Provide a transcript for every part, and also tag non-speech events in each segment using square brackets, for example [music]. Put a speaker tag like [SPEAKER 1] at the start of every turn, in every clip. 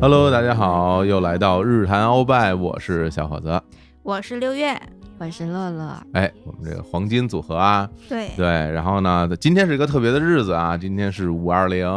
[SPEAKER 1] Hello，大家好，又来到日坛欧拜，我是小伙子。
[SPEAKER 2] 我是六月，
[SPEAKER 3] 我是乐 [laughs] 乐，
[SPEAKER 1] 哎，我们这个黄金组合啊，
[SPEAKER 2] 对
[SPEAKER 1] 对，然后呢，今天是一个特别的日子啊，今天是五二零，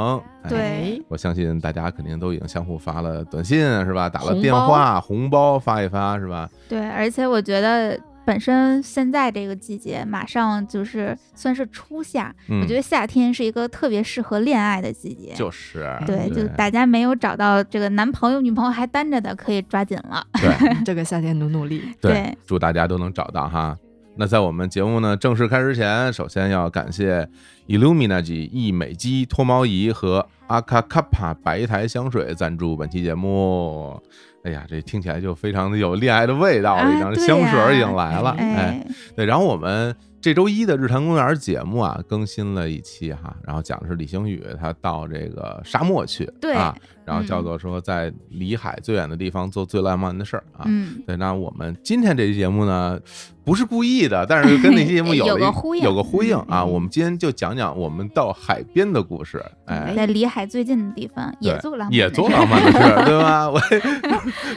[SPEAKER 1] 哎
[SPEAKER 2] 对
[SPEAKER 3] 哎
[SPEAKER 1] 我相信大家肯定都已经相互发了短信啊是吧？打了
[SPEAKER 3] 红
[SPEAKER 1] 电
[SPEAKER 3] 包
[SPEAKER 1] 话，红包发一发是吧？
[SPEAKER 2] 对，而且我觉得本身现在这个季节马上就是算是初夏，
[SPEAKER 1] 嗯，
[SPEAKER 2] 我觉得夏天是一个特别适合恋爱的季节。
[SPEAKER 1] 就是嗯
[SPEAKER 2] 对，
[SPEAKER 1] 对
[SPEAKER 2] 就大家没有找到这个男朋友、女朋友还单着的，可以抓紧了。
[SPEAKER 1] 对
[SPEAKER 3] 这个夏天努努力。
[SPEAKER 1] [laughs] 对
[SPEAKER 2] 对，
[SPEAKER 1] 祝大家都能找到哈。那在我们节目呢正式开始前，首先要感谢 Illuminagi 易美肌脱毛仪和阿卡卡帕白苔香水赞助本期节目。哎呀，这听起来就非常的有恋爱的味道了，
[SPEAKER 2] 啊
[SPEAKER 1] 已经
[SPEAKER 2] 对
[SPEAKER 1] 香水
[SPEAKER 2] 呀
[SPEAKER 1] 儿已经来了。哎，
[SPEAKER 2] 哎，
[SPEAKER 1] 对，然后我们这周一的日坛公园节目啊更新了一期哈，然后讲的是李星宇他到这个沙漠去，
[SPEAKER 2] 对
[SPEAKER 1] 啊，然后
[SPEAKER 2] 嗯
[SPEAKER 1] 叫做说在离海最远的地方做最浪漫的事儿啊。
[SPEAKER 2] 嗯，
[SPEAKER 1] 对，那我们今天这期节目呢，不是故意的，但是跟那期
[SPEAKER 2] [laughs]
[SPEAKER 1] 节目有
[SPEAKER 2] 有
[SPEAKER 1] 了一
[SPEAKER 2] 个呼应
[SPEAKER 1] 有个呼应啊。
[SPEAKER 3] 嗯嗯
[SPEAKER 1] 我们今天就讲讲我们到海边的故事，哎。
[SPEAKER 2] 在离海最近的地方也
[SPEAKER 1] 对
[SPEAKER 2] 做浪漫的事，
[SPEAKER 1] 也做浪漫的事儿，对吧？ [laughs]
[SPEAKER 2] [laughs]
[SPEAKER 1] 我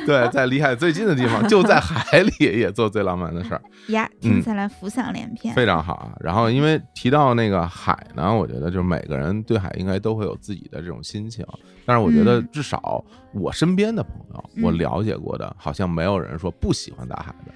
[SPEAKER 1] 对，在离海最近的地方，就在海里也做最浪漫的事
[SPEAKER 2] [laughs]
[SPEAKER 1] 儿，
[SPEAKER 2] 呀，
[SPEAKER 1] 嗯
[SPEAKER 2] 听起来浮想联翩。
[SPEAKER 1] 非常好啊。然后，因为提到那个海呢，我觉得就是每个人对海应该都会有自己的这种心情，但是我觉得
[SPEAKER 2] 嗯
[SPEAKER 1] 至少我身边的朋友，我
[SPEAKER 2] 嗯
[SPEAKER 1] 了解过的，好像没有人说不喜欢大海的，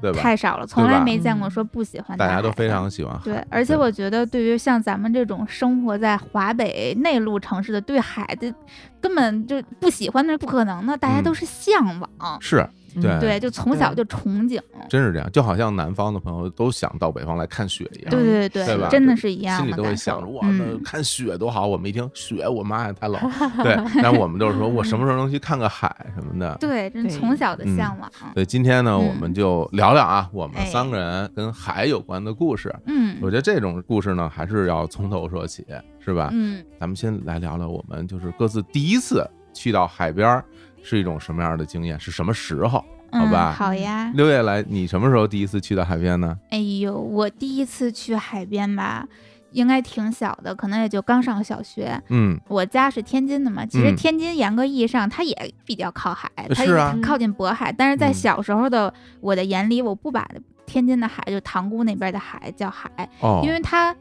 [SPEAKER 1] 对吧？
[SPEAKER 2] 太少了，从
[SPEAKER 1] 对吧
[SPEAKER 2] 来没见过说不喜欢
[SPEAKER 1] 大
[SPEAKER 2] 海
[SPEAKER 1] 家都非
[SPEAKER 2] 的嗯
[SPEAKER 1] 常喜欢海。
[SPEAKER 2] 对，而且我觉得，对于像咱们这种生活在华北内陆城市的，对海的根本就不喜欢那是不可能的，大家
[SPEAKER 1] 嗯
[SPEAKER 2] 都是向往，
[SPEAKER 1] 是
[SPEAKER 3] 嗯
[SPEAKER 1] 对
[SPEAKER 2] 对，就从小就憧憬，
[SPEAKER 1] 真是这样，就好像南方的朋友都想到北方来看雪一样，
[SPEAKER 2] 对对
[SPEAKER 1] 对吧
[SPEAKER 2] 真的是一样
[SPEAKER 1] 心里
[SPEAKER 2] 的
[SPEAKER 1] 都会
[SPEAKER 2] 感
[SPEAKER 1] 想着
[SPEAKER 2] 受。
[SPEAKER 1] 哇，那
[SPEAKER 2] 嗯，
[SPEAKER 1] 看雪多好！我们一听雪，我妈呀，太冷。
[SPEAKER 2] [laughs]
[SPEAKER 1] 对，但我们就是说我什么时候能去看个海什么的。
[SPEAKER 2] 对，真
[SPEAKER 3] 对
[SPEAKER 2] 从小的
[SPEAKER 1] 嗯
[SPEAKER 2] 向往。
[SPEAKER 1] 所以今天呢，
[SPEAKER 2] 嗯
[SPEAKER 1] 我们就聊聊啊，我们
[SPEAKER 2] 哎
[SPEAKER 1] 三个人跟海有关的故事。
[SPEAKER 2] 嗯
[SPEAKER 1] 我觉得这种故事呢，还是要从头说起，是吧？
[SPEAKER 2] 嗯，
[SPEAKER 1] 咱们先来聊聊我们就是各自第一次去到海边儿是一种什么样的经验，是什么时候？好
[SPEAKER 2] 嗯
[SPEAKER 1] 吧
[SPEAKER 2] 好呀。
[SPEAKER 1] 六月来，你什么时候第一次去到海边呢？
[SPEAKER 2] 哎呦，我第一次去海边吧，应该挺小的，可能也就刚上小学。
[SPEAKER 1] 嗯，
[SPEAKER 2] 我家是天津的嘛，其实
[SPEAKER 1] 嗯
[SPEAKER 2] 天津严格意义上它也比较靠海，它
[SPEAKER 1] 是啊
[SPEAKER 2] 也靠近渤海，但是在
[SPEAKER 1] 嗯
[SPEAKER 2] 小时候的我的眼里，我不把天津的海，就塘沽那边的海叫海，
[SPEAKER 1] 哦，
[SPEAKER 2] 因为它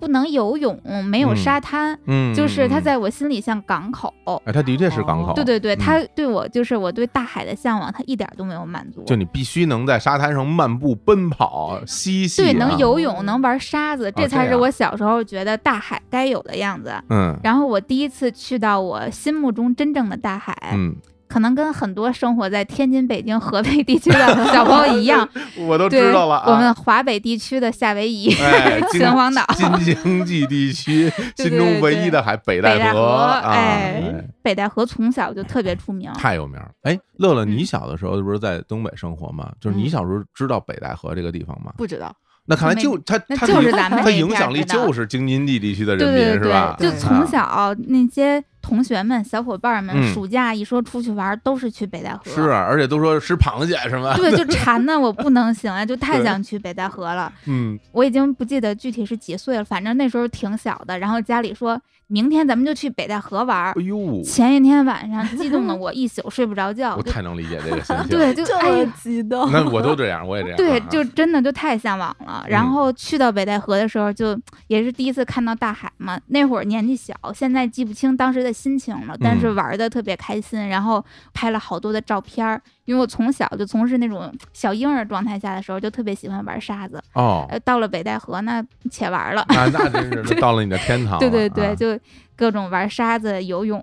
[SPEAKER 2] 不能游泳，没有
[SPEAKER 1] 嗯
[SPEAKER 2] 沙滩，
[SPEAKER 1] 嗯，
[SPEAKER 2] 就是它
[SPEAKER 1] 嗯，
[SPEAKER 2] 在我心里像港口。
[SPEAKER 1] 哎，它的确是港口，
[SPEAKER 2] 对对对，
[SPEAKER 1] 嗯
[SPEAKER 2] 它对我就是我对大海的向往，它一点都没有满足。
[SPEAKER 1] 就你必须能在沙滩上漫步、奔跑、嬉戏、啊，哦
[SPEAKER 2] 对，能游泳，能玩沙子，
[SPEAKER 1] 这
[SPEAKER 2] 这才是
[SPEAKER 1] 样
[SPEAKER 2] 我小时候觉得大海该有的样子。
[SPEAKER 1] 嗯，
[SPEAKER 2] 然后我第一次去到我心目中真正的大海，
[SPEAKER 1] 嗯
[SPEAKER 2] 可能跟很多生活在天津、北京、河北地区的小朋友一样，
[SPEAKER 1] 嗯，我都
[SPEAKER 2] 对
[SPEAKER 1] 知道了啊，
[SPEAKER 2] 我们华北地区的夏
[SPEAKER 1] [laughs]
[SPEAKER 2] 威夷、
[SPEAKER 1] 哎，京
[SPEAKER 2] 秦皇岛、
[SPEAKER 1] 京津冀地区
[SPEAKER 2] 对对
[SPEAKER 1] 心中唯一的海北
[SPEAKER 2] 北
[SPEAKER 1] 戴
[SPEAKER 2] 戴河，
[SPEAKER 1] 啊，
[SPEAKER 2] 哎
[SPEAKER 1] 哎，
[SPEAKER 2] 北戴河从小就特别出名。
[SPEAKER 1] 太有名了。哎，乐乐，
[SPEAKER 2] 嗯
[SPEAKER 1] 你小的时候不是在东北生活吗？就是你
[SPEAKER 3] 嗯
[SPEAKER 1] 小时候知道北戴河这个地方吗？
[SPEAKER 3] 不知道，
[SPEAKER 1] 那看来
[SPEAKER 2] 没
[SPEAKER 1] 就它
[SPEAKER 2] 那
[SPEAKER 1] 它
[SPEAKER 2] 就是
[SPEAKER 1] 影
[SPEAKER 2] 咱们
[SPEAKER 1] 它
[SPEAKER 2] 这
[SPEAKER 1] 影
[SPEAKER 2] 片
[SPEAKER 1] 响
[SPEAKER 2] 儿
[SPEAKER 1] 力
[SPEAKER 2] 知道
[SPEAKER 1] 就是京津冀地区的
[SPEAKER 2] 对
[SPEAKER 1] 人民
[SPEAKER 2] 对
[SPEAKER 1] 是吧？哎啊
[SPEAKER 2] 对，就
[SPEAKER 3] 对
[SPEAKER 2] 从小那些同学们、小伙
[SPEAKER 1] 嗯
[SPEAKER 2] 伴们，暑假一说出去玩，都是去北戴河。
[SPEAKER 1] 是，啊而且都说吃螃蟹什么，
[SPEAKER 2] [laughs] 对，就馋的我不能行啊，就太
[SPEAKER 1] 对
[SPEAKER 2] 想去北戴河了。
[SPEAKER 1] 嗯，
[SPEAKER 2] 我已经不记得具体是几岁了，反正那时候挺小的。然后家里说明天咱们就去北戴河玩儿
[SPEAKER 1] 哎。呦，
[SPEAKER 2] 前一天晚上激动
[SPEAKER 1] [laughs]
[SPEAKER 2] 的我一宿睡不着觉，
[SPEAKER 1] 我
[SPEAKER 2] 就
[SPEAKER 1] 太能理解这个心情，
[SPEAKER 2] [laughs] 对，就哎呀
[SPEAKER 3] 激
[SPEAKER 1] [laughs]
[SPEAKER 3] 动
[SPEAKER 1] 那我都这样，我也这样啊。
[SPEAKER 2] 对，就真的就太向往了。
[SPEAKER 1] 嗯
[SPEAKER 2] 然后去到北戴河的时候，就也是第一次看到大海嘛。那会儿年纪小，现在记不清当时的心情了，但是
[SPEAKER 1] 嗯
[SPEAKER 2] 玩的特别开心，然后拍了好多的照片儿。因为我从小就从事那种小婴儿状态下的时候，就特别喜欢玩沙子。 [laughs]
[SPEAKER 1] 哦，
[SPEAKER 2] 呃，到了北戴河那且玩了，
[SPEAKER 1] 那那真是那到了你的天堂了。
[SPEAKER 2] 对 [laughs] 对对，
[SPEAKER 1] 啊
[SPEAKER 2] 就各种玩沙子、游泳，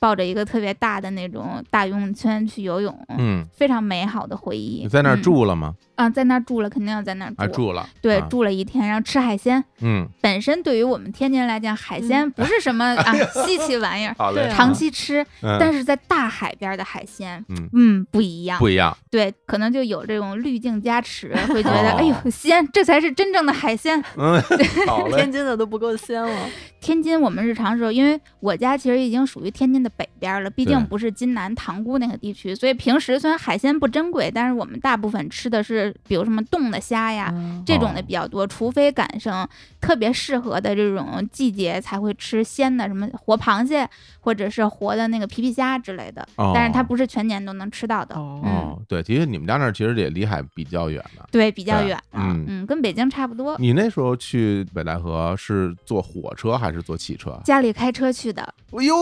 [SPEAKER 2] 抱着一个特别大的那种大游泳圈去游泳。
[SPEAKER 1] 嗯，
[SPEAKER 2] 非常美好的回忆。
[SPEAKER 1] 你在那儿
[SPEAKER 2] 嗯
[SPEAKER 1] 住了吗？
[SPEAKER 2] 啊，在那儿住了，肯定要在那儿住。
[SPEAKER 1] 啊，住了。
[SPEAKER 2] 对，
[SPEAKER 1] 啊
[SPEAKER 2] 住了一天，然后吃海鲜。
[SPEAKER 1] 嗯，
[SPEAKER 2] 本身对于我们天津人来讲，海鲜不是
[SPEAKER 1] [laughs]
[SPEAKER 2] 什么、啊稀奇玩意儿，
[SPEAKER 1] 好嘞
[SPEAKER 3] 对啊
[SPEAKER 2] 长期吃。
[SPEAKER 1] 嗯
[SPEAKER 2] 但是在大海边的海鲜，
[SPEAKER 1] 嗯
[SPEAKER 2] 嗯，不一样。
[SPEAKER 1] 不一
[SPEAKER 2] [laughs]
[SPEAKER 1] 样，
[SPEAKER 2] 对，可能就有这种滤镜加持，会觉得、
[SPEAKER 1] 哦
[SPEAKER 2] 哎呦鲜，这才是真正的海鲜。
[SPEAKER 1] 嗯，好嘞，
[SPEAKER 3] 天津的都不够鲜了。
[SPEAKER 2] 天津我们日常的时候，因为我家其实已经属于天津的北边了，毕
[SPEAKER 1] 对
[SPEAKER 2] 竟不是津南塘沽那个地区，所以平时虽然海鲜不珍贵，但是我们大部分吃的是比如什么冻的虾呀。
[SPEAKER 3] 嗯
[SPEAKER 2] 这种的
[SPEAKER 1] 哦
[SPEAKER 2] 比较多，除非赶上特别适合的这种季节才会吃鲜的，什么活螃蟹或者是活的那个皮皮虾之类的。
[SPEAKER 1] 哦
[SPEAKER 2] 但是它不嗯是全年都能吃到的，
[SPEAKER 3] 哦，
[SPEAKER 1] 哦，对，的确你们家那儿其实也离海比较远的。
[SPEAKER 2] 对，比较
[SPEAKER 1] 对
[SPEAKER 2] 远了，
[SPEAKER 1] 嗯
[SPEAKER 2] 跟北京差不多。
[SPEAKER 1] 你那时候去北戴河是坐火车还是坐汽车？
[SPEAKER 2] 家里开车去的，
[SPEAKER 1] 哎呦，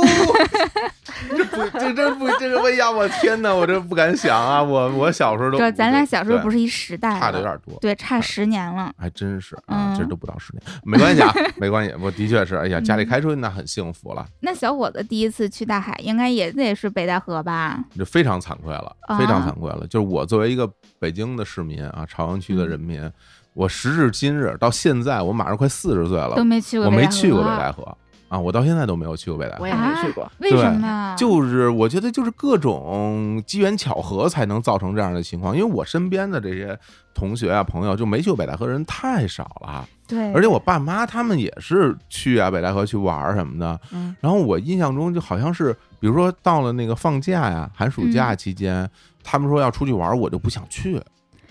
[SPEAKER 1] [laughs] 这不，这真不，这个哎呀，我天哪，我这不敢想啊！我我小时候都，
[SPEAKER 2] 这咱俩小时候
[SPEAKER 1] 对
[SPEAKER 2] 不是一时代
[SPEAKER 1] 差的有
[SPEAKER 2] 了
[SPEAKER 1] 点嗯多，
[SPEAKER 2] 对，差十年了。
[SPEAKER 1] 还真是啊，
[SPEAKER 2] 嗯
[SPEAKER 1] 这都不到十年，没关系啊，没关系，我的确是，哎呀，家里
[SPEAKER 2] 嗯
[SPEAKER 1] 开车那很幸福了，
[SPEAKER 2] 那小伙子第一次去大海，应该也得是北戴河吧？
[SPEAKER 1] 这非常惭愧了，
[SPEAKER 2] 啊
[SPEAKER 1] 非常惭愧了。就是我作为一个北京的市民啊，朝阳区
[SPEAKER 2] 嗯
[SPEAKER 1] 的人民，我时至今日到现在，我马上快四十岁了
[SPEAKER 2] 都，没去过，
[SPEAKER 1] 我没去过北戴。河啊，我到现在都没有去过北戴河
[SPEAKER 3] 我。也没去过。
[SPEAKER 2] 为什么呀？
[SPEAKER 1] 就是我觉得就是各种机缘巧合才能造成这样的情况，因为我身边的这些同学啊朋友就没去过北戴河人太少了，
[SPEAKER 2] 对，
[SPEAKER 1] 而且我爸妈他们也是去啊北戴河去玩儿什么的，
[SPEAKER 3] 嗯，
[SPEAKER 1] 然后我印象中就好像是，比如说到了那个放假呀、寒暑假
[SPEAKER 2] 嗯
[SPEAKER 1] 期间，他们说要出去玩儿，我就不想去。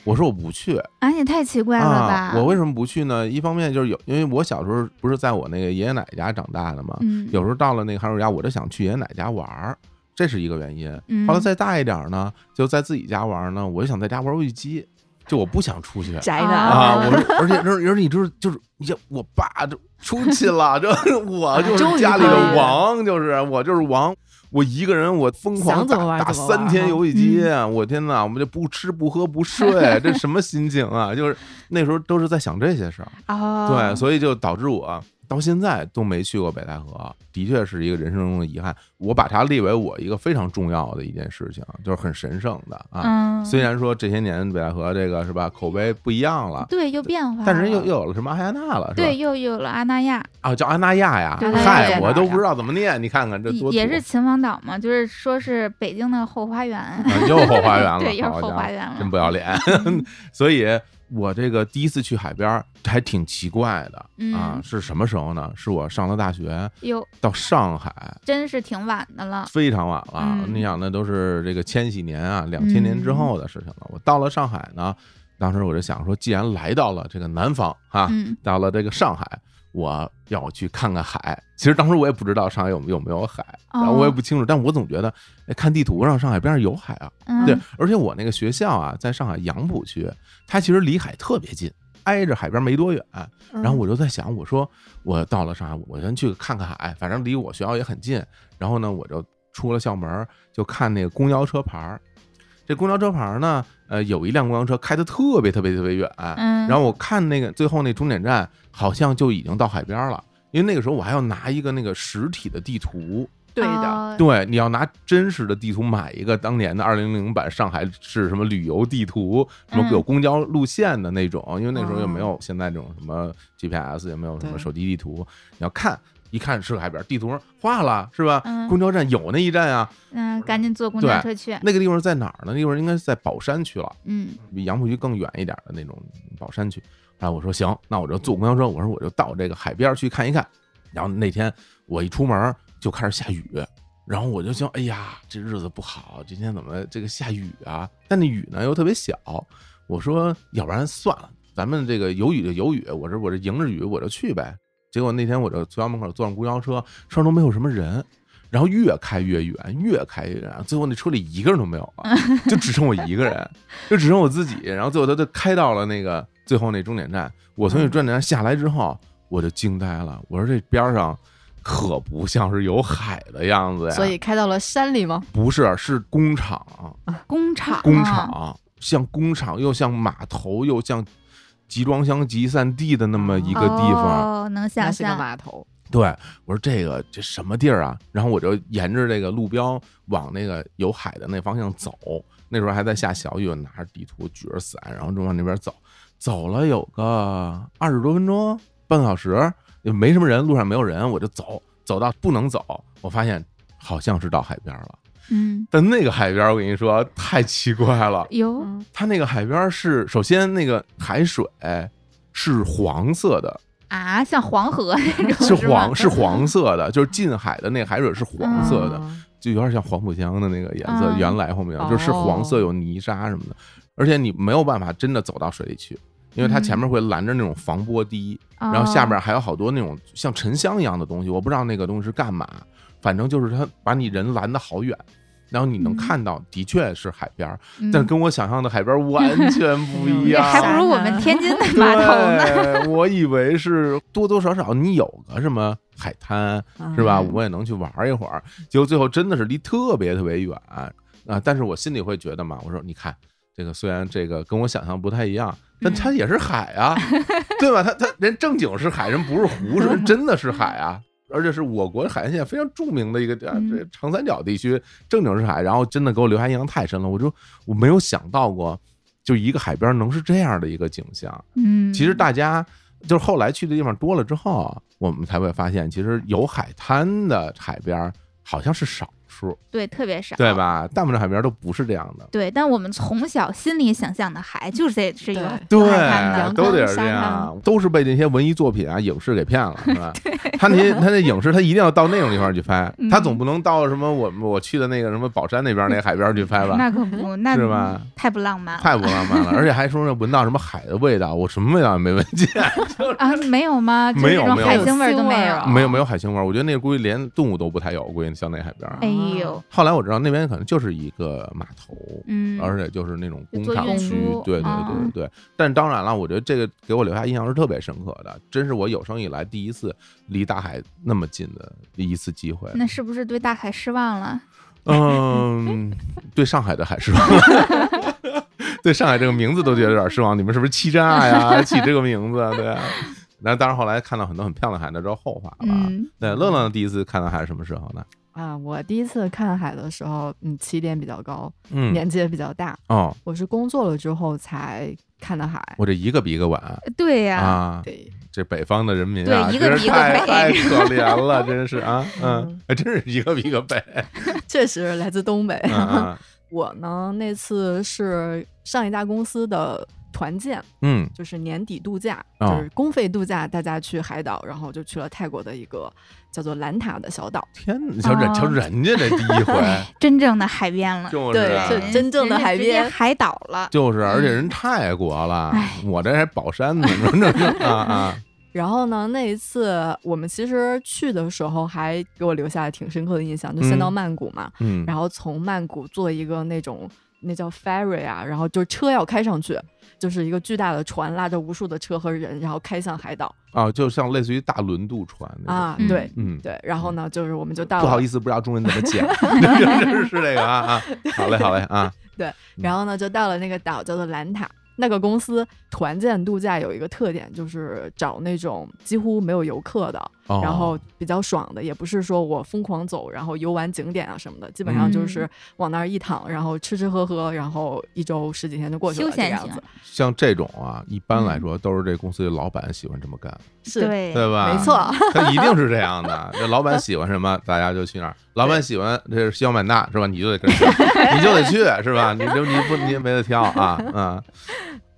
[SPEAKER 1] 我说我不去
[SPEAKER 2] 啊，也太奇怪了吧
[SPEAKER 1] 啊！！我为什么不去呢？一方面就是有，因为我小时候不是在我那个爷爷奶奶家长大的嘛，
[SPEAKER 2] 嗯，
[SPEAKER 1] 有时候到了那个寒暑假，我就想去爷爷奶奶家玩儿，这是一个原因。
[SPEAKER 2] 嗯
[SPEAKER 1] 后来再大一点儿呢，就在自己家玩儿呢，我就想在家玩儿游戏机，就我不想出去。
[SPEAKER 3] 宅
[SPEAKER 2] 的
[SPEAKER 3] 的
[SPEAKER 1] 啊！我说，而且而且你知道，就是你像我爸就出去了，
[SPEAKER 3] [laughs]
[SPEAKER 1] 这我就
[SPEAKER 3] 终
[SPEAKER 1] 是
[SPEAKER 3] 于
[SPEAKER 1] 家里
[SPEAKER 2] 可以
[SPEAKER 1] 的
[SPEAKER 2] 了
[SPEAKER 1] 王，就是我就是王，我一个人我疯狂
[SPEAKER 3] 想怎么
[SPEAKER 1] 打
[SPEAKER 3] 玩
[SPEAKER 1] 打
[SPEAKER 3] 怎么玩
[SPEAKER 1] 三天
[SPEAKER 3] 哈嗯
[SPEAKER 1] 游戏机，啊我天呐，我们就不吃不喝不睡，这什么心情啊？就是那时候都是在想这些事儿，
[SPEAKER 2] 哦，
[SPEAKER 1] 对，所以就导致我到现在都没去过北戴河，的确是一个人生中的遗憾。我把它列为我一个非常重要的一件事情，就是很神圣的啊。
[SPEAKER 2] 嗯，
[SPEAKER 1] 虽然说这些年北戴河这个是吧，口碑不一样了，
[SPEAKER 2] 对又变化了，
[SPEAKER 1] 但是人又又有了什么阿亚娜了，是吧？
[SPEAKER 2] 对又有了阿那亚，
[SPEAKER 1] 啊，叫阿那亚呀，
[SPEAKER 3] 对
[SPEAKER 2] 对
[SPEAKER 1] 嗨，
[SPEAKER 2] 对
[SPEAKER 1] 我
[SPEAKER 3] 对
[SPEAKER 1] 都不知道怎么念，你看看这多土啊
[SPEAKER 2] 也是秦皇岛嘛，就是说是北京的
[SPEAKER 1] [laughs]
[SPEAKER 2] 后花园，
[SPEAKER 1] 啊又后花园了，
[SPEAKER 2] [laughs] 对，又是
[SPEAKER 1] 好
[SPEAKER 2] 后
[SPEAKER 1] 家伙
[SPEAKER 2] 花园了，嗯
[SPEAKER 1] 真不要
[SPEAKER 2] [laughs]
[SPEAKER 1] 脸。所以我这个第一次去海边儿还挺奇怪的啊
[SPEAKER 2] 嗯，
[SPEAKER 1] 是什么时候呢？是我上了大学
[SPEAKER 2] 哟，
[SPEAKER 1] 到上海，
[SPEAKER 2] 真是挺晚的了，
[SPEAKER 1] 非常晚了。
[SPEAKER 2] 啊嗯
[SPEAKER 1] 你想，那都是这个千禧年啊，两千年之后的事情了。我到了上海呢，当时我就想说，既然来到了这个南方啊，
[SPEAKER 2] 嗯
[SPEAKER 1] 到了这个上海，我要去看看海。其实当时我也不知道上海有有没有海，
[SPEAKER 2] 哦
[SPEAKER 1] 然后我也不清楚，但我总觉得，哎，看地图上上海边上有海啊。
[SPEAKER 2] 嗯，
[SPEAKER 1] 对，而且我那个学校啊，在上海杨浦区，它其实离海特别近，挨着海边没多远。
[SPEAKER 3] 嗯
[SPEAKER 1] 然后我就在想，我说我到了上海，我先去看看海，反正离我学校也很近。然后呢，我就出了校门儿，就看那个公交车牌儿。这公交车牌儿呢，呃，有一辆公交车开的特别特别特别远，
[SPEAKER 2] 嗯，
[SPEAKER 1] 然后我看那个最后那终点站好像就已经到海边儿了，因为那个时候我还要拿一个那个实体的地图，
[SPEAKER 3] 对的，
[SPEAKER 2] 的，
[SPEAKER 1] 对，你要拿真实的地图买一个当年的二零零版上海市什么旅游地图，什么
[SPEAKER 2] 嗯
[SPEAKER 1] 有公交路线的那种，因为那时候
[SPEAKER 3] 哦
[SPEAKER 1] 也没有现在这种什么 GPS，也没有什么
[SPEAKER 3] 对
[SPEAKER 1] 手机地图，你要看一看是海边，地图上画了是吧？
[SPEAKER 2] 嗯哎
[SPEAKER 1] 公交站有那一站啊，
[SPEAKER 2] 嗯，赶紧坐公交车去，
[SPEAKER 1] 那个地方在哪儿呢？那地方应该是在宝山区了。
[SPEAKER 2] 嗯
[SPEAKER 1] 比杨浦区更远一点的那种宝山区。然后我说行，那我就坐公交车，我说我就到这个海边去看一看。然后那天我一出门就开始下雨，然后我就想，哎呀，这日子不好，今天怎么这个下雨啊？但那雨呢又特别小，我说要不然算了，咱们这个有雨就有雨，我这我这迎着雨我就去呗。结果那天我就学校门口坐上公交车，车上都没有什么人，然后越开越远，越开越远，最后那车里一个人都没有了，就只剩我一个人，就只剩我自己。然后最后他就开到了那个最后那终点站，我从那终点站下来之后，我就惊呆了，我说这边上可不像是有海的样子呀，
[SPEAKER 3] 所以开到了山里吗？
[SPEAKER 1] 不是是工厂，
[SPEAKER 2] 工厂，啊
[SPEAKER 1] 工厂、，像工厂又像码头又像集装箱集散地的那么一个地方，
[SPEAKER 2] 哦，能
[SPEAKER 3] 那
[SPEAKER 2] 想
[SPEAKER 3] 是个
[SPEAKER 2] 象，
[SPEAKER 3] 码头，
[SPEAKER 1] 对，我说这个这什么地儿啊？然后我就沿着这个路标往那个有海的那方向走。那时候还在下小雨，我拿着地图举着伞，然后就往那边走。走了有个二十多分钟，半个小时，也没什么人，路上没有人，我就走，走到不能走，我发现好像是到海边了。
[SPEAKER 2] 嗯，
[SPEAKER 1] 但那个海边，我跟你说太奇怪了，
[SPEAKER 2] 哟，
[SPEAKER 3] 嗯，
[SPEAKER 1] 它那个海边是首先那个海水是黄色的，
[SPEAKER 2] 啊，像黄河
[SPEAKER 1] [laughs]
[SPEAKER 2] 那种
[SPEAKER 1] 是
[SPEAKER 2] 是吧
[SPEAKER 1] 黄是黄色的，就是近海的那个海水是黄色的，
[SPEAKER 3] 嗯
[SPEAKER 1] 就有点像黄浦江的那个颜色。
[SPEAKER 2] 嗯
[SPEAKER 1] 原来黄浦江就是黄色，
[SPEAKER 3] 哦
[SPEAKER 1] 有泥沙什么的，而且你没有办法真的走到水里去，因为它前
[SPEAKER 2] 嗯
[SPEAKER 1] 面会拦着那种防波堤，
[SPEAKER 2] 哦
[SPEAKER 1] 然后下面还有好多那种像沉香一样的东西，我不知道那个东西是干嘛，反正就是它把你人拦得好远。然后你能
[SPEAKER 2] 嗯
[SPEAKER 1] 看到，的确是海边儿，
[SPEAKER 2] 嗯
[SPEAKER 1] 但是跟我想象的海边儿完全
[SPEAKER 2] [laughs]
[SPEAKER 1] 不一
[SPEAKER 3] 这
[SPEAKER 1] 样，
[SPEAKER 2] 还不如我们天
[SPEAKER 1] [laughs]
[SPEAKER 2] 津的 [laughs] 码头呢。
[SPEAKER 1] 对，我以为是多多少少你有个什么海滩
[SPEAKER 3] 嗯
[SPEAKER 1] 是吧，
[SPEAKER 2] 嗯
[SPEAKER 1] 我也能去玩一会儿。结果最后真的是离特别特别远啊！但是我心里会觉得嘛，我说你看这个虽然这个跟我想象不太一样，但它
[SPEAKER 2] 嗯
[SPEAKER 1] 也是海啊， [laughs] 对吧？它它人正经是海，人不是湖，是人
[SPEAKER 2] 嗯
[SPEAKER 1] 真的是海啊。而且是我国海岸线非常著名的一个啊
[SPEAKER 2] 嗯
[SPEAKER 1] 这长三角地区，正经是海，然后真的给我留下印象太深了，我就我没有想到过，就一个海边能是这样的一个景象。
[SPEAKER 2] 嗯，
[SPEAKER 1] 其实大家就是后来去的地方多了之后啊，我们才会发现，其实有海滩的海边儿好像是少数，
[SPEAKER 2] 对特别少，
[SPEAKER 1] 对？吧？大部分海边儿都不是这样的。
[SPEAKER 2] 对，但我们从小心里想象的海就是这是有
[SPEAKER 3] 对
[SPEAKER 1] 对，
[SPEAKER 2] 滩的
[SPEAKER 3] 阳
[SPEAKER 1] 都
[SPEAKER 3] 光
[SPEAKER 1] 得是这
[SPEAKER 3] 沙
[SPEAKER 1] 样
[SPEAKER 3] 滩，
[SPEAKER 1] 都是被那些文艺作品啊、影视给骗了，是
[SPEAKER 2] [laughs]
[SPEAKER 1] 吧？他那些他那影视，他一定要到那种地方去拍，
[SPEAKER 2] 嗯
[SPEAKER 1] 他总不能到什么我我去的那个什么宝山那边儿那海边儿去拍吧？
[SPEAKER 2] 那可
[SPEAKER 3] 嗯
[SPEAKER 2] 不，那
[SPEAKER 1] 是吧
[SPEAKER 2] 太不浪漫了
[SPEAKER 1] [laughs] 太不浪漫了， [laughs] 而且还说是闻到什么海的味道，我什么味道也没闻见，
[SPEAKER 2] 啊！没有吗？就是
[SPEAKER 1] 没有
[SPEAKER 2] 这种
[SPEAKER 1] 没有
[SPEAKER 2] 海腥味儿都没
[SPEAKER 3] 有腥味儿啊
[SPEAKER 1] 没有没有海腥味儿，我觉得那个估计连动物都不太有，估计像那海边儿。
[SPEAKER 2] 哎呦，
[SPEAKER 1] 后来我知道那边可能就是一个码头，
[SPEAKER 2] 嗯，
[SPEAKER 1] 而且就是那种工
[SPEAKER 2] 做
[SPEAKER 1] 厂
[SPEAKER 2] 运
[SPEAKER 1] 区
[SPEAKER 2] 输，
[SPEAKER 1] 对对对
[SPEAKER 2] 嗯
[SPEAKER 1] 对。但当然了，我觉得这个给我留下印象是特别深刻的，真是我有生以来第一次离大海那么近的一次机会。
[SPEAKER 2] 那是不是对大海失望了？
[SPEAKER 1] 嗯， [laughs] 对上海的海失望， [laughs] 对上海这个名字都觉得有点失望。你们是不是欺诈
[SPEAKER 2] [laughs]
[SPEAKER 1] 呀？起这个名字，对啊。然后当然后来看到很多很漂亮的海，那都是后话了啊。
[SPEAKER 2] 嗯，
[SPEAKER 1] 对，乐乐第一次看到海是什么时候呢？
[SPEAKER 3] 啊，我第一次看海的时候，嗯，起点比较高，
[SPEAKER 1] 嗯，
[SPEAKER 3] 年纪也比较大，
[SPEAKER 1] 哦，
[SPEAKER 3] 我是工作了之后才看的海。
[SPEAKER 1] 我这一个比一个晚
[SPEAKER 2] 对呀，
[SPEAKER 1] 啊。
[SPEAKER 3] 对，
[SPEAKER 1] 这北方的人民啊，
[SPEAKER 2] 对一个
[SPEAKER 1] 真是
[SPEAKER 2] 比一个
[SPEAKER 1] 太
[SPEAKER 2] 北
[SPEAKER 1] 太可怜了，真是啊，嗯
[SPEAKER 3] 嗯，
[SPEAKER 1] 还真是一个比一个北，
[SPEAKER 3] 确实来自东北。
[SPEAKER 1] 嗯嗯
[SPEAKER 3] 我呢，那次是上一家公司的团建，
[SPEAKER 1] 嗯
[SPEAKER 3] 就是年底度假，
[SPEAKER 1] 哦
[SPEAKER 3] 就是公费度假，大家去海岛，然后就去了泰国的一个叫做兰塔的小岛。
[SPEAKER 1] 天哪，瞧人
[SPEAKER 2] 哦
[SPEAKER 1] 瞧人家这第一回，
[SPEAKER 2] 真正的海边了，
[SPEAKER 1] 就
[SPEAKER 3] 对
[SPEAKER 1] 是啊
[SPEAKER 3] 这
[SPEAKER 2] 人
[SPEAKER 3] 真正
[SPEAKER 2] 人
[SPEAKER 3] 的
[SPEAKER 2] 家
[SPEAKER 3] 海
[SPEAKER 2] 直接
[SPEAKER 3] 边
[SPEAKER 2] 海岛了。
[SPEAKER 1] 就是，而且人泰国了
[SPEAKER 2] 唉，
[SPEAKER 1] 我这还宝山呢， [laughs] 你说这啊啊，
[SPEAKER 3] 然后呢，那一次我们其实去的时候还给我留下了挺深刻的印象，就先到
[SPEAKER 1] 嗯
[SPEAKER 3] 曼谷嘛，
[SPEAKER 1] 嗯，
[SPEAKER 3] 然后从曼谷坐一个那种那叫 ferry 啊，然后就车要开上去，就是一个巨大的船拉着无数的车和人，然后开向海岛
[SPEAKER 1] 啊，就像类似于大轮渡船那种，
[SPEAKER 3] 啊，
[SPEAKER 2] 嗯
[SPEAKER 3] 对。
[SPEAKER 1] 嗯，
[SPEAKER 3] 对，然后呢，就是我们就到
[SPEAKER 1] 不
[SPEAKER 3] 了
[SPEAKER 1] 好意思，不知道中文怎么讲，是是是这个啊啊，好嘞好嘞啊，
[SPEAKER 3] 然后呢，就到了那个岛叫做兰塔。那个公司团建度假有一个特点，就是找那种几乎没有游客的，
[SPEAKER 1] 哦
[SPEAKER 3] 然后比较爽的，也不是说我疯狂走，然后游玩景点啊什么的，基本
[SPEAKER 2] 嗯
[SPEAKER 3] 上就是往那儿一躺，然后吃吃喝喝，然后一周十几天就过去了，
[SPEAKER 2] 休闲
[SPEAKER 3] 这样
[SPEAKER 2] 型
[SPEAKER 3] 子。
[SPEAKER 1] 像这种啊，一般来说都是这公司的老板喜欢这么干，
[SPEAKER 3] 是，
[SPEAKER 2] 对，
[SPEAKER 1] 对吧？
[SPEAKER 3] 没错，
[SPEAKER 1] [laughs] 他一定是这样的。这老板喜欢什么，大家就去哪儿。老板喜欢这是西双版纳是吧？你就得跟着去，你就得去是吧？你就你不你也没得挑啊，
[SPEAKER 3] [laughs]
[SPEAKER 1] 嗯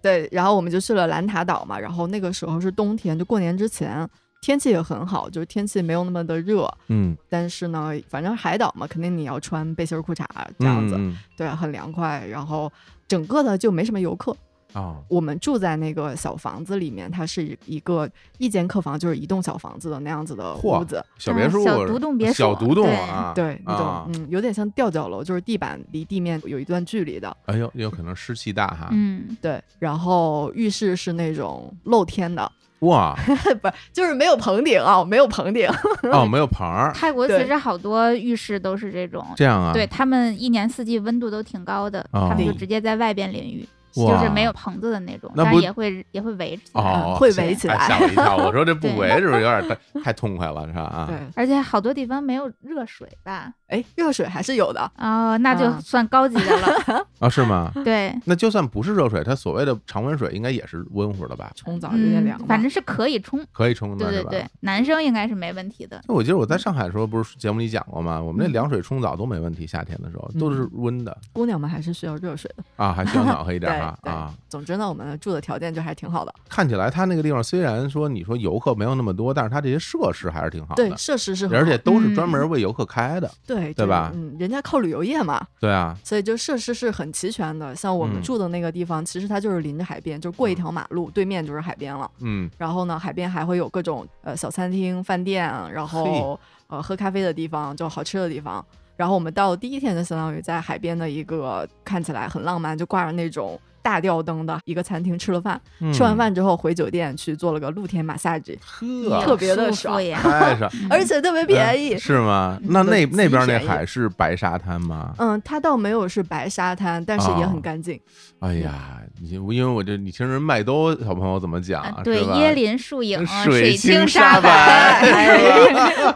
[SPEAKER 3] 对。然后我们就去了兰塔岛嘛，然后那个时候是冬天，就过年之前，天气也很好，就是天气没有那么的热，
[SPEAKER 1] 嗯，
[SPEAKER 3] 但是呢，反正海岛嘛，肯定你要穿背心儿裤衩这样子。
[SPEAKER 1] 嗯
[SPEAKER 3] 对，啊很凉快。然后整个的就没什么游客。
[SPEAKER 1] 嗯哦，
[SPEAKER 3] 我们住在那个小房子里面，它是一个一间客房，就是一栋小房子的那样子的
[SPEAKER 1] 嚯
[SPEAKER 3] 屋子。
[SPEAKER 1] 小别墅，
[SPEAKER 2] 啊小独栋别墅
[SPEAKER 1] 小独栋啊，
[SPEAKER 3] 对，那种、
[SPEAKER 1] 啊，
[SPEAKER 3] 嗯，有点像吊脚楼，就是地板离地面有一段距离的。
[SPEAKER 1] 哎呦，有可能湿气大哈，
[SPEAKER 2] 嗯，
[SPEAKER 3] 对，然后浴室是那种露天的， [laughs]
[SPEAKER 1] 哇
[SPEAKER 3] 不就是没有棚顶啊，没有
[SPEAKER 1] [laughs]
[SPEAKER 3] 棚顶。
[SPEAKER 1] 哦，没有棚儿，
[SPEAKER 2] 泰国其
[SPEAKER 3] 对
[SPEAKER 2] 实好多浴室都是这种，
[SPEAKER 1] 这样啊，
[SPEAKER 2] [laughs] 对他们一年四季温度都挺高的，
[SPEAKER 1] 哦
[SPEAKER 2] 他们就直接在外边淋浴，
[SPEAKER 1] 哇
[SPEAKER 2] 就是没有棚子的那种，
[SPEAKER 1] 那
[SPEAKER 2] 但
[SPEAKER 1] 不
[SPEAKER 2] 也会也会围着起来。
[SPEAKER 1] 哦，
[SPEAKER 3] 会围起来
[SPEAKER 1] 哎吓我一跳，我
[SPEAKER 2] [laughs]
[SPEAKER 1] 说这不 [laughs]
[SPEAKER 2] 对
[SPEAKER 1] 围是不是有点太太痛快了是吧？啊，
[SPEAKER 3] 对，
[SPEAKER 2] 而且好多地方没有热水吧？
[SPEAKER 3] 哎，热水还是有的，
[SPEAKER 2] 哦，那就
[SPEAKER 3] 啊
[SPEAKER 2] 算高级的
[SPEAKER 3] [laughs]
[SPEAKER 2] 了。
[SPEAKER 1] 啊，是吗？
[SPEAKER 2] 对，
[SPEAKER 1] 那就算不是热水，它所谓的常温水应该也是温乎的吧？
[SPEAKER 3] 冲澡有点
[SPEAKER 2] 嗯
[SPEAKER 3] 凉吧，，
[SPEAKER 2] 反正是可以冲。
[SPEAKER 1] 可以冲的
[SPEAKER 2] 对
[SPEAKER 1] 是
[SPEAKER 2] 对
[SPEAKER 1] 吧？
[SPEAKER 2] 对，男生应该是没问题的。
[SPEAKER 1] 那我记得我
[SPEAKER 3] 嗯
[SPEAKER 1] 在上海的时候，不是节目里讲过吗？我们那凉水冲澡都没问题，夏天的时候都是
[SPEAKER 3] 嗯
[SPEAKER 1] 温的
[SPEAKER 3] 姑娘们还是需要热水的。
[SPEAKER 1] 啊，还需要暖和一
[SPEAKER 3] [laughs] 对
[SPEAKER 1] 点哈
[SPEAKER 3] 对
[SPEAKER 1] 啊。
[SPEAKER 3] 总之呢，我们住的条件就还挺好的，
[SPEAKER 1] 看起来它那个地方虽然说你说游客没有那么多，但是它这些设施还是挺好
[SPEAKER 3] 对，
[SPEAKER 1] 的，
[SPEAKER 3] 设施是很好
[SPEAKER 1] 而且都是
[SPEAKER 2] 嗯
[SPEAKER 1] 专门为游客开的。
[SPEAKER 3] 对
[SPEAKER 1] 对吧
[SPEAKER 3] 嗯，人家靠旅游业嘛，
[SPEAKER 1] 对啊，
[SPEAKER 3] 所以就设施是很齐全的。像我
[SPEAKER 1] 嗯
[SPEAKER 3] 们住的那个地方，其实它就是临着海边，就过一条马路，对面就是海边了。
[SPEAKER 1] 嗯，
[SPEAKER 3] 然后呢，海边还会有各种呃小餐厅、饭店，然后呃喝咖啡的地方，就好吃的地方。然后我们到第一天就相当于在海边的一个看起来很浪漫，就挂着那种大吊灯的一个餐厅吃了饭。
[SPEAKER 1] 嗯
[SPEAKER 3] 吃完饭之后回酒店去做了个露天马萨吉，
[SPEAKER 1] 呵，
[SPEAKER 3] 特别的
[SPEAKER 2] 舒服嗯
[SPEAKER 3] 爽 [laughs]
[SPEAKER 2] 呀。
[SPEAKER 1] 太爽，
[SPEAKER 3] 而且特别便
[SPEAKER 1] 嗯
[SPEAKER 3] 宜嗯
[SPEAKER 1] 哎。是吗？那那
[SPEAKER 3] 对
[SPEAKER 1] 那边那
[SPEAKER 3] 极便宜
[SPEAKER 1] 海是白沙滩吗？
[SPEAKER 3] 嗯，它倒没有是白沙滩，但是也
[SPEAKER 1] 哦
[SPEAKER 3] 很干净。
[SPEAKER 1] 哎呀，
[SPEAKER 3] 嗯
[SPEAKER 1] 你因为我这你听人麦兜小朋友怎么讲
[SPEAKER 2] 啊，，对，
[SPEAKER 1] 是吧
[SPEAKER 2] 椰林树影，
[SPEAKER 3] 嗯
[SPEAKER 1] 水
[SPEAKER 2] 清
[SPEAKER 1] 沙哎
[SPEAKER 2] 白。 [laughs]
[SPEAKER 3] 哎
[SPEAKER 1] 是吧？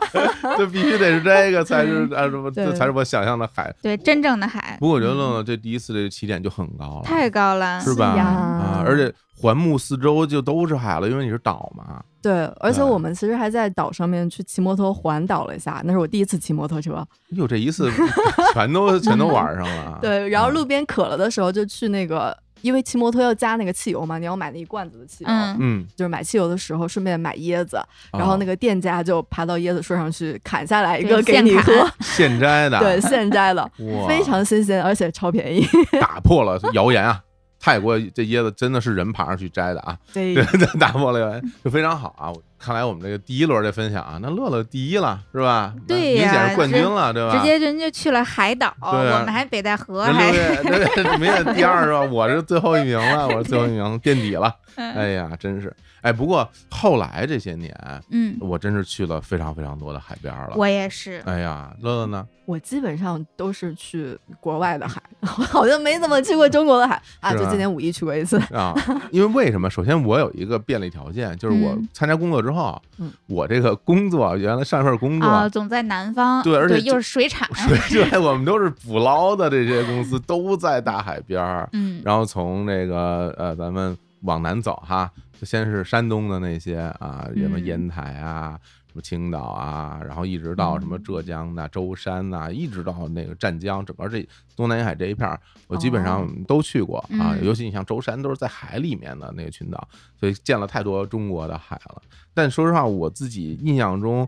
[SPEAKER 1] [laughs] 这必须得是这个才是啊什么，
[SPEAKER 3] 对嗯
[SPEAKER 1] 这才是我想象的海。
[SPEAKER 2] 对，真正的海
[SPEAKER 1] 不过我觉得乐乐这第一次这个起点就很高了，
[SPEAKER 2] 太高了。
[SPEAKER 1] 是吧？
[SPEAKER 3] 是呀
[SPEAKER 1] 啊，而且环目四周就都是海了，因为你是岛嘛。
[SPEAKER 3] 对，而且
[SPEAKER 1] 对
[SPEAKER 3] 我们其实还在岛上面去骑摩托环岛了一下，那是我第一次骑摩托车。
[SPEAKER 1] 哟，这一次 [laughs] 全都全都玩上了。
[SPEAKER 3] [laughs] 对，然后
[SPEAKER 1] 啊
[SPEAKER 3] 路边渴了的时候就去那个，因为骑摩托要加那个汽油嘛，你要买那一罐子的汽油。
[SPEAKER 2] 嗯，
[SPEAKER 1] 嗯，
[SPEAKER 3] 就是买汽油的时候顺便买椰
[SPEAKER 1] 啊
[SPEAKER 3] 子，然后那
[SPEAKER 1] 个
[SPEAKER 3] 个店家就爬到椰子树上去砍下来一
[SPEAKER 2] 对
[SPEAKER 3] 个给
[SPEAKER 2] 现
[SPEAKER 3] 你
[SPEAKER 2] 砍
[SPEAKER 3] 喝，
[SPEAKER 1] [laughs] 现摘的，
[SPEAKER 3] 对，现摘的，
[SPEAKER 1] [laughs] 哇，
[SPEAKER 3] 非常新鲜，而且超
[SPEAKER 1] [laughs]
[SPEAKER 3] 便宜。
[SPEAKER 1] 打破了谣言啊。泰国这椰子真的是人爬上去摘的啊，
[SPEAKER 3] 对
[SPEAKER 1] 对，对 [laughs] 打破了谣言，就非常好啊！看来我们这个第一轮的分享啊，那乐乐第一了是吧？
[SPEAKER 2] 对
[SPEAKER 1] 明
[SPEAKER 2] 呀
[SPEAKER 1] 显是冠军
[SPEAKER 2] 直
[SPEAKER 1] 了，对吧？
[SPEAKER 2] 直接人就去了海岛，
[SPEAKER 1] 对啊
[SPEAKER 2] 我们还北戴河，
[SPEAKER 1] 人
[SPEAKER 2] 还
[SPEAKER 1] 六 [laughs] 月对对，明显第二是吧？我是最后一名了，我是最后一名，垫底
[SPEAKER 2] [laughs]
[SPEAKER 1] 了。哎呀，真是哎！不过后来这些年，
[SPEAKER 2] 嗯，
[SPEAKER 1] 我真是去了非常非常多的海边了。
[SPEAKER 2] 我也是。
[SPEAKER 1] 哎呀，乐乐呢？
[SPEAKER 3] 我基本上都是去国外的海，好像没怎么去过中国的海啊，
[SPEAKER 1] 是
[SPEAKER 3] 就
[SPEAKER 1] 吧
[SPEAKER 3] 今年五一去过一次。
[SPEAKER 1] 啊，因为为什么？首先，我有一个便利条件，就是我
[SPEAKER 2] 嗯
[SPEAKER 1] 参加工作之后，
[SPEAKER 3] 嗯
[SPEAKER 1] 我这个工作原来上一份工作，
[SPEAKER 2] 啊，总在南方，
[SPEAKER 1] 对而且
[SPEAKER 2] 又是水产， [laughs]
[SPEAKER 1] 水对，我们都是捕捞的，这些公司都在大海边
[SPEAKER 2] [laughs]
[SPEAKER 1] 儿。
[SPEAKER 2] 嗯，
[SPEAKER 1] 然后从这个呃，咱们往南走哈，就先是山东的那些啊，什么
[SPEAKER 2] 嗯
[SPEAKER 1] 烟台啊，什么青岛啊，然后一直到什么
[SPEAKER 2] 嗯
[SPEAKER 1] 浙江呐、舟山呐、一直到那个湛江，整个这东南沿海这一片儿，我基本上都去过啊。
[SPEAKER 2] 哦嗯
[SPEAKER 1] 尤其你像舟山，都是在海里面的那个群岛，所以见了太多中国的海了。但说实话，我自己印象中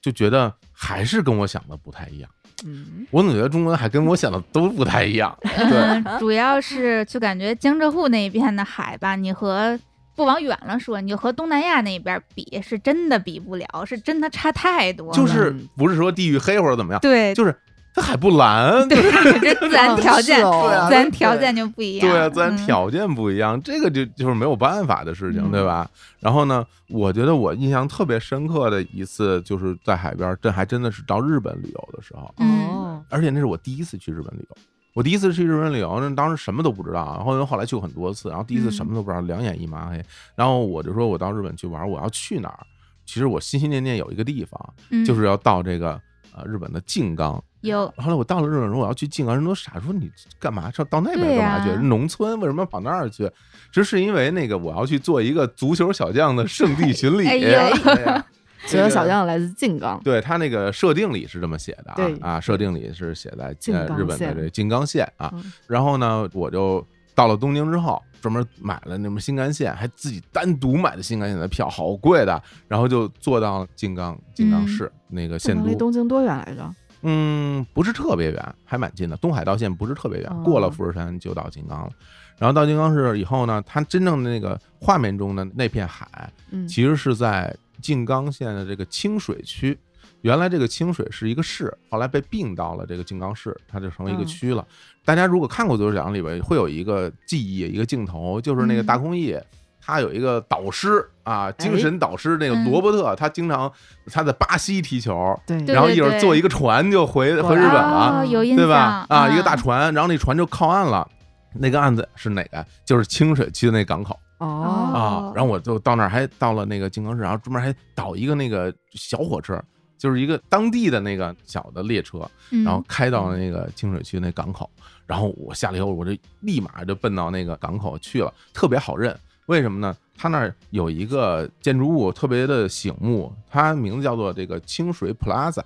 [SPEAKER 1] 就觉得还是跟我想的不太一样。
[SPEAKER 3] 嗯，
[SPEAKER 1] 我总觉得中国的海跟我想的都不太一样，
[SPEAKER 2] [laughs]
[SPEAKER 1] 对。
[SPEAKER 2] 嗯主要是就感觉江浙沪那一片的海吧，你和不往远了说，你就和东南亚那边比，是真的比不了，是真的差太多了。
[SPEAKER 1] 就是
[SPEAKER 3] 嗯
[SPEAKER 1] 不是说地域黑或者怎么样，
[SPEAKER 2] 对
[SPEAKER 1] 就是它海不蓝，
[SPEAKER 2] 对，这自然条件，
[SPEAKER 3] 是哦
[SPEAKER 1] 对啊
[SPEAKER 2] 自然条件就不一样。
[SPEAKER 1] 对啊，自然
[SPEAKER 2] 嗯
[SPEAKER 1] 条件不一样，这个就就是没有办法的事情，
[SPEAKER 3] 嗯
[SPEAKER 1] 对吧？然后呢，我觉得我印象特别深刻的一次就是在海边，这还真的是到日本旅游的时候，
[SPEAKER 2] 嗯
[SPEAKER 3] 哦，
[SPEAKER 1] 而且那是我第一次去日本旅游。我第一次去日本旅游，那当时什么都不知道，啊然后又后来去过很多次，然后第一次
[SPEAKER 2] 嗯
[SPEAKER 1] 什么都不知道，两眼一抹黑。然后我就说，我到日本去玩，我要去哪儿？其实我心心念念有一个地方，
[SPEAKER 2] 嗯
[SPEAKER 1] 就是要到这个呃日本的静冈。
[SPEAKER 2] 有
[SPEAKER 1] 后来我到了日本，时候，我要去静冈，人都傻，说你干嘛上到那边
[SPEAKER 2] 对
[SPEAKER 1] 干嘛去？
[SPEAKER 2] 呀
[SPEAKER 1] 农村为什么跑那儿去？这是因为那个我要去做一个足球小将的圣地巡礼。
[SPEAKER 2] 哎呦
[SPEAKER 1] 对
[SPEAKER 3] [laughs]
[SPEAKER 1] 呀
[SPEAKER 3] 所有小将来自静冈，
[SPEAKER 1] 对他那个设定里是这么写的
[SPEAKER 3] 对
[SPEAKER 1] 啊，啊，设定里是写在
[SPEAKER 3] 静
[SPEAKER 1] 呃
[SPEAKER 3] 冈
[SPEAKER 1] 日本的
[SPEAKER 3] 县
[SPEAKER 1] 这静冈县啊
[SPEAKER 3] 嗯。
[SPEAKER 1] 然后呢，我就到了东京之后，专门买了那么新干线，还自己单独买的新干线的票，好贵的。然后就坐到静冈静冈
[SPEAKER 2] 嗯
[SPEAKER 1] 市那个
[SPEAKER 3] 静
[SPEAKER 1] 县
[SPEAKER 3] 冈哦离
[SPEAKER 1] 都，
[SPEAKER 3] 东京多远来着？
[SPEAKER 1] 嗯，不是特别远，还蛮近的。东海道线不是特别远，过了
[SPEAKER 3] 哦
[SPEAKER 1] 富士山就到金刚了。然后到金刚市以后呢，它真正的那个画面中的那片海，
[SPEAKER 3] 嗯，
[SPEAKER 1] 其实是在静冈县的这个清水区。原来这个清水是一个市，后来被并到了这个静冈市，它就成为一个
[SPEAKER 3] 嗯
[SPEAKER 1] 区了。大家如果看过《足球奖》里边，会有一个记忆，一个镜头，就是那个
[SPEAKER 2] 嗯
[SPEAKER 1] 大空翼，他有一个导师啊，精
[SPEAKER 3] 哎
[SPEAKER 1] 神导师那个
[SPEAKER 2] 嗯
[SPEAKER 1] 罗伯特，他经常他在巴西踢球，
[SPEAKER 3] 对，
[SPEAKER 2] 对
[SPEAKER 1] 然后一会儿坐一个船就回回日本了，
[SPEAKER 2] 哦有印
[SPEAKER 1] 对
[SPEAKER 2] 象
[SPEAKER 1] 吧？
[SPEAKER 2] 嗯
[SPEAKER 1] 啊，一个大船，然后那船就靠岸了。那个案子是哪个？就是清水区的那港口
[SPEAKER 3] 哦，
[SPEAKER 1] 啊
[SPEAKER 2] 哦。
[SPEAKER 1] 然后我就到那儿，还到了那个金刚市，然后专门还倒一个那个小火车。就是一个当地的那个小的列车，
[SPEAKER 2] 嗯
[SPEAKER 1] 然后开到那个清水区那港口，然后我下了以后，我就立马就奔到那个港口去了，特别好认。为什么呢？它那儿有一个建筑物特别的醒目，它名字叫做这个清水 Plaza。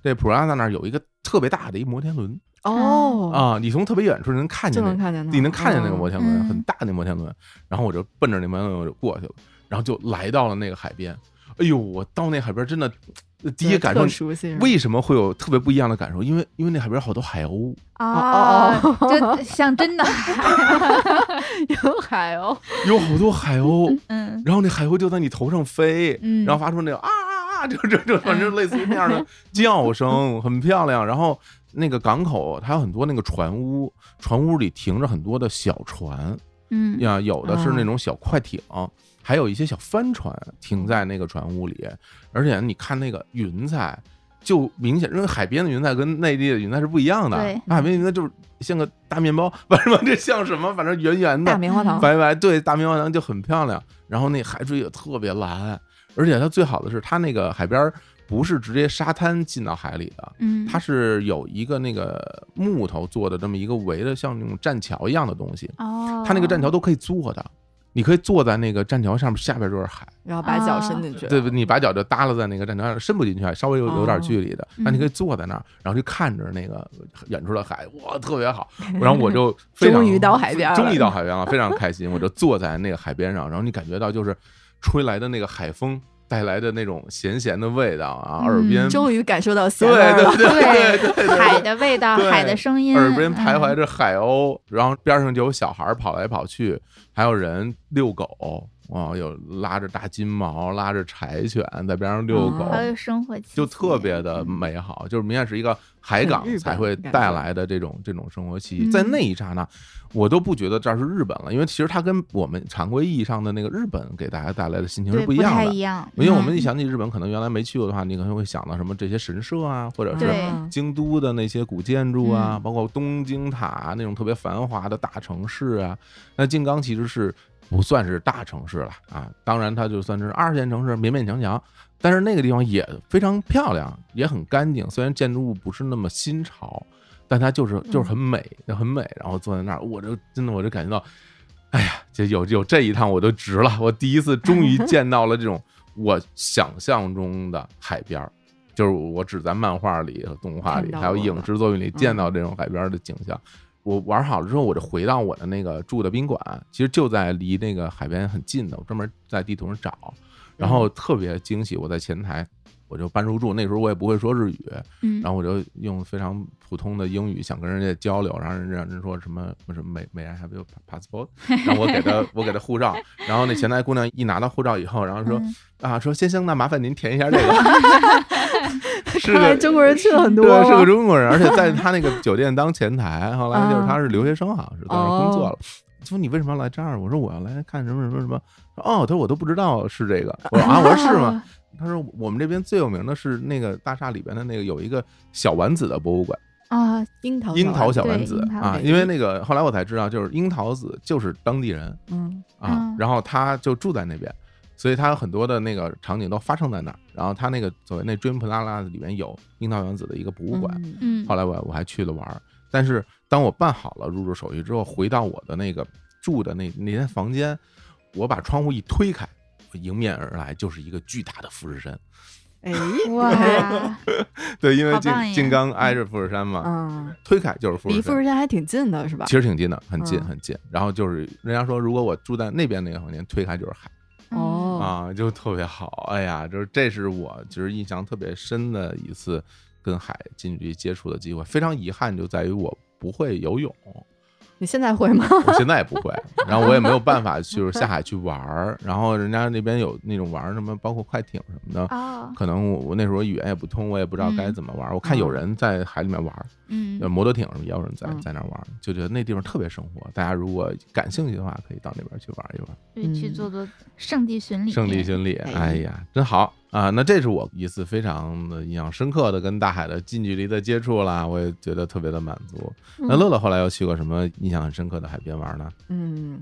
[SPEAKER 1] 这 Plaza 那儿有一个特别大的一摩天轮
[SPEAKER 3] 哦，
[SPEAKER 1] 啊，你从特别远处能看见
[SPEAKER 3] 就
[SPEAKER 1] 那
[SPEAKER 3] 能看见它，
[SPEAKER 1] 你能看见那个
[SPEAKER 3] 嗯
[SPEAKER 1] 摩天轮，
[SPEAKER 2] 嗯
[SPEAKER 1] 很大那摩天轮。然后我就奔着那摩天轮我就过去了，然后就来到了那个海边。哎呦，我到那海边真的，呃第一
[SPEAKER 3] 对
[SPEAKER 1] 感
[SPEAKER 3] 特
[SPEAKER 1] 受
[SPEAKER 3] 熟
[SPEAKER 2] 嗯
[SPEAKER 3] 悉，
[SPEAKER 1] 为什么会有特别不一样的感受？因为因为那海边好多海鸥，
[SPEAKER 2] 啊
[SPEAKER 3] 哦，
[SPEAKER 2] 就像真的，
[SPEAKER 3] 有海哦，
[SPEAKER 1] 有好多海鸥，
[SPEAKER 2] 嗯
[SPEAKER 1] 然后那海鸥就在你头上飞，
[SPEAKER 2] 嗯，
[SPEAKER 1] 然后发出那种啊啊啊，就这这反正类似于那样
[SPEAKER 2] [laughs]
[SPEAKER 1] 的叫声，很漂亮。然后那个港口它有很多那个船屋，船屋里停着很多的小船，
[SPEAKER 2] 嗯
[SPEAKER 1] 呀，有的是那
[SPEAKER 3] 啊
[SPEAKER 1] 种小快艇，还有一些小帆船停在那个船坞里，而且你看那个云彩。就明显，因为海边的云彩跟内地的云彩是不一样的。
[SPEAKER 2] 对
[SPEAKER 1] 海边云彩就是像个大面包， [laughs] 反正这像什么，反正圆圆的
[SPEAKER 3] [laughs] 大，棉花糖，
[SPEAKER 1] 白白对，大明王堂就很漂亮，然后那海水也特别蓝，而且它最好的是它那个海边儿不是直接沙滩进到海里的，
[SPEAKER 2] 嗯，
[SPEAKER 1] 它是有一个那个木头做的这么一个围的像那种栈桥一样的东西，
[SPEAKER 2] 哦，
[SPEAKER 1] 它那个栈桥都可以坐的。你可以坐在那个栈桥上面，下边就是海，
[SPEAKER 3] 然后把脚伸进去，
[SPEAKER 1] 对不？你把脚就耷拉在那个栈桥上，伸不进去，稍微有有点距离的，
[SPEAKER 2] 嗯
[SPEAKER 1] 那你可以坐在那儿，然后就看着那个远处的海，哇，特别好。然后我就非常
[SPEAKER 3] 终于到海边了
[SPEAKER 1] 终于到海边了，非常开心。我就坐在那个海边上，然后你感觉到就是吹来的那个海风带来的那种咸咸的味道啊，
[SPEAKER 2] 嗯
[SPEAKER 1] 耳边
[SPEAKER 3] 终于感受到
[SPEAKER 1] 对
[SPEAKER 3] 咸味儿了
[SPEAKER 1] 对，对对对对对，
[SPEAKER 2] 海的味道，
[SPEAKER 1] 对
[SPEAKER 2] 海的声音，
[SPEAKER 1] 耳边徘徊
[SPEAKER 2] 嗯，
[SPEAKER 1] 着海鸥，然后边上就有小孩儿跑来跑去，还有人遛狗
[SPEAKER 2] 嗯
[SPEAKER 1] 啊，有拉着大金毛、拉着柴犬在边上遛狗，
[SPEAKER 3] 哦
[SPEAKER 2] 嗯好有生活气息，
[SPEAKER 1] 就特别
[SPEAKER 2] 嗯
[SPEAKER 1] 的美好，就是明显是一个海港
[SPEAKER 3] 很日本
[SPEAKER 1] 才会
[SPEAKER 3] 的感觉
[SPEAKER 1] 带来的这种这种生活气息。
[SPEAKER 2] 嗯
[SPEAKER 1] 在那一刹那，我都不觉得这儿是日本了，因为其实它跟我们常规意义上的那个日本给大家带来的心情是
[SPEAKER 2] 对，
[SPEAKER 1] 不一
[SPEAKER 2] 不
[SPEAKER 1] 样
[SPEAKER 2] 太
[SPEAKER 1] 的
[SPEAKER 2] 一。样，
[SPEAKER 1] 因为我们
[SPEAKER 2] 嗯
[SPEAKER 1] 一想起日本，可能原来没去过的话，你可能会想到什么这些神社啊，或者是
[SPEAKER 2] 对
[SPEAKER 3] 嗯
[SPEAKER 1] 京都的那些古建筑啊，
[SPEAKER 2] 嗯
[SPEAKER 1] 包括东京塔那种特别繁华的大城市啊。那静冈其实是不算是大城市了啊，当然它就算是二线城市，勉勉强强。但是那个地方也非常漂亮，也很干净，虽然建筑物不是那么新潮，但它就是就是很美，很美。然后坐在那儿，我就真的我就感觉到，哎呀，这有有这一趟我都值了，我第一次终于见到了这种我想象中的海边儿。就是我只在漫画里、和动画里，
[SPEAKER 3] 看到
[SPEAKER 1] 还有
[SPEAKER 3] 过
[SPEAKER 1] 影
[SPEAKER 3] 了
[SPEAKER 1] 视作品里见
[SPEAKER 3] 嗯
[SPEAKER 1] 到这种海边儿的景象。我玩好了之后，我就回到我的那个住的宾馆，其实就在离那个海边很近的，我专门在地图上找，然后特别惊喜，我在前台我就办入住，那时候我也不会说日语，
[SPEAKER 2] 嗯，
[SPEAKER 1] 然后我就用非常普通的英语想跟人家交流，然后人家人家说什么什么美美 I have your
[SPEAKER 3] [laughs]
[SPEAKER 1] passport，然后我给他我给他护照，然后那前台姑娘一拿到护照以后，然后说、
[SPEAKER 2] 嗯
[SPEAKER 1] 啊说先生，那麻烦您填一下这
[SPEAKER 3] [laughs]
[SPEAKER 1] 个，是
[SPEAKER 3] 看
[SPEAKER 1] 个
[SPEAKER 3] 来
[SPEAKER 1] 啊
[SPEAKER 3] 中国人去了很多
[SPEAKER 1] 对，是个
[SPEAKER 3] 了，
[SPEAKER 1] 中国人，而且在他那个酒店当前台。后来就是
[SPEAKER 3] 啊
[SPEAKER 1] 他是留学生，好像是在那儿工作
[SPEAKER 3] 哦
[SPEAKER 1] 了。说你为什么要来这儿？我说我要来看什么什么什么。哦，他说我都不知道是这个。我说啊，我说是吗？他说我们这边最有名的是那个大厦里边的那个有一个小丸子的博物馆，
[SPEAKER 2] 啊，
[SPEAKER 3] 樱桃
[SPEAKER 1] 樱桃小
[SPEAKER 2] 对
[SPEAKER 1] 丸子
[SPEAKER 2] 樱桃
[SPEAKER 1] 啊。
[SPEAKER 3] 对
[SPEAKER 1] 因为那个后来我才知道，就是樱桃子就是当地人
[SPEAKER 3] 嗯，
[SPEAKER 1] 啊
[SPEAKER 2] 嗯，
[SPEAKER 1] 然后他就住在那边。所以他有很多的那个场景都发生在那儿，然后他那个所谓那 Dream Plaza 里面有樱桃小丸子的一个博物馆，
[SPEAKER 3] 嗯
[SPEAKER 2] 嗯，
[SPEAKER 1] 后来我我还去了玩儿，但是当我办好了入住手续之后，回到我的那个住的那那间房间，我把窗户一推开，我迎面而来就是一个巨大的富士山。
[SPEAKER 3] 哎，
[SPEAKER 1] [laughs]
[SPEAKER 2] 哇，嗯
[SPEAKER 1] 对，因为
[SPEAKER 2] 好
[SPEAKER 1] 静
[SPEAKER 2] 棒呀
[SPEAKER 1] 静冈挨着富士山 [laughs] 嘛，
[SPEAKER 3] [laughs] 嗯，
[SPEAKER 1] 推开就是富
[SPEAKER 3] 离
[SPEAKER 1] 士
[SPEAKER 3] 富
[SPEAKER 1] 山。
[SPEAKER 3] 士山还挺近的，是吧
[SPEAKER 1] 其？实挺近的，很近
[SPEAKER 3] 嗯
[SPEAKER 1] 很近。然后就是人家说，如果我住在那边那个房间，推开就是海
[SPEAKER 2] 嗯
[SPEAKER 3] 哦
[SPEAKER 1] 啊，就特别好。哎呀，就是这是我其实印象特别深的一次跟海近距离接触的机会。非常遗憾就在于我不会游
[SPEAKER 2] [laughs]
[SPEAKER 1] 泳，
[SPEAKER 3] 你现在会吗？
[SPEAKER 1] 我现在也不会，然后我也没有办法就是下海去玩儿，然后人家那边有那种玩儿什么，包括快艇什么的，
[SPEAKER 2] 哦，
[SPEAKER 1] 可能我我那时候语言也不通，我也不知道该
[SPEAKER 2] 嗯
[SPEAKER 1] 怎么玩儿。我看有人在海里面玩儿，
[SPEAKER 2] 嗯
[SPEAKER 1] 呃，摩托艇什么也有人在
[SPEAKER 3] 嗯
[SPEAKER 1] 在那儿玩儿，就觉得那地方特别生活。大家如果感兴趣的话，可以到那边去玩一玩。
[SPEAKER 2] 对去
[SPEAKER 3] 嗯
[SPEAKER 2] 做做圣地巡礼，
[SPEAKER 1] 圣地巡礼，
[SPEAKER 3] 哎
[SPEAKER 1] 哎呀，真好啊！那这是我一次非常的印象深刻的跟大海的近距离的接触啦，我也
[SPEAKER 3] 嗯
[SPEAKER 1] 觉得特别的满足。那乐乐后来又去过什么印象很深刻的海边玩呢？
[SPEAKER 3] 嗯，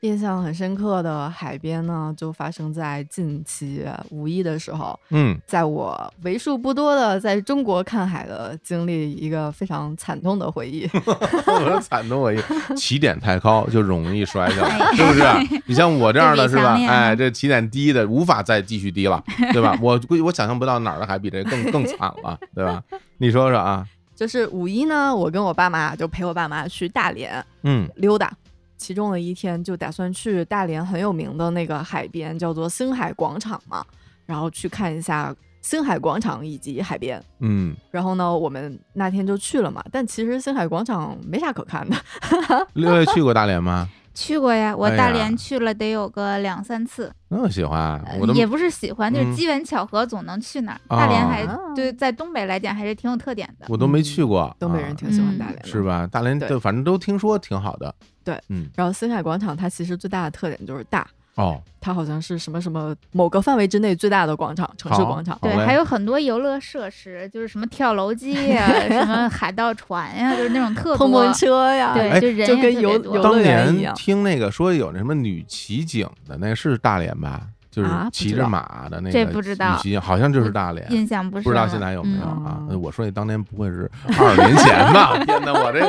[SPEAKER 3] 印象很深刻的海边呢，就发生在近期五一的时候，
[SPEAKER 1] 嗯
[SPEAKER 3] 在我为数不多的在中国看海的经历，一个非常惨痛的回忆。
[SPEAKER 1] [laughs] 我说惨的我一起点太高就容易摔下
[SPEAKER 2] 哎
[SPEAKER 1] 来，是不
[SPEAKER 2] [laughs]
[SPEAKER 1] 是？你像我这样的是吧
[SPEAKER 2] 对比？强烈
[SPEAKER 1] 哎，这起点低的无法再继续低了，
[SPEAKER 2] [laughs]
[SPEAKER 1] 对吧？我估计我想象不到哪儿的海比这更更惨了，对吧？你说说啊，
[SPEAKER 3] 就是五一呢，我跟我爸妈就陪我爸妈去大连
[SPEAKER 1] 嗯
[SPEAKER 3] 溜达，其中的一天就打算去大连很有名的那个海边，叫做星海广场嘛，然后去看一下星海广场以及海边。
[SPEAKER 1] 嗯，
[SPEAKER 3] 然后呢，我们那天就去了嘛，但其实星海广场没啥可看的。
[SPEAKER 1] 六月去过大连吗？
[SPEAKER 2] 去过呀，我
[SPEAKER 1] 哎
[SPEAKER 2] 大
[SPEAKER 1] 呀
[SPEAKER 2] 连去了得有个两三次，
[SPEAKER 1] 那么喜欢，
[SPEAKER 2] 呃
[SPEAKER 1] 我都
[SPEAKER 2] 也不是喜欢，就是
[SPEAKER 1] 嗯啊
[SPEAKER 2] 机缘巧合总能去那儿。大连
[SPEAKER 3] [laughs]
[SPEAKER 2] 还
[SPEAKER 3] 哦
[SPEAKER 2] 对，在东北来讲还是挺有特点的。
[SPEAKER 1] 我都没去过，
[SPEAKER 3] 东北人
[SPEAKER 1] 啊
[SPEAKER 3] 挺喜
[SPEAKER 2] 嗯
[SPEAKER 3] 欢大连的，
[SPEAKER 1] 是？吧？大连
[SPEAKER 3] 对
[SPEAKER 1] 就反正都听说挺好的，
[SPEAKER 3] 对，
[SPEAKER 1] 嗯，
[SPEAKER 3] 然后星海广场它其实最大的特点就是大，
[SPEAKER 1] 哦，
[SPEAKER 3] 它好像是什么什么某个范围之内最大的广场，城市广场。
[SPEAKER 1] 好
[SPEAKER 2] 对，
[SPEAKER 1] 嘞
[SPEAKER 2] 还有很多游乐设施，就是什么跳楼机
[SPEAKER 1] [laughs]
[SPEAKER 2] 呀、什么海盗船呀、就是那种特
[SPEAKER 3] 碰
[SPEAKER 2] 多
[SPEAKER 3] 碰。车呀，
[SPEAKER 2] 对，
[SPEAKER 1] 哎
[SPEAKER 2] 就人
[SPEAKER 3] 就
[SPEAKER 2] 也
[SPEAKER 3] 跟
[SPEAKER 2] 特别
[SPEAKER 3] 游
[SPEAKER 2] 多
[SPEAKER 3] 游乐
[SPEAKER 1] 当
[SPEAKER 3] 园一
[SPEAKER 1] 年
[SPEAKER 3] 样
[SPEAKER 1] 听那个说有那什么女骑警的，那是大连吧？就是
[SPEAKER 3] 啊不
[SPEAKER 1] 骑
[SPEAKER 3] 知
[SPEAKER 1] 着
[SPEAKER 3] 道
[SPEAKER 1] 马的那个，
[SPEAKER 2] 这不知道
[SPEAKER 1] 女骑警好像就是大连，
[SPEAKER 2] 印象不是
[SPEAKER 1] 不知道
[SPEAKER 2] 了
[SPEAKER 1] 现在有没有
[SPEAKER 2] 嗯
[SPEAKER 1] 啊？
[SPEAKER 3] 嗯
[SPEAKER 1] 呃我说你当年不会是二十年前
[SPEAKER 3] [laughs]
[SPEAKER 1] 吧？天哪，我这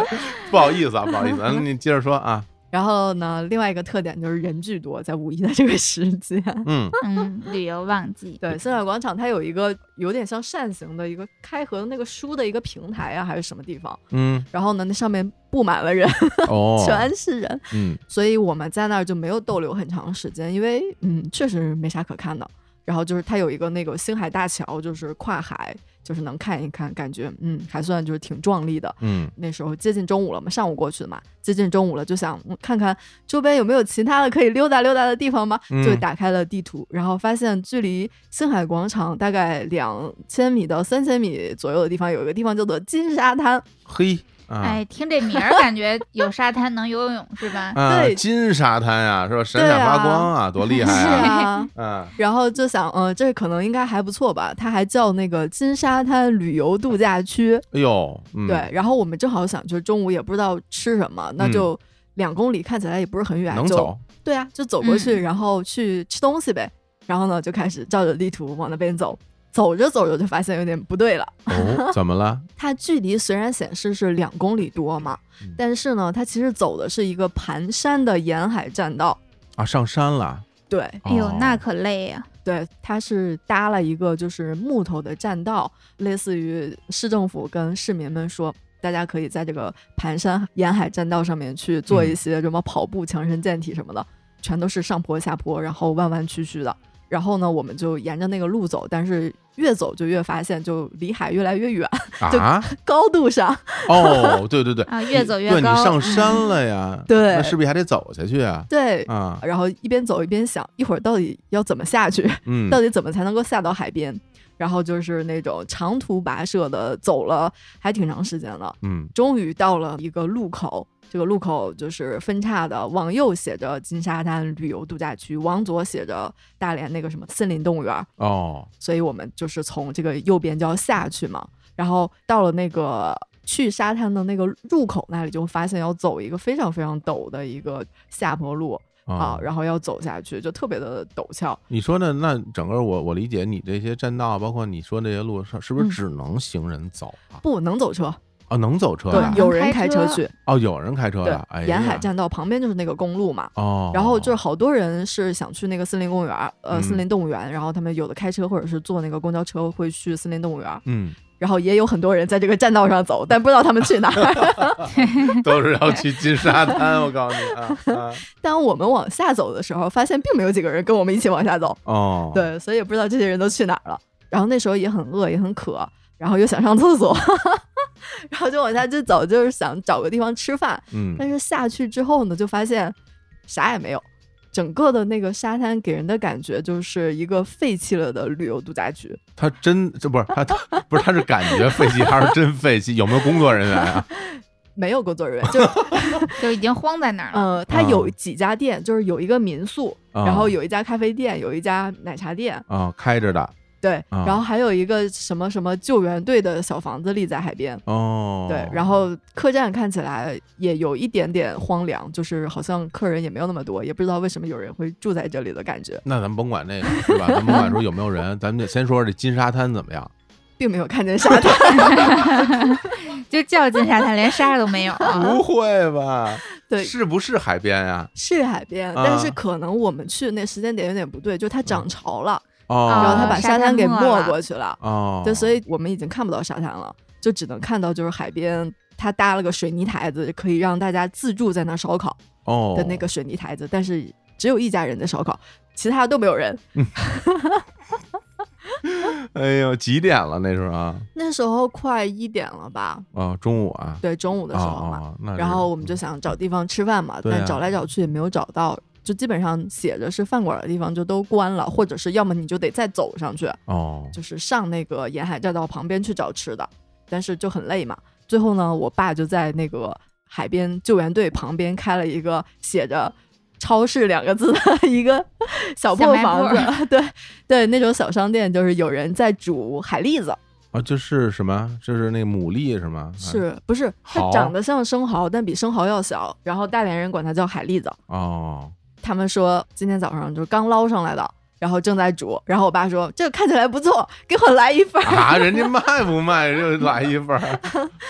[SPEAKER 1] 不好意思啊，不好意思，啊你接着说啊，
[SPEAKER 3] 然后呢，另外一个特点就是人巨多，在五一的这个时间。
[SPEAKER 1] 嗯，
[SPEAKER 2] [laughs] 嗯，旅游旺季。
[SPEAKER 3] 对，星海广场它有一个有点像扇形的一个开合的那个书的一个平台啊，还是什么地方？
[SPEAKER 1] 嗯，
[SPEAKER 3] 然后呢，那上面布满了人，
[SPEAKER 1] 哦，
[SPEAKER 3] 全是人，
[SPEAKER 1] 嗯
[SPEAKER 3] 所以我们在那儿就没有逗留很长时间，因为嗯，确实没啥可看的。然后就是它有一个那个星海大桥，就是跨海，就是能看一看，感觉嗯还算就是挺壮丽的。
[SPEAKER 1] 嗯，
[SPEAKER 3] 那时候接近中午了嘛，上午过去的嘛，接近中午了，就想嗯看看周边有没有其他的可以溜达溜达的地方吗？
[SPEAKER 1] 嗯
[SPEAKER 3] 就打开了地图，然后发现距离星海广场大概两千米到三千米左右的地方，有一个地方叫做金沙滩，
[SPEAKER 1] 嘿啊
[SPEAKER 2] 哎，听这名儿感觉有沙滩能游泳是吧？
[SPEAKER 1] 啊，
[SPEAKER 3] 对
[SPEAKER 1] 金沙滩啊，是吧？闪
[SPEAKER 3] 对
[SPEAKER 1] 闪发
[SPEAKER 3] 啊
[SPEAKER 1] 光啊，多厉害
[SPEAKER 3] 是
[SPEAKER 1] 啊！
[SPEAKER 3] 啊。
[SPEAKER 1] 嗯，
[SPEAKER 3] 然后就想，嗯、这可能应该还不错吧。它还叫那个金沙滩旅游度假区，
[SPEAKER 1] 哎呦，嗯
[SPEAKER 3] 对。然后我们正好想，就是中午也不知道吃什么，那
[SPEAKER 1] 嗯
[SPEAKER 3] 就两公里看起来也不是很远，
[SPEAKER 1] 能
[SPEAKER 3] 就
[SPEAKER 1] 走，
[SPEAKER 3] 对啊，就走过去，
[SPEAKER 2] 嗯
[SPEAKER 3] 然后去吃东西呗。然后呢，就开始照着地图往那边走，走着走着就发现有点不对了。
[SPEAKER 1] 哦，怎么了？
[SPEAKER 3] 它距离虽然显示是两公里多嘛
[SPEAKER 1] 嗯，
[SPEAKER 3] 但是呢，它其实走的是一个盘山的沿海栈道。
[SPEAKER 1] 啊，上山了。
[SPEAKER 3] 对
[SPEAKER 2] 哎呦
[SPEAKER 1] 哦，
[SPEAKER 2] 那可累呀、
[SPEAKER 3] 对，它是搭了一个就是木头的栈道，类似于市政府跟市民们说。大家可以在这个盘山沿海栈道上面去做一
[SPEAKER 1] 嗯
[SPEAKER 3] 些什么跑步、强身健体什么的，全都是上坡下坡，然后弯弯曲曲的。然后呢，我们就沿着那个路走，但是越走就越发现，就离海越来越远， [laughs] 就
[SPEAKER 1] 啊，
[SPEAKER 3] 高度上。
[SPEAKER 1] [laughs] 哦，对对
[SPEAKER 3] [laughs]
[SPEAKER 1] 对，
[SPEAKER 2] 啊！越走越
[SPEAKER 1] 对你
[SPEAKER 2] 高。 [laughs]
[SPEAKER 1] 上山了呀，
[SPEAKER 3] 对
[SPEAKER 1] 那是不是还得走下去啊？
[SPEAKER 3] 对，
[SPEAKER 1] 啊，
[SPEAKER 3] 然后一边走一边想，一会儿到底要怎么下去？
[SPEAKER 1] 嗯，
[SPEAKER 3] 到底怎么才能够下到海边？然后就是那种长途跋涉的，走了还挺长时间了，
[SPEAKER 1] 嗯，
[SPEAKER 3] 终于到了一个路口。这个路口就是分叉的，往右写着金沙滩旅游度假区，往左写着大连那个什么森林动物园。
[SPEAKER 1] 哦，
[SPEAKER 3] 所以我们就是从这个右边就要下去嘛，然后到了那个去沙滩的那个入口那里，就发现要走一个非常非常陡的一个下坡路啊
[SPEAKER 1] 啊，，
[SPEAKER 3] 然后要走下去，就特别的陡峭。
[SPEAKER 1] 你说的那整个我我理解你这些栈道，包括你说这些路上，是不是
[SPEAKER 3] 嗯
[SPEAKER 1] 只能行人走啊？
[SPEAKER 3] 不能走车，
[SPEAKER 1] 啊，能走车
[SPEAKER 3] 对
[SPEAKER 1] 的，
[SPEAKER 3] 有人
[SPEAKER 2] 开
[SPEAKER 3] 开
[SPEAKER 2] 车
[SPEAKER 3] 车去，
[SPEAKER 1] 哦，有人开车
[SPEAKER 3] 对
[SPEAKER 1] 的，哎，呀
[SPEAKER 3] 沿海栈道旁边就是那个公路嘛。
[SPEAKER 1] 哦，
[SPEAKER 3] 然后就是好多人是想去那个森林公园，呃，
[SPEAKER 1] 嗯
[SPEAKER 3] 森林动物园。然后他们有的开车，或者是坐那个公交车会去森林动物园。
[SPEAKER 1] 嗯，
[SPEAKER 3] [laughs] 然后也有很多人在这个栈道上走，但不知道他们去哪儿。 [laughs]
[SPEAKER 1] 都是要去金沙滩，我告诉你啊，啊
[SPEAKER 3] [laughs] 当我们往下走的时候，发现并没有几个人跟我们一起往下走。
[SPEAKER 1] 哦，，
[SPEAKER 3] 对，所以也不知道这些人都去哪儿了。然后那时候也很饿，也很渴，然后又想上厕所， [laughs] 然后就往下就走，就是想找个地方吃饭。
[SPEAKER 1] 嗯，
[SPEAKER 3] 但是下去之后呢，就发现啥也没有，整个的那个沙滩给人的感觉就是一个废弃了的旅游度假区。
[SPEAKER 1] 他真这不是他他不是他是感觉废弃还是真废弃？有没有工作人员
[SPEAKER 3] [laughs]
[SPEAKER 1] 啊？
[SPEAKER 3] 没有工作人员，
[SPEAKER 1] [laughs]
[SPEAKER 3] 就是
[SPEAKER 2] 就已经荒在那儿了。
[SPEAKER 3] 呃，它有几家店，就是有一个民宿，
[SPEAKER 1] 啊
[SPEAKER 3] 然后有一家咖啡店，有一家奶茶店，
[SPEAKER 1] 啊，开着的，
[SPEAKER 3] 对，
[SPEAKER 1] 啊
[SPEAKER 3] 然后还有一个什么什么救援队的小房子立在海边。
[SPEAKER 1] 哦，
[SPEAKER 3] 对，然后客栈看起来也有一点点荒凉，就是好像客人也没有那么多，也不知道为什么有人会住在这里的感觉，
[SPEAKER 1] 那咱们甭管那个是吧？咱甭管说有没有人，咱们得先说说这金沙滩怎么样？
[SPEAKER 3] 并没有看见沙滩。 [laughs]
[SPEAKER 2] 嗯就较劲沙滩，连沙都没有。
[SPEAKER 3] 啊
[SPEAKER 1] 不会吧？
[SPEAKER 3] 对，
[SPEAKER 1] 是不是海边呀？
[SPEAKER 3] 是海边，
[SPEAKER 1] 啊嗯
[SPEAKER 3] 但是可能我们去的那时间点有点不对，就它涨潮了，
[SPEAKER 1] 哦，
[SPEAKER 3] 然后它把
[SPEAKER 2] 沙滩
[SPEAKER 3] 滩给
[SPEAKER 2] 没
[SPEAKER 3] 没
[SPEAKER 2] 了
[SPEAKER 3] 过去了，
[SPEAKER 1] 哦，
[SPEAKER 3] 对，所以我们已经看不到沙滩了，就只能看到就是海边。它搭了个水泥台子，可以让大家自助在那儿烧烤
[SPEAKER 1] 哦
[SPEAKER 3] 的那个水泥台子，但是只有一家人在烧烤，其他都没有人。
[SPEAKER 1] 哎呦，几点了那时候啊？
[SPEAKER 3] 那时候快一点了吧？
[SPEAKER 1] 哦，中午啊，
[SPEAKER 3] 对，中午的时候嘛。
[SPEAKER 1] 哦，那
[SPEAKER 3] 然
[SPEAKER 1] 是
[SPEAKER 3] 后我们就想找地方吃饭嘛，
[SPEAKER 1] 对啊
[SPEAKER 3] 但找来找去也没有找到，就基本上写着是饭馆的地方就都关了，或者是要么你就得再走上去，
[SPEAKER 1] 哦，
[SPEAKER 3] 就是上那个沿海栈道旁边去找吃的，但是就很累嘛。最后呢，我爸就在那个海边救援队旁边开了一个写着“超市”两个字的 [laughs] 一个小破房
[SPEAKER 2] 小
[SPEAKER 3] 子， [laughs] 对对，那种小商店，就是有人在煮海蛎子，
[SPEAKER 1] 啊，就是什么，就是那个牡蛎是吗？啊
[SPEAKER 3] 是不是？它
[SPEAKER 1] 蚝
[SPEAKER 3] 长得像生蚝，但比生蚝要小，然后大连人管它叫海蛎子。
[SPEAKER 1] 哦，
[SPEAKER 3] 他们说今天早上就是刚捞上来的，然后正在煮。然后我爸说：“这个看起来不错，给我来一份儿。
[SPEAKER 1] 啊，人家卖不卖就来一份
[SPEAKER 3] [laughs]
[SPEAKER 1] 儿，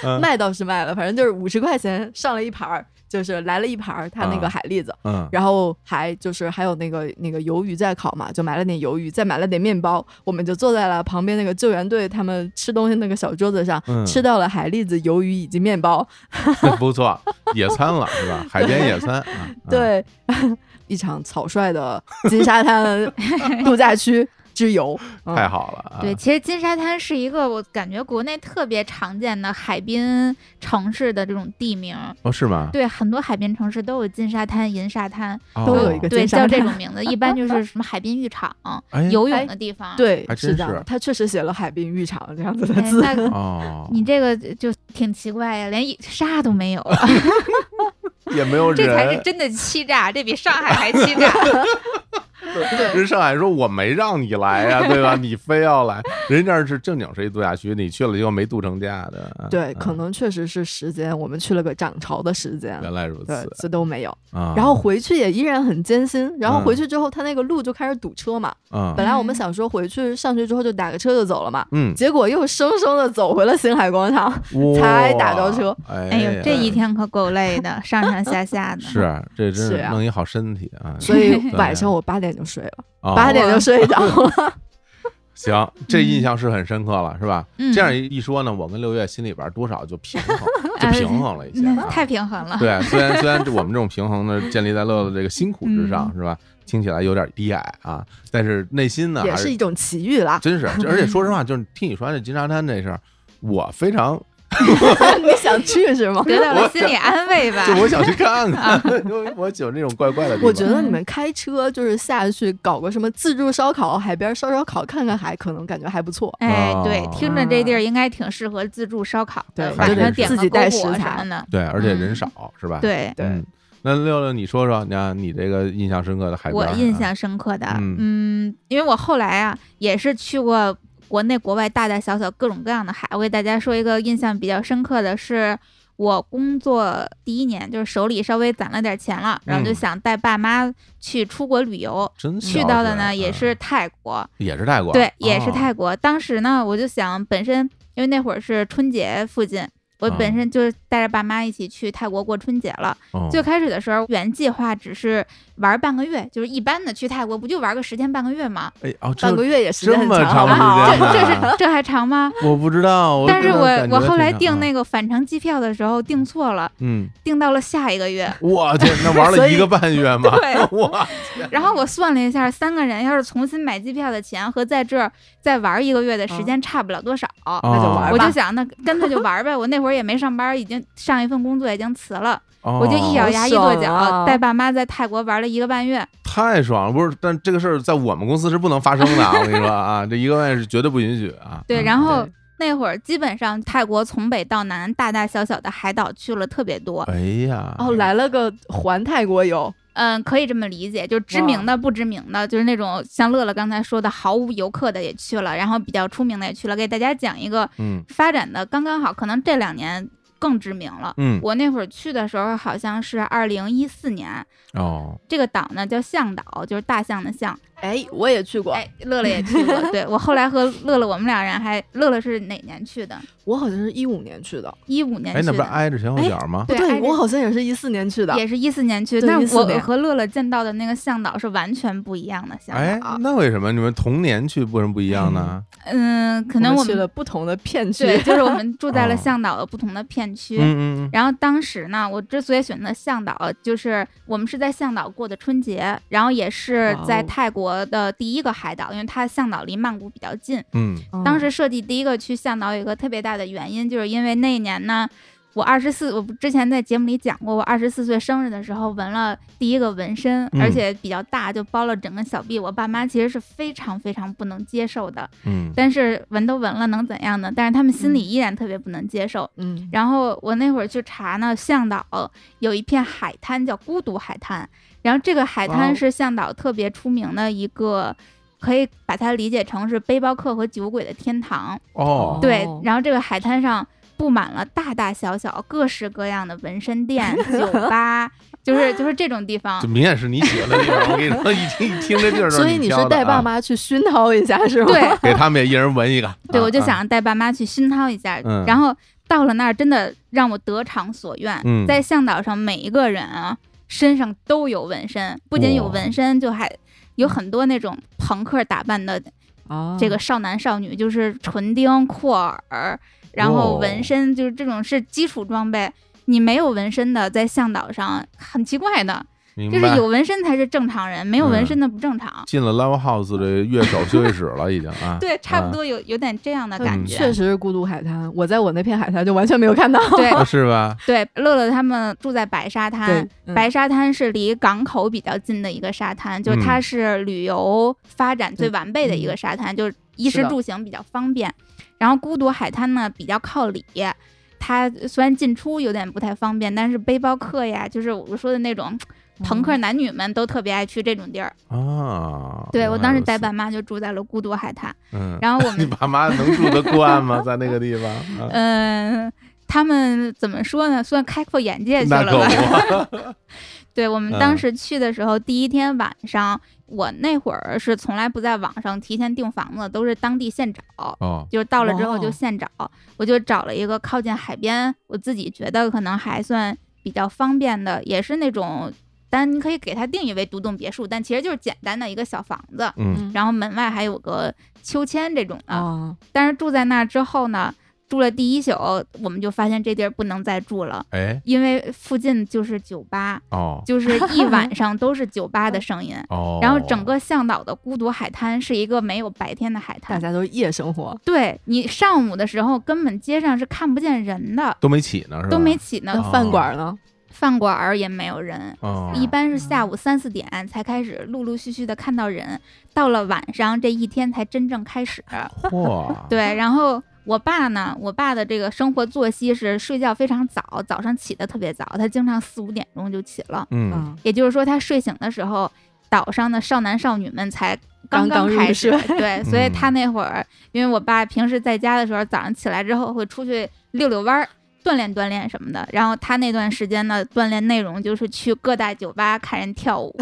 [SPEAKER 1] 嗯
[SPEAKER 3] 卖倒是卖了，反正就是五十块钱上了一盘儿，就是来了一盘儿他那
[SPEAKER 1] 啊
[SPEAKER 3] 个海蛎子，
[SPEAKER 1] 嗯，
[SPEAKER 3] 然后还就是还有那个那个鱿鱼在烤嘛，就买了点鱿鱼，再买了点面包，我们就坐在了旁边那个救援队他们吃东西那个小桌子上，
[SPEAKER 1] 嗯啊
[SPEAKER 3] 吃到了海蛎子、鱿鱼以及面包，
[SPEAKER 1] 这不错，野餐了是吧？海边野餐，啊，啊，
[SPEAKER 3] 对， [laughs] 一场草率的金沙滩度假区之游，
[SPEAKER 1] [laughs]
[SPEAKER 3] 嗯
[SPEAKER 1] 太好了，啊
[SPEAKER 2] [laughs] 对，，其实金沙滩是一个我感觉国内特别常见的海滨城市的这种地名。
[SPEAKER 1] 哦，是吗？
[SPEAKER 2] 对，很多海滨城市都有金沙滩、银沙滩，
[SPEAKER 1] 哦
[SPEAKER 3] 都有一个
[SPEAKER 2] 对，
[SPEAKER 3] 金
[SPEAKER 2] 叫
[SPEAKER 3] 沙
[SPEAKER 2] 这
[SPEAKER 3] 滩
[SPEAKER 2] 种名字，一般就是什么海滨浴场、
[SPEAKER 1] 哎
[SPEAKER 2] 游
[SPEAKER 3] 哎
[SPEAKER 2] 泳的地方。，
[SPEAKER 3] 对
[SPEAKER 1] 还，真
[SPEAKER 3] 是这样
[SPEAKER 1] 是
[SPEAKER 3] 的，他确实写了海滨浴场这样子的
[SPEAKER 2] 哎、
[SPEAKER 3] 字。
[SPEAKER 2] 那
[SPEAKER 1] 哦，
[SPEAKER 2] 你这个就挺奇怪呀，连一沙都没有，
[SPEAKER 1] 也没有
[SPEAKER 2] 这才是
[SPEAKER 1] 哦人，
[SPEAKER 2] 真的欺诈，这比上海还欺诈。
[SPEAKER 1] 人上海说我没让你来
[SPEAKER 3] [laughs]
[SPEAKER 1] 呀、对吧？你非要来，人家是正经是一度假区，你去了结果没度成家的，啊
[SPEAKER 3] [laughs] 对，可。
[SPEAKER 1] 啊
[SPEAKER 3] 能确实是时间，我们去了个涨潮的时间，
[SPEAKER 1] 原来如此
[SPEAKER 3] 对，这都没有。
[SPEAKER 1] 啊！
[SPEAKER 3] 然后回去也依然很艰辛。然后
[SPEAKER 1] 嗯
[SPEAKER 3] 回去之后，他那个路就开始堵车嘛。
[SPEAKER 1] 嗯
[SPEAKER 3] 本来我们
[SPEAKER 2] 嗯
[SPEAKER 3] 想说回去上学之后就打个车就走了嘛，
[SPEAKER 1] 嗯，
[SPEAKER 3] 结果又生生的走回了星海广场。才打着车
[SPEAKER 1] 哇。哎
[SPEAKER 2] [laughs] 哎
[SPEAKER 1] [laughs]
[SPEAKER 2] 呦，这一
[SPEAKER 1] 呀
[SPEAKER 2] 天可够累的，上上下下的。
[SPEAKER 1] 是这真
[SPEAKER 3] 是
[SPEAKER 1] 是
[SPEAKER 3] 啊
[SPEAKER 1] 弄一好身体啊！[laughs]
[SPEAKER 3] 所以
[SPEAKER 1] 对
[SPEAKER 3] 晚上我八点就睡了，
[SPEAKER 1] 哦
[SPEAKER 3] 八点就睡着了。
[SPEAKER 1] 行，这印象是很深刻了，是吧？
[SPEAKER 2] 嗯
[SPEAKER 1] 这样一说呢，我跟六月心里边多少就平衡，就平衡了一些
[SPEAKER 2] 嗯，
[SPEAKER 1] 啊。
[SPEAKER 2] 太平衡 [laughs] 了。
[SPEAKER 1] 对，虽然虽然这我们这种平衡呢，建立在乐乐的这个辛苦之
[SPEAKER 2] 嗯
[SPEAKER 1] 上，是吧？听起来有点低矮啊，但是内心呢
[SPEAKER 3] 也
[SPEAKER 1] 还。
[SPEAKER 3] 是一种奇遇啦
[SPEAKER 1] 真
[SPEAKER 2] [laughs]
[SPEAKER 1] 是，而且说实话，就是听你说完这金沙滩这事儿，我非
[SPEAKER 2] [laughs]
[SPEAKER 1] 常
[SPEAKER 3] [laughs] 你想去是
[SPEAKER 1] [laughs]
[SPEAKER 3] 吗？
[SPEAKER 2] 得到
[SPEAKER 1] 我
[SPEAKER 2] 了心理安慰吧
[SPEAKER 1] 就。我想去看看， [laughs] 因为我喜欢这种怪怪的地方。
[SPEAKER 3] 我觉得你们开车就是下去搞个什么自助烧烤，海边烧烧烤，看看海，可能感觉还不错。
[SPEAKER 2] 哎，对
[SPEAKER 1] 哦，
[SPEAKER 2] 听着这地儿应该挺适合自助烧烤的，
[SPEAKER 3] 对
[SPEAKER 1] 还
[SPEAKER 2] 晚
[SPEAKER 1] 真
[SPEAKER 2] 上
[SPEAKER 1] 是
[SPEAKER 2] 点
[SPEAKER 3] 自
[SPEAKER 2] 个
[SPEAKER 3] 己带
[SPEAKER 2] 篝火
[SPEAKER 3] 食
[SPEAKER 2] 啥
[SPEAKER 3] 材
[SPEAKER 2] 的。
[SPEAKER 1] 对，而且人
[SPEAKER 2] 嗯
[SPEAKER 1] 少，是吧？
[SPEAKER 2] 对，
[SPEAKER 3] 对
[SPEAKER 1] 嗯，那六六，你说说，你看你这个印象深刻的海边
[SPEAKER 2] 我
[SPEAKER 1] 儿啊，
[SPEAKER 2] 印象深刻的，
[SPEAKER 1] 嗯
[SPEAKER 2] 嗯，因为我后来啊也是去过国内国外大大小小各种各样的海。我给大家说一个印象比较深刻的是。我工作第一年，就是手里稍微攒了点钱了，然后就
[SPEAKER 1] 嗯
[SPEAKER 2] 想带爸妈去出国旅游。
[SPEAKER 1] 真
[SPEAKER 2] 去
[SPEAKER 1] 小
[SPEAKER 2] 到
[SPEAKER 1] 是
[SPEAKER 2] 的呢也
[SPEAKER 1] 嗯
[SPEAKER 2] 是泰国，
[SPEAKER 1] 也是泰国，
[SPEAKER 2] 对，也是
[SPEAKER 1] 哦
[SPEAKER 2] 泰国。当时呢，我就想，本身因为那会儿是春节附近，我
[SPEAKER 1] 嗯
[SPEAKER 2] 本身就是带着爸妈一起去泰国过春节了。
[SPEAKER 1] 哦
[SPEAKER 2] 最开始的时候，原计划只是玩半个月，就是一般的去泰国不就玩个十天半个月吗？
[SPEAKER 1] 哎哦，这
[SPEAKER 3] 半个月也时间
[SPEAKER 1] 这
[SPEAKER 3] 很
[SPEAKER 1] 么
[SPEAKER 3] 长，啊
[SPEAKER 1] 长
[SPEAKER 3] 好不好？
[SPEAKER 1] 时间呢？
[SPEAKER 2] 这
[SPEAKER 3] [laughs]
[SPEAKER 2] 这是这还长吗？
[SPEAKER 1] 我不知道，我
[SPEAKER 2] 但是
[SPEAKER 1] 真的
[SPEAKER 2] 我
[SPEAKER 1] 哦感觉
[SPEAKER 2] 我后来
[SPEAKER 1] 挺长
[SPEAKER 2] 订那
[SPEAKER 1] 啊
[SPEAKER 2] 个返程机票的时候订错了，
[SPEAKER 1] 嗯，
[SPEAKER 2] 订到了下一个月。
[SPEAKER 1] 我天，那玩了
[SPEAKER 3] 所
[SPEAKER 1] 一
[SPEAKER 3] 以
[SPEAKER 1] 个半月嘛，
[SPEAKER 2] 对
[SPEAKER 1] 哇，
[SPEAKER 2] 然后我算了一下，三个人要是重新买机票的钱和在这儿再玩一个月的
[SPEAKER 3] 嗯
[SPEAKER 2] 时间差不了多少。
[SPEAKER 1] 哦
[SPEAKER 3] 那就玩
[SPEAKER 2] 我
[SPEAKER 3] 吧
[SPEAKER 2] 就想，那干脆就玩儿呗。我那会儿也没上班，已经上一份工作已经辞了，我就一咬
[SPEAKER 1] 哦
[SPEAKER 2] 牙
[SPEAKER 3] 好
[SPEAKER 2] 一跺
[SPEAKER 3] 爽
[SPEAKER 2] 脚，
[SPEAKER 3] 啊
[SPEAKER 2] 带爸妈在泰国玩了一个半月。
[SPEAKER 1] 太爽了，不是？但这个事儿在我们公司是不能发生的啊！我跟你说啊，这一个半月是绝对不允许啊。
[SPEAKER 2] 对，
[SPEAKER 1] 嗯
[SPEAKER 2] 然后
[SPEAKER 3] 对
[SPEAKER 2] 那会儿基本上泰国从北到南，大大小小的海岛去了特别多。
[SPEAKER 1] 哎呀，
[SPEAKER 3] 哦，来了个环泰国游，
[SPEAKER 2] 嗯，可以这么理解，就知名的、不知名的，就是那种像乐乐刚才说的毫无游客的也去了，然后比较出名的也去了。给大家讲一个
[SPEAKER 1] 嗯
[SPEAKER 2] 发展的刚刚好，可能这两年更知名了。
[SPEAKER 1] 嗯
[SPEAKER 2] 我那会儿去的时候好像是二零一四年，
[SPEAKER 1] 哦，
[SPEAKER 2] 这个岛呢叫象岛，就是大象的象。
[SPEAKER 3] 哎，我也去过，
[SPEAKER 2] 哎，乐乐也
[SPEAKER 1] [laughs]
[SPEAKER 2] 去过，对我后来和乐乐我们俩人还，乐乐是哪年去的？
[SPEAKER 3] 我好像是一五年去的，
[SPEAKER 2] 一五年
[SPEAKER 1] 哎，
[SPEAKER 2] 去
[SPEAKER 1] 那不是
[SPEAKER 2] 的。
[SPEAKER 1] 挨着前后脚吗？
[SPEAKER 2] 对
[SPEAKER 3] 不
[SPEAKER 2] 挨
[SPEAKER 3] 对，
[SPEAKER 2] 着
[SPEAKER 3] 我好像也是一四年去的。
[SPEAKER 2] 也是一四年去，
[SPEAKER 3] 对
[SPEAKER 2] 但
[SPEAKER 3] 14
[SPEAKER 2] 我
[SPEAKER 3] 年
[SPEAKER 2] 和乐乐见到的那个向导是完全不一样的向导。啊
[SPEAKER 1] 哎，那为什么你们同年去为什么不一样呢？
[SPEAKER 2] 嗯，可
[SPEAKER 3] 可
[SPEAKER 2] 能我
[SPEAKER 3] 去
[SPEAKER 2] 们
[SPEAKER 3] 了不同的片区，
[SPEAKER 2] 对，就是我们住在
[SPEAKER 1] 哦
[SPEAKER 2] 了向导的不同的片区。
[SPEAKER 1] 嗯嗯
[SPEAKER 2] 然后当时呢，我之所以选择向导，就是我们是在向导过的春节，然后也是
[SPEAKER 3] 哇哦
[SPEAKER 2] 在泰国的第一个海岛，因为它向导离曼谷比较近。
[SPEAKER 1] 嗯嗯，
[SPEAKER 2] 当时设计第一个去向导有一个特别大的原因，就是因为那一年呢，我二十四，我之前在节目里讲过，我二十四岁生日的时候纹了第一个纹身，
[SPEAKER 1] 嗯
[SPEAKER 2] 而且比较大，就包了整个小臂。我爸妈其实是非常非常不能接受的，
[SPEAKER 1] 嗯
[SPEAKER 2] 但是纹都纹了能怎样呢？但是他们心里依然特别不能接受。
[SPEAKER 3] 嗯，
[SPEAKER 2] 然后我那会儿去查呢，向导有一片海滩叫孤独海滩，然后这个海
[SPEAKER 3] 哇哦
[SPEAKER 2] 滩是向导特别出名的一个，可以把它理解成是背包客和酒鬼的天堂。
[SPEAKER 1] 哦，
[SPEAKER 2] 对
[SPEAKER 3] 哦，
[SPEAKER 2] 然后这个海滩上布满了大大小小、各式各样的纹身
[SPEAKER 3] [laughs]
[SPEAKER 2] 店、酒吧，就是就是这种地方
[SPEAKER 1] 这。明显是你写的地方，我跟你说，一听一听这地儿，
[SPEAKER 3] 所以
[SPEAKER 1] 你
[SPEAKER 3] 你
[SPEAKER 1] 挑
[SPEAKER 3] 是
[SPEAKER 1] 的
[SPEAKER 3] 带
[SPEAKER 1] 啊
[SPEAKER 3] 爸，妈去熏陶一下是吗？
[SPEAKER 2] 对，
[SPEAKER 1] 给他们也一人纹一个。
[SPEAKER 2] 对，
[SPEAKER 1] 啊
[SPEAKER 2] 我就，
[SPEAKER 1] 啊
[SPEAKER 2] 想带爸妈去熏陶一下，
[SPEAKER 1] 嗯
[SPEAKER 2] 然后到了那儿，真的让我得偿所愿。
[SPEAKER 1] 嗯
[SPEAKER 2] 在向导上，每一个人啊身上都有纹身，不仅有
[SPEAKER 1] 哇
[SPEAKER 2] 纹身，就还有很多那种朋克打扮的
[SPEAKER 3] 啊
[SPEAKER 2] 这个少男少女，就是唇钉、扩耳，然后
[SPEAKER 1] 哦
[SPEAKER 2] 纹身，就是这种是基础装备。你没有纹身的，在向导上很奇怪的，
[SPEAKER 1] 明
[SPEAKER 2] 就
[SPEAKER 1] 白。
[SPEAKER 2] 是有纹身才是正常人，没有纹
[SPEAKER 1] 嗯
[SPEAKER 2] 身的不正常。
[SPEAKER 1] 进了 Live House 这乐手休息室了，已经啊。
[SPEAKER 2] 对，差不
[SPEAKER 1] 啊
[SPEAKER 2] 多有有点这样的
[SPEAKER 3] 嗯
[SPEAKER 2] 感
[SPEAKER 1] 嗯
[SPEAKER 2] 觉。
[SPEAKER 3] 确实是孤独海滩，我在我那片海滩就完全没有看到。
[SPEAKER 2] 对，
[SPEAKER 1] 啊是吧？
[SPEAKER 2] 对，乐乐他们住在白沙滩
[SPEAKER 3] 对，，嗯
[SPEAKER 2] 白沙滩是离港口比较近的一个沙滩，就是它
[SPEAKER 1] 嗯
[SPEAKER 2] 是旅游发展最完备的一个沙滩，就是衣
[SPEAKER 3] 是
[SPEAKER 2] 食
[SPEAKER 3] 的
[SPEAKER 2] 住行比较方便。然后孤独海滩呢比较靠里，它虽然进出有点不太方便，但是背包客呀，就是我说的那种
[SPEAKER 3] 嗯
[SPEAKER 2] 朋克男女们都特别爱去这种地儿。
[SPEAKER 1] 哦啊，
[SPEAKER 2] 对我当时
[SPEAKER 1] 带
[SPEAKER 2] 带爸妈就住在了孤独海滩，
[SPEAKER 1] 嗯，
[SPEAKER 2] 然后我
[SPEAKER 1] [laughs] 你
[SPEAKER 2] 们
[SPEAKER 1] 爸妈能住得惯吗？在那个地方？啊
[SPEAKER 2] [laughs] 嗯。他们怎么说呢？算开阔眼界去
[SPEAKER 1] 那
[SPEAKER 2] 了
[SPEAKER 1] 可
[SPEAKER 2] 吧？ [laughs]
[SPEAKER 1] 不，啊
[SPEAKER 2] 对我们
[SPEAKER 1] 嗯
[SPEAKER 2] 当时去的时候，第一天晚上，我那会儿是从来不在网上提前订房子，都是当地现找，
[SPEAKER 1] 哦，
[SPEAKER 2] 就是到了之后
[SPEAKER 3] 哇
[SPEAKER 2] 就
[SPEAKER 3] 哦
[SPEAKER 2] 现找。我就找了一个靠近海边，我自己觉得可能还算比较方便的，也是那种，但你可以给它定义为独栋别墅，但其实就是简单的一个小房子。
[SPEAKER 1] 嗯，
[SPEAKER 3] 嗯
[SPEAKER 2] 然后门外还有个秋千这种的，
[SPEAKER 3] 啊，
[SPEAKER 2] 但是住在那之后呢，住了第一宿，我们就发现这地儿不能再住了，
[SPEAKER 1] 哎，
[SPEAKER 2] 因为附近就是酒吧，
[SPEAKER 1] 哦，
[SPEAKER 3] [laughs]
[SPEAKER 2] 就是一晚上都是酒
[SPEAKER 3] 嗯
[SPEAKER 2] 吧的声音。
[SPEAKER 1] 哦，
[SPEAKER 2] 然后整个向导的孤独海滩是一个没有白天的海
[SPEAKER 3] 大
[SPEAKER 2] 滩，
[SPEAKER 3] 家都是夜生活，
[SPEAKER 2] 对你上午的时候根本街上是看不见人的，
[SPEAKER 1] 都没起呢，是吧？
[SPEAKER 2] 都没起
[SPEAKER 3] 那
[SPEAKER 2] 呢，
[SPEAKER 1] 哦
[SPEAKER 3] 饭馆呢？
[SPEAKER 2] 饭馆儿也没有人。
[SPEAKER 1] 哦，
[SPEAKER 2] 一般
[SPEAKER 3] 嗯
[SPEAKER 2] 是下午三四点才开始陆陆续续的看到人，到了晚上这一天才真正开始。
[SPEAKER 1] 哦嚯，，
[SPEAKER 2] [laughs] 对，然后我爸呢，我爸的这个生活作息是睡觉非常早，早上起得特别早，他经常四五点钟就起了。
[SPEAKER 1] 嗯，
[SPEAKER 3] 啊，
[SPEAKER 2] 也就是说，他睡醒的时候，岛上的少男少女们才刚
[SPEAKER 3] 刚刚
[SPEAKER 2] 开始。
[SPEAKER 3] 入 [laughs]
[SPEAKER 2] 对，所以他那会儿，因为我爸平时在家的时候，早上起来之后会出去遛遛弯儿。锻炼锻炼什么的，然后他那段时间的锻炼内容就是去各大酒吧看人跳舞，
[SPEAKER 3] [laughs]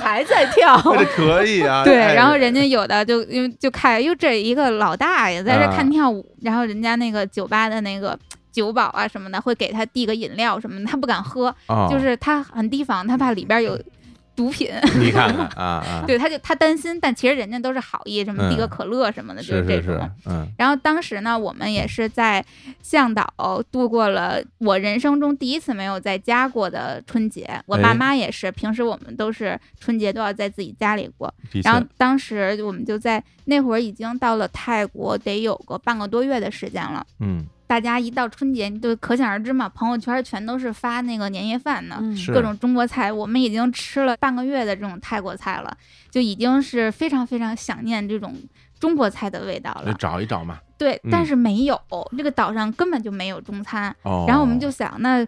[SPEAKER 3] 还在跳，
[SPEAKER 1] 哎这可以啊。
[SPEAKER 2] [laughs] 对，
[SPEAKER 1] 哎
[SPEAKER 2] 然后人家有的就因为就看，哟，这一个老大爷在这看跳舞，然后人家那个酒吧的那个酒保啊什么的会给他递个饮料什么的，他不敢喝，
[SPEAKER 1] 哦
[SPEAKER 2] 就是他很提防，他怕里边
[SPEAKER 1] 嗯
[SPEAKER 2] 有毒品， [laughs]
[SPEAKER 1] 你看看啊啊，
[SPEAKER 2] 对，他就他担心，但其实人家都是好意，什么递个
[SPEAKER 1] 嗯
[SPEAKER 2] 可乐什么的，就是这
[SPEAKER 1] 是
[SPEAKER 2] 种。
[SPEAKER 1] 是，嗯，
[SPEAKER 2] 然后当时呢，我们也是在向导度过了我人生中第一次没有在家过的春节。我
[SPEAKER 1] 哎
[SPEAKER 2] 爸妈也是，平时我们都是春节都要在自己家里过。
[SPEAKER 1] 的确
[SPEAKER 2] 然，后当时我们就在那会儿已经到了泰国，得有个半个多月的时间了。
[SPEAKER 1] 嗯，
[SPEAKER 2] 大家一到春节，你就可想而知嘛，朋友圈全都是发那个年夜饭呢，
[SPEAKER 3] 嗯
[SPEAKER 1] 是
[SPEAKER 2] 各种中国菜。我们已经吃了半个月的这种泰国菜了，就已经是非常非常想念这种中国菜的味道
[SPEAKER 1] 就
[SPEAKER 2] 了。
[SPEAKER 1] 找一找嘛。
[SPEAKER 2] 对
[SPEAKER 1] 嗯，
[SPEAKER 2] 但是没有，这个岛上根本就没有中餐。
[SPEAKER 1] 哦，
[SPEAKER 2] 然后我们就想，那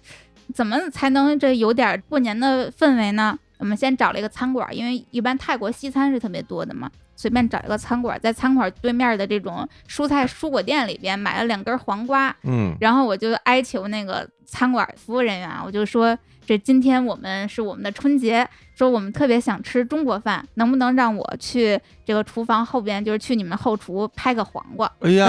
[SPEAKER 2] 怎么才能这有点过年的氛围呢？我们先找了一个餐馆，因为一般泰国西餐是特别多的嘛，随便找一个餐馆，在餐馆对面的这种蔬菜蔬果店里边买了两根黄瓜，
[SPEAKER 1] 嗯
[SPEAKER 2] 然后我就哀求那个餐馆服务人员啊，我就说这今天我们是我们的春节，说我们特别想吃中国饭，能不能让我去这个厨房后边，就是去你们后厨拍个黄瓜
[SPEAKER 1] 哎
[SPEAKER 2] [laughs]
[SPEAKER 1] 呀，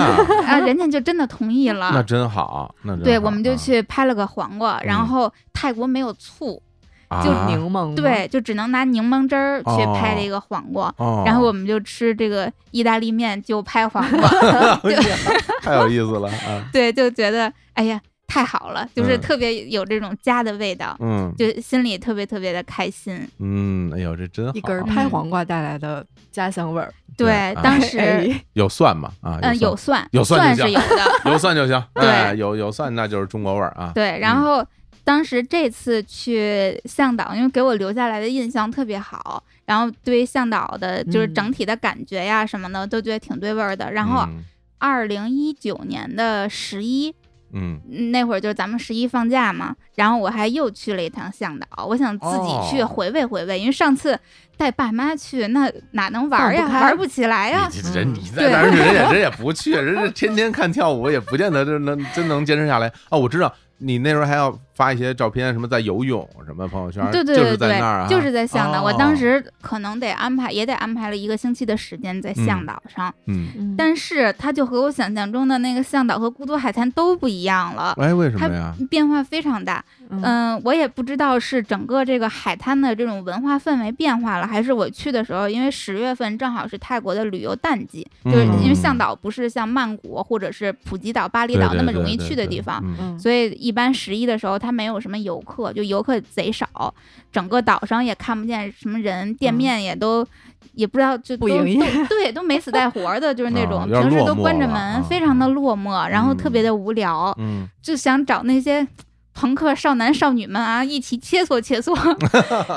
[SPEAKER 2] 啊？人家就真的同意
[SPEAKER 1] 那
[SPEAKER 2] 了。
[SPEAKER 1] 真好，那真
[SPEAKER 2] 对，
[SPEAKER 1] 好
[SPEAKER 2] 我们就
[SPEAKER 1] 啊
[SPEAKER 2] 去拍了个黄瓜，
[SPEAKER 1] 嗯
[SPEAKER 2] 然后泰国没有醋，
[SPEAKER 3] 就
[SPEAKER 1] 啊
[SPEAKER 3] 柠檬，，
[SPEAKER 2] 对，就只能拿柠檬汁儿去拍
[SPEAKER 1] 哦
[SPEAKER 2] 这个黄瓜。
[SPEAKER 1] 哦，
[SPEAKER 2] 然后我们就吃这个意大利面，就拍黄瓜， [laughs]
[SPEAKER 1] 哎呀 [laughs] 太有意思了啊，
[SPEAKER 2] 对，就觉得哎呀太好了，就是
[SPEAKER 1] 嗯
[SPEAKER 2] 特别有这种家的味道。
[SPEAKER 1] 嗯
[SPEAKER 2] 就心里特别特别的开心。
[SPEAKER 1] 嗯，哎呦，这真好，
[SPEAKER 3] 一根拍黄瓜带来的家乡味儿。
[SPEAKER 1] 对
[SPEAKER 2] 对
[SPEAKER 1] 啊，
[SPEAKER 2] 当时
[SPEAKER 3] 哎
[SPEAKER 1] 有蒜吗？啊，
[SPEAKER 2] 嗯有
[SPEAKER 1] 有蒜
[SPEAKER 2] 蒜，
[SPEAKER 1] 有蒜
[SPEAKER 2] 蒜
[SPEAKER 1] 就是
[SPEAKER 2] 有
[SPEAKER 1] [laughs]
[SPEAKER 2] 的，
[SPEAKER 1] 有蒜就行，
[SPEAKER 2] 对
[SPEAKER 1] 哎有有蒜那就是中国味儿啊，
[SPEAKER 2] 对。然后当时这次去向导，因为给我留下来的印象特别好，然后对于向导的就是
[SPEAKER 3] 嗯
[SPEAKER 2] 整体的感觉呀什么的，都觉得挺对味儿的。然后
[SPEAKER 1] 嗯
[SPEAKER 2] 二零一九年的十一。
[SPEAKER 1] 嗯
[SPEAKER 2] 那会儿就是咱们十一放假嘛，然后我还又去了一趟向导，我想自己去
[SPEAKER 1] 哦
[SPEAKER 2] 回味回味，因为上次带爸妈去，那哪能玩儿呀，
[SPEAKER 3] 放不开
[SPEAKER 2] 玩儿不起来哎呀。
[SPEAKER 1] 你这人
[SPEAKER 3] 嗯
[SPEAKER 1] 你在
[SPEAKER 2] [laughs]
[SPEAKER 1] 那儿，人也人也不去，人家天天看跳舞，也不见得真能真能坚持下来。哦，我知道你那时候还要发一些照片，什么在游泳，什么朋友圈，
[SPEAKER 2] 对对
[SPEAKER 1] 就
[SPEAKER 2] 对
[SPEAKER 1] 是
[SPEAKER 2] 对，
[SPEAKER 1] 在那儿啊，
[SPEAKER 2] 就是在向导。我
[SPEAKER 1] 哦
[SPEAKER 2] 当时可能得安排，也得安排了一个星期的时间在向
[SPEAKER 1] 嗯
[SPEAKER 2] 导上，
[SPEAKER 1] 嗯，
[SPEAKER 3] 嗯
[SPEAKER 2] 但是它就和我想象中的那个向导和孤独海滩都不一样了。
[SPEAKER 1] 哎，为什
[SPEAKER 2] 他
[SPEAKER 1] 么呀？
[SPEAKER 2] 变化非常大，
[SPEAKER 3] 嗯
[SPEAKER 2] 嗯、我也不知道是整个这个海滩的这种文化氛围变化了，还是我去的时候，因为十月份正好是泰国的旅游淡季，就是
[SPEAKER 1] 嗯
[SPEAKER 2] 因为向导不是像曼谷或者是普吉岛、巴厘
[SPEAKER 1] 对
[SPEAKER 2] 岛那
[SPEAKER 1] 对
[SPEAKER 2] 么
[SPEAKER 1] 对
[SPEAKER 2] 容易
[SPEAKER 1] 对
[SPEAKER 2] 去的
[SPEAKER 1] 对
[SPEAKER 2] 地方，
[SPEAKER 1] 嗯
[SPEAKER 3] 嗯
[SPEAKER 2] 所以一般十一的时候，它没有什么游客，就游客贼少，整个岛上也看不见什么人，店
[SPEAKER 3] 嗯
[SPEAKER 2] 面也都、也不知道就
[SPEAKER 3] 不
[SPEAKER 2] 都
[SPEAKER 3] 营业
[SPEAKER 2] 都对，都没死带活儿的，就是那种、
[SPEAKER 1] 啊有点
[SPEAKER 2] 平时
[SPEAKER 1] 落
[SPEAKER 2] 都
[SPEAKER 1] 寞
[SPEAKER 2] 关着
[SPEAKER 1] 了
[SPEAKER 2] 门，
[SPEAKER 1] 啊
[SPEAKER 2] 非常的落寞，然后特别
[SPEAKER 1] 嗯
[SPEAKER 2] 的无聊，
[SPEAKER 1] 嗯，
[SPEAKER 2] 就想找那些朋克少男少女们啊一起切磋
[SPEAKER 1] [laughs]
[SPEAKER 2] 切磋，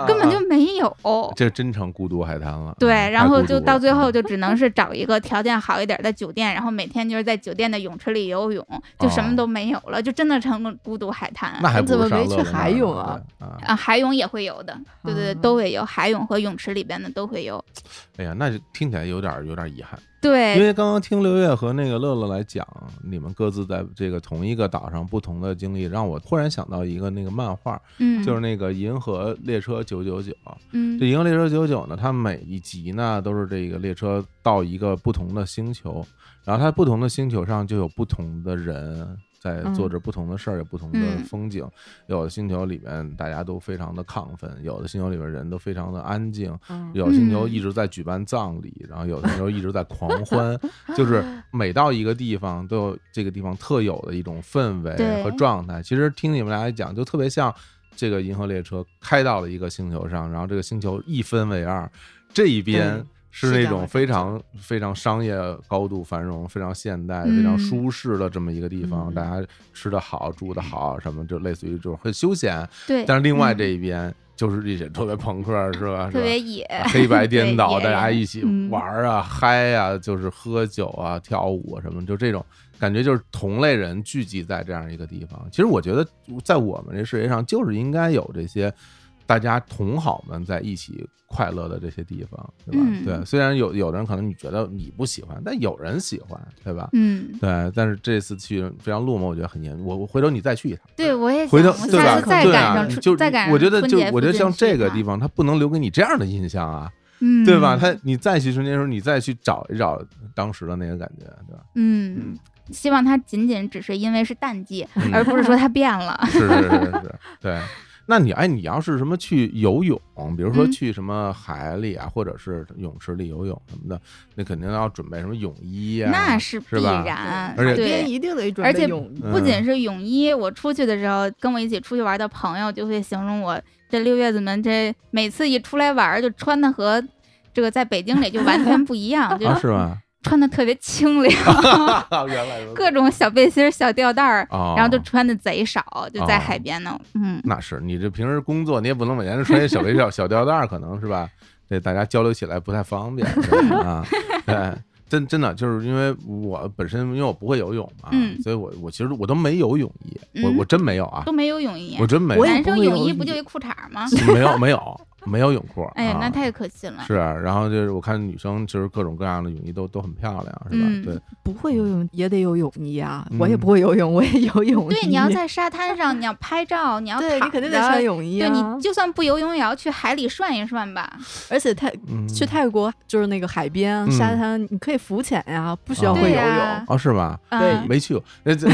[SPEAKER 2] 根本就没有。
[SPEAKER 1] 这真成孤独海滩了。
[SPEAKER 2] 对，
[SPEAKER 1] 嗯
[SPEAKER 2] 然后就到最后，
[SPEAKER 1] 太孤独了
[SPEAKER 2] 就只能是找一个条件好一点的酒店，然后每天就是在酒店的泳池里游泳，就什
[SPEAKER 1] 哦
[SPEAKER 2] 么都没有了，就真的成了孤独海滩。
[SPEAKER 1] 那还不
[SPEAKER 3] 你怎么
[SPEAKER 1] 如上
[SPEAKER 3] 没去
[SPEAKER 1] 乐乐那
[SPEAKER 3] 海
[SPEAKER 1] 儿呢
[SPEAKER 3] 泳啊？
[SPEAKER 1] 对啊
[SPEAKER 2] 啊，海泳也会游的，对对对，
[SPEAKER 3] 啊
[SPEAKER 2] 都会游，海泳和泳池里边的都会游。
[SPEAKER 1] 哎呀，那就听起来有点有点遗憾，
[SPEAKER 3] 哎
[SPEAKER 1] 因
[SPEAKER 2] 对
[SPEAKER 1] 为刚刚听刘月和那个乐乐来讲，你们各自在这个同一个岛上不同的经历，让我忽然想到一个那个漫画，
[SPEAKER 2] 嗯，
[SPEAKER 1] 就是那个《银河列车九九九》。这《
[SPEAKER 2] 嗯
[SPEAKER 1] 银河列车九九》呢，它每一集呢都是这个列车到一个不同的星球，然后它不同的星球上就有不同的人在做着不同的事儿，有不同的
[SPEAKER 2] 嗯
[SPEAKER 1] 风景。有的星球里面大家都非常的亢奋，有的星球里面人都非常的安静，
[SPEAKER 3] 嗯
[SPEAKER 1] 有的星球
[SPEAKER 2] 嗯
[SPEAKER 1] 一直在举办葬礼，然后有的星球一直在狂欢，就是每到一个地方都有这个地方特有的一种氛围
[SPEAKER 2] 对
[SPEAKER 1] 和状态。其实听你们俩讲，就特别像这个银河列车开到了一个星球上，然后这个星球一分为二，这一边
[SPEAKER 3] 对。
[SPEAKER 1] 是
[SPEAKER 3] 是这
[SPEAKER 1] 那
[SPEAKER 3] 样
[SPEAKER 1] 种
[SPEAKER 3] 的
[SPEAKER 1] 非
[SPEAKER 3] 感觉
[SPEAKER 1] 常非常商业高度繁荣、非常现代、非常
[SPEAKER 2] 嗯
[SPEAKER 1] 舒适的这么一个地方，
[SPEAKER 3] 嗯
[SPEAKER 1] 大家吃的好、住的好，什么就类似于这种很休闲。
[SPEAKER 2] 对，
[SPEAKER 1] 但是另外
[SPEAKER 2] 嗯
[SPEAKER 1] 这一边就是这些特别朋克，是吧？是
[SPEAKER 2] 特
[SPEAKER 1] 吧
[SPEAKER 2] 别野，
[SPEAKER 1] 啊黑白颠
[SPEAKER 2] 对
[SPEAKER 1] 倒，
[SPEAKER 2] 野
[SPEAKER 1] 大家
[SPEAKER 2] 人
[SPEAKER 1] 一起
[SPEAKER 3] 嗯
[SPEAKER 1] 玩儿啊、嗨啊，就是喝酒啊、跳舞啊什么，就这种感觉，就是同类人聚集在这样一个地方。其实我觉得，在我们这世界上，就是应该有这些大家同好们在一起快乐的这些地方，对吧？
[SPEAKER 2] 嗯
[SPEAKER 1] 对，虽然有有的人可能你觉得你不喜欢，但有人喜欢，对吧？
[SPEAKER 2] 嗯，
[SPEAKER 1] 对，但是这次去非常落寞，我觉得很严。我我回头你再去一趟，
[SPEAKER 2] 对我也
[SPEAKER 1] 回
[SPEAKER 2] 想
[SPEAKER 1] 头
[SPEAKER 2] 我
[SPEAKER 1] 对
[SPEAKER 2] 下
[SPEAKER 1] 吧？
[SPEAKER 2] 次再
[SPEAKER 1] 对
[SPEAKER 2] 赶
[SPEAKER 1] 啊，
[SPEAKER 2] 上
[SPEAKER 1] 你
[SPEAKER 2] 春，
[SPEAKER 1] 就
[SPEAKER 2] 再赶上
[SPEAKER 1] 我觉得
[SPEAKER 2] 春
[SPEAKER 1] 就
[SPEAKER 2] 节
[SPEAKER 1] 我
[SPEAKER 2] 附
[SPEAKER 1] 觉得
[SPEAKER 2] 近
[SPEAKER 1] 像
[SPEAKER 2] 去
[SPEAKER 1] 这
[SPEAKER 2] 一
[SPEAKER 1] 个
[SPEAKER 2] 趟
[SPEAKER 1] 地，方，它不能留给你这样的印象啊，
[SPEAKER 2] 嗯，
[SPEAKER 1] 对吧？它你再去春节的时候，你再去找一找当时的那个感觉，对吧？
[SPEAKER 2] 嗯
[SPEAKER 1] 嗯。
[SPEAKER 2] 希望它仅仅只是因为是淡季，
[SPEAKER 1] 嗯
[SPEAKER 2] 而不是说它变了。
[SPEAKER 1] [laughs] 是是是是是，对。那你哎，你要是什么去游泳，比如说
[SPEAKER 2] 嗯
[SPEAKER 1] 去什么海里啊，或者是泳池里游泳什么的，那肯定要准备什么泳衣啊呀、
[SPEAKER 2] 那是必
[SPEAKER 1] 吧
[SPEAKER 2] 然，
[SPEAKER 1] 而且
[SPEAKER 3] 海
[SPEAKER 2] 对
[SPEAKER 3] 边一定得准
[SPEAKER 2] 而
[SPEAKER 3] 备
[SPEAKER 2] 且
[SPEAKER 3] 泳衣，
[SPEAKER 2] 不仅是泳衣，我出去的时候，跟我一起出去玩的朋友就会形容我这六月子们这每次一出来玩儿就穿的和这个在北京里就完全不一样，就
[SPEAKER 1] 啊，
[SPEAKER 2] 是
[SPEAKER 1] 是吧？
[SPEAKER 2] 穿的特别清
[SPEAKER 1] [laughs]
[SPEAKER 2] 凉，
[SPEAKER 1] 原来如此
[SPEAKER 2] 各种小背心儿、小吊带儿，
[SPEAKER 1] 哦，
[SPEAKER 2] 然后就穿的贼少，就在
[SPEAKER 1] 哦
[SPEAKER 2] 海边呢。嗯，
[SPEAKER 1] 那是你这平时工作，你也不能每天穿一小围小小吊带儿，可能是吧？对，大家交流起来不太方便是吧啊。对，真真的就是因为我本身因为我不会游泳嘛，
[SPEAKER 2] 嗯
[SPEAKER 1] 所以我我其实我都没有泳衣，我
[SPEAKER 2] 嗯
[SPEAKER 1] 我真没有啊
[SPEAKER 2] 都，没有泳衣
[SPEAKER 1] 我，真没有
[SPEAKER 3] 我也
[SPEAKER 2] 男生
[SPEAKER 3] 不会
[SPEAKER 2] 泳
[SPEAKER 3] 泳
[SPEAKER 2] 衣
[SPEAKER 3] 衣
[SPEAKER 2] 不就一裤衩吗？
[SPEAKER 1] 没有没有没有泳裤，
[SPEAKER 2] 哎呀
[SPEAKER 1] 啊，
[SPEAKER 2] 那太可惜了。
[SPEAKER 1] 是，然后就是我看女生其实各种各样的泳衣都都很漂亮，是吧？
[SPEAKER 2] 嗯
[SPEAKER 1] 对，
[SPEAKER 3] 不会游泳也得有泳衣啊，
[SPEAKER 1] 嗯
[SPEAKER 3] 我也不会游泳，我也有泳衣。
[SPEAKER 2] 对，你要
[SPEAKER 3] [laughs]
[SPEAKER 2] 在沙滩上，你要拍照，你要
[SPEAKER 3] 对你
[SPEAKER 2] 躺
[SPEAKER 3] 肯定得
[SPEAKER 2] 着
[SPEAKER 3] 穿泳衣
[SPEAKER 2] 对
[SPEAKER 3] 啊。
[SPEAKER 2] 你就算不游泳，也要去海里涮一涮吧。
[SPEAKER 3] 而且泰
[SPEAKER 1] 嗯，
[SPEAKER 3] 去泰国就是那个海边
[SPEAKER 1] 嗯
[SPEAKER 3] 沙滩，你可以浮潜呀，不需要
[SPEAKER 1] 哦
[SPEAKER 3] 会游
[SPEAKER 2] 对啊
[SPEAKER 3] 泳
[SPEAKER 2] 呀。
[SPEAKER 1] 哦，是吧？
[SPEAKER 3] 对
[SPEAKER 2] 嗯
[SPEAKER 1] 没去过，那这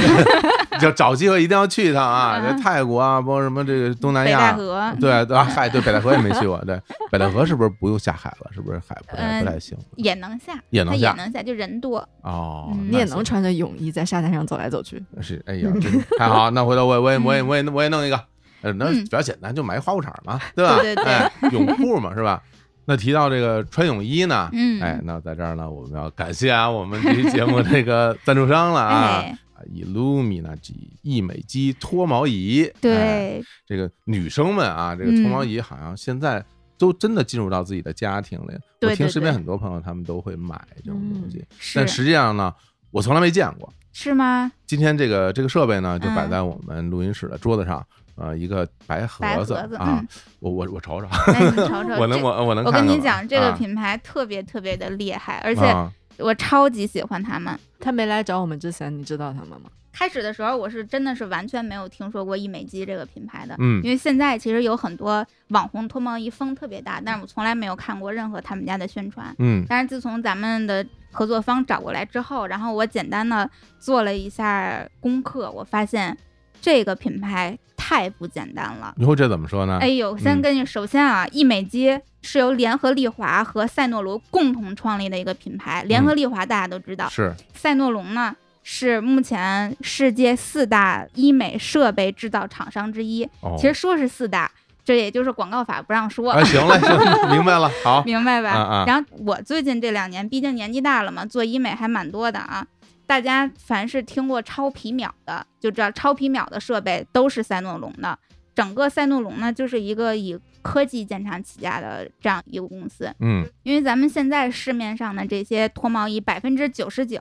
[SPEAKER 1] 就找机会一定要去一趟啊！这
[SPEAKER 2] 嗯
[SPEAKER 1] 泰国啊，包括什么这个东南
[SPEAKER 2] 北戴
[SPEAKER 1] 亚，
[SPEAKER 3] 哎
[SPEAKER 2] 河， [laughs]
[SPEAKER 1] 对对啊，嗨，对北戴河也没去过，对北戴河是不是不用下海了？是不是海不太
[SPEAKER 2] 嗯
[SPEAKER 1] 不太行
[SPEAKER 2] 也能下，
[SPEAKER 1] 也
[SPEAKER 2] 它
[SPEAKER 1] 能
[SPEAKER 2] 也
[SPEAKER 1] 下
[SPEAKER 2] 能下，就人多。
[SPEAKER 1] 哦？
[SPEAKER 2] 嗯
[SPEAKER 3] 你也
[SPEAKER 1] 那
[SPEAKER 3] 能穿着泳衣在沙滩上走来走去，
[SPEAKER 1] 行是，哎呀，真太好！那回头我也我也我也我也
[SPEAKER 2] 嗯
[SPEAKER 1] 我也弄一个，呃，那
[SPEAKER 2] 嗯
[SPEAKER 1] 比较简单，就买花裤衩嘛，对吧？
[SPEAKER 2] 对对对
[SPEAKER 1] 哎，泳裤嘛，是吧？那提到这个穿泳衣呢，
[SPEAKER 2] 嗯，
[SPEAKER 1] 哎，那在这儿呢，我们要感谢啊，我们这期节目这个赞助商了啊。
[SPEAKER 2] 哎，
[SPEAKER 1] Illumina 机一美肌脱毛仪，哎
[SPEAKER 2] 对，
[SPEAKER 1] 这个女生们啊，
[SPEAKER 2] 嗯
[SPEAKER 1] 这个脱毛仪好像现在都真的进入到自己的家庭里。
[SPEAKER 2] 对
[SPEAKER 1] 我听
[SPEAKER 2] 对
[SPEAKER 1] 身边
[SPEAKER 2] 对嗯
[SPEAKER 1] 很多朋友他们都会买这种东西，但
[SPEAKER 2] 是
[SPEAKER 1] 实际上呢，我从来没见过。[laughs]
[SPEAKER 2] 是吗？
[SPEAKER 1] 今天这个这个设备呢，就摆
[SPEAKER 2] 嗯
[SPEAKER 1] 在我们录音室的桌子上，呃，一个白
[SPEAKER 2] 白
[SPEAKER 1] 盒子
[SPEAKER 2] 盒子
[SPEAKER 1] 啊
[SPEAKER 2] 嗯，
[SPEAKER 1] 我我我瞅瞅，
[SPEAKER 2] 哎，你瞅瞅，
[SPEAKER 1] 我能
[SPEAKER 2] 这
[SPEAKER 1] 我我能
[SPEAKER 2] 我
[SPEAKER 1] 看看
[SPEAKER 2] 跟
[SPEAKER 1] 吗，
[SPEAKER 2] 你讲，这个
[SPEAKER 1] 啊，
[SPEAKER 2] 品牌特别特别的厉害，而且
[SPEAKER 1] 啊
[SPEAKER 2] 我超级喜欢他们。
[SPEAKER 3] 他没来找我们之前，你知道他们吗？
[SPEAKER 2] 开始的时候，我是真的是完全没有听说过医美肌这个品牌的，
[SPEAKER 1] 嗯
[SPEAKER 2] 因为现在其实有很多网红脱毛仪风特别大，但是我从来没有看过任何他们家的宣传。
[SPEAKER 1] 嗯
[SPEAKER 2] 但是自从咱们的合作方找过来之后，然后我简单的做了一下功课，我发现这个品牌太不简单了。
[SPEAKER 1] 你说这怎么说呢？
[SPEAKER 2] 哎呦，先
[SPEAKER 1] 嗯
[SPEAKER 2] 跟你首先啊，易美肌是由联合利华和赛诺龙共同创立的一个品牌。联
[SPEAKER 1] 嗯
[SPEAKER 2] 合利华大家都知道，
[SPEAKER 1] 是
[SPEAKER 2] 赛诺龙呢是目前世界四大医美设备制造厂商之一。
[SPEAKER 1] 哦，
[SPEAKER 2] 其实说是四大，这也就是广告法不让说。
[SPEAKER 1] 哎，行了，行了，明白了， [laughs] 好，
[SPEAKER 2] 明白吧？
[SPEAKER 1] 啊啊
[SPEAKER 2] 然后我最近这两年，毕竟年纪大了嘛，做医美还蛮多的啊。大家凡是听过超皮秒的，就知道超皮秒的设备都是赛诺龙的。整个赛诺龙呢，就是一个以科技建厂起家的这样一个公司。
[SPEAKER 1] 嗯。
[SPEAKER 2] 因为咱们现在市面上的这些脱毛仪，百分之九十九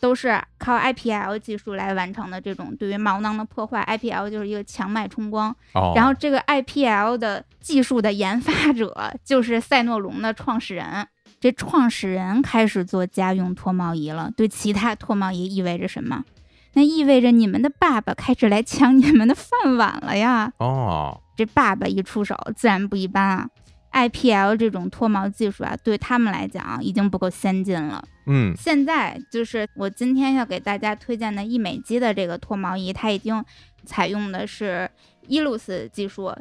[SPEAKER 2] 都是靠 IPL 技术来完成的这种对于毛囊的破坏。IPL 就是一个强脉冲光，
[SPEAKER 1] 哦，
[SPEAKER 2] 然后这个 IPL 的技术的研发者就是赛诺龙的创始人。这创始人开始做家用脱毛仪了，对其他脱毛仪意味着什么？那意味着你们的爸爸开始来抢你们的饭碗了呀！
[SPEAKER 1] 哦，
[SPEAKER 2] 这爸爸一出手，自然不一般啊。IPL 这种脱毛技术啊，对他们来讲已经不够先进了。
[SPEAKER 1] 嗯
[SPEAKER 2] 现在就是我今天要给大家推荐的易美肌的这个脱毛仪，它已经采用的是伊露丝技术。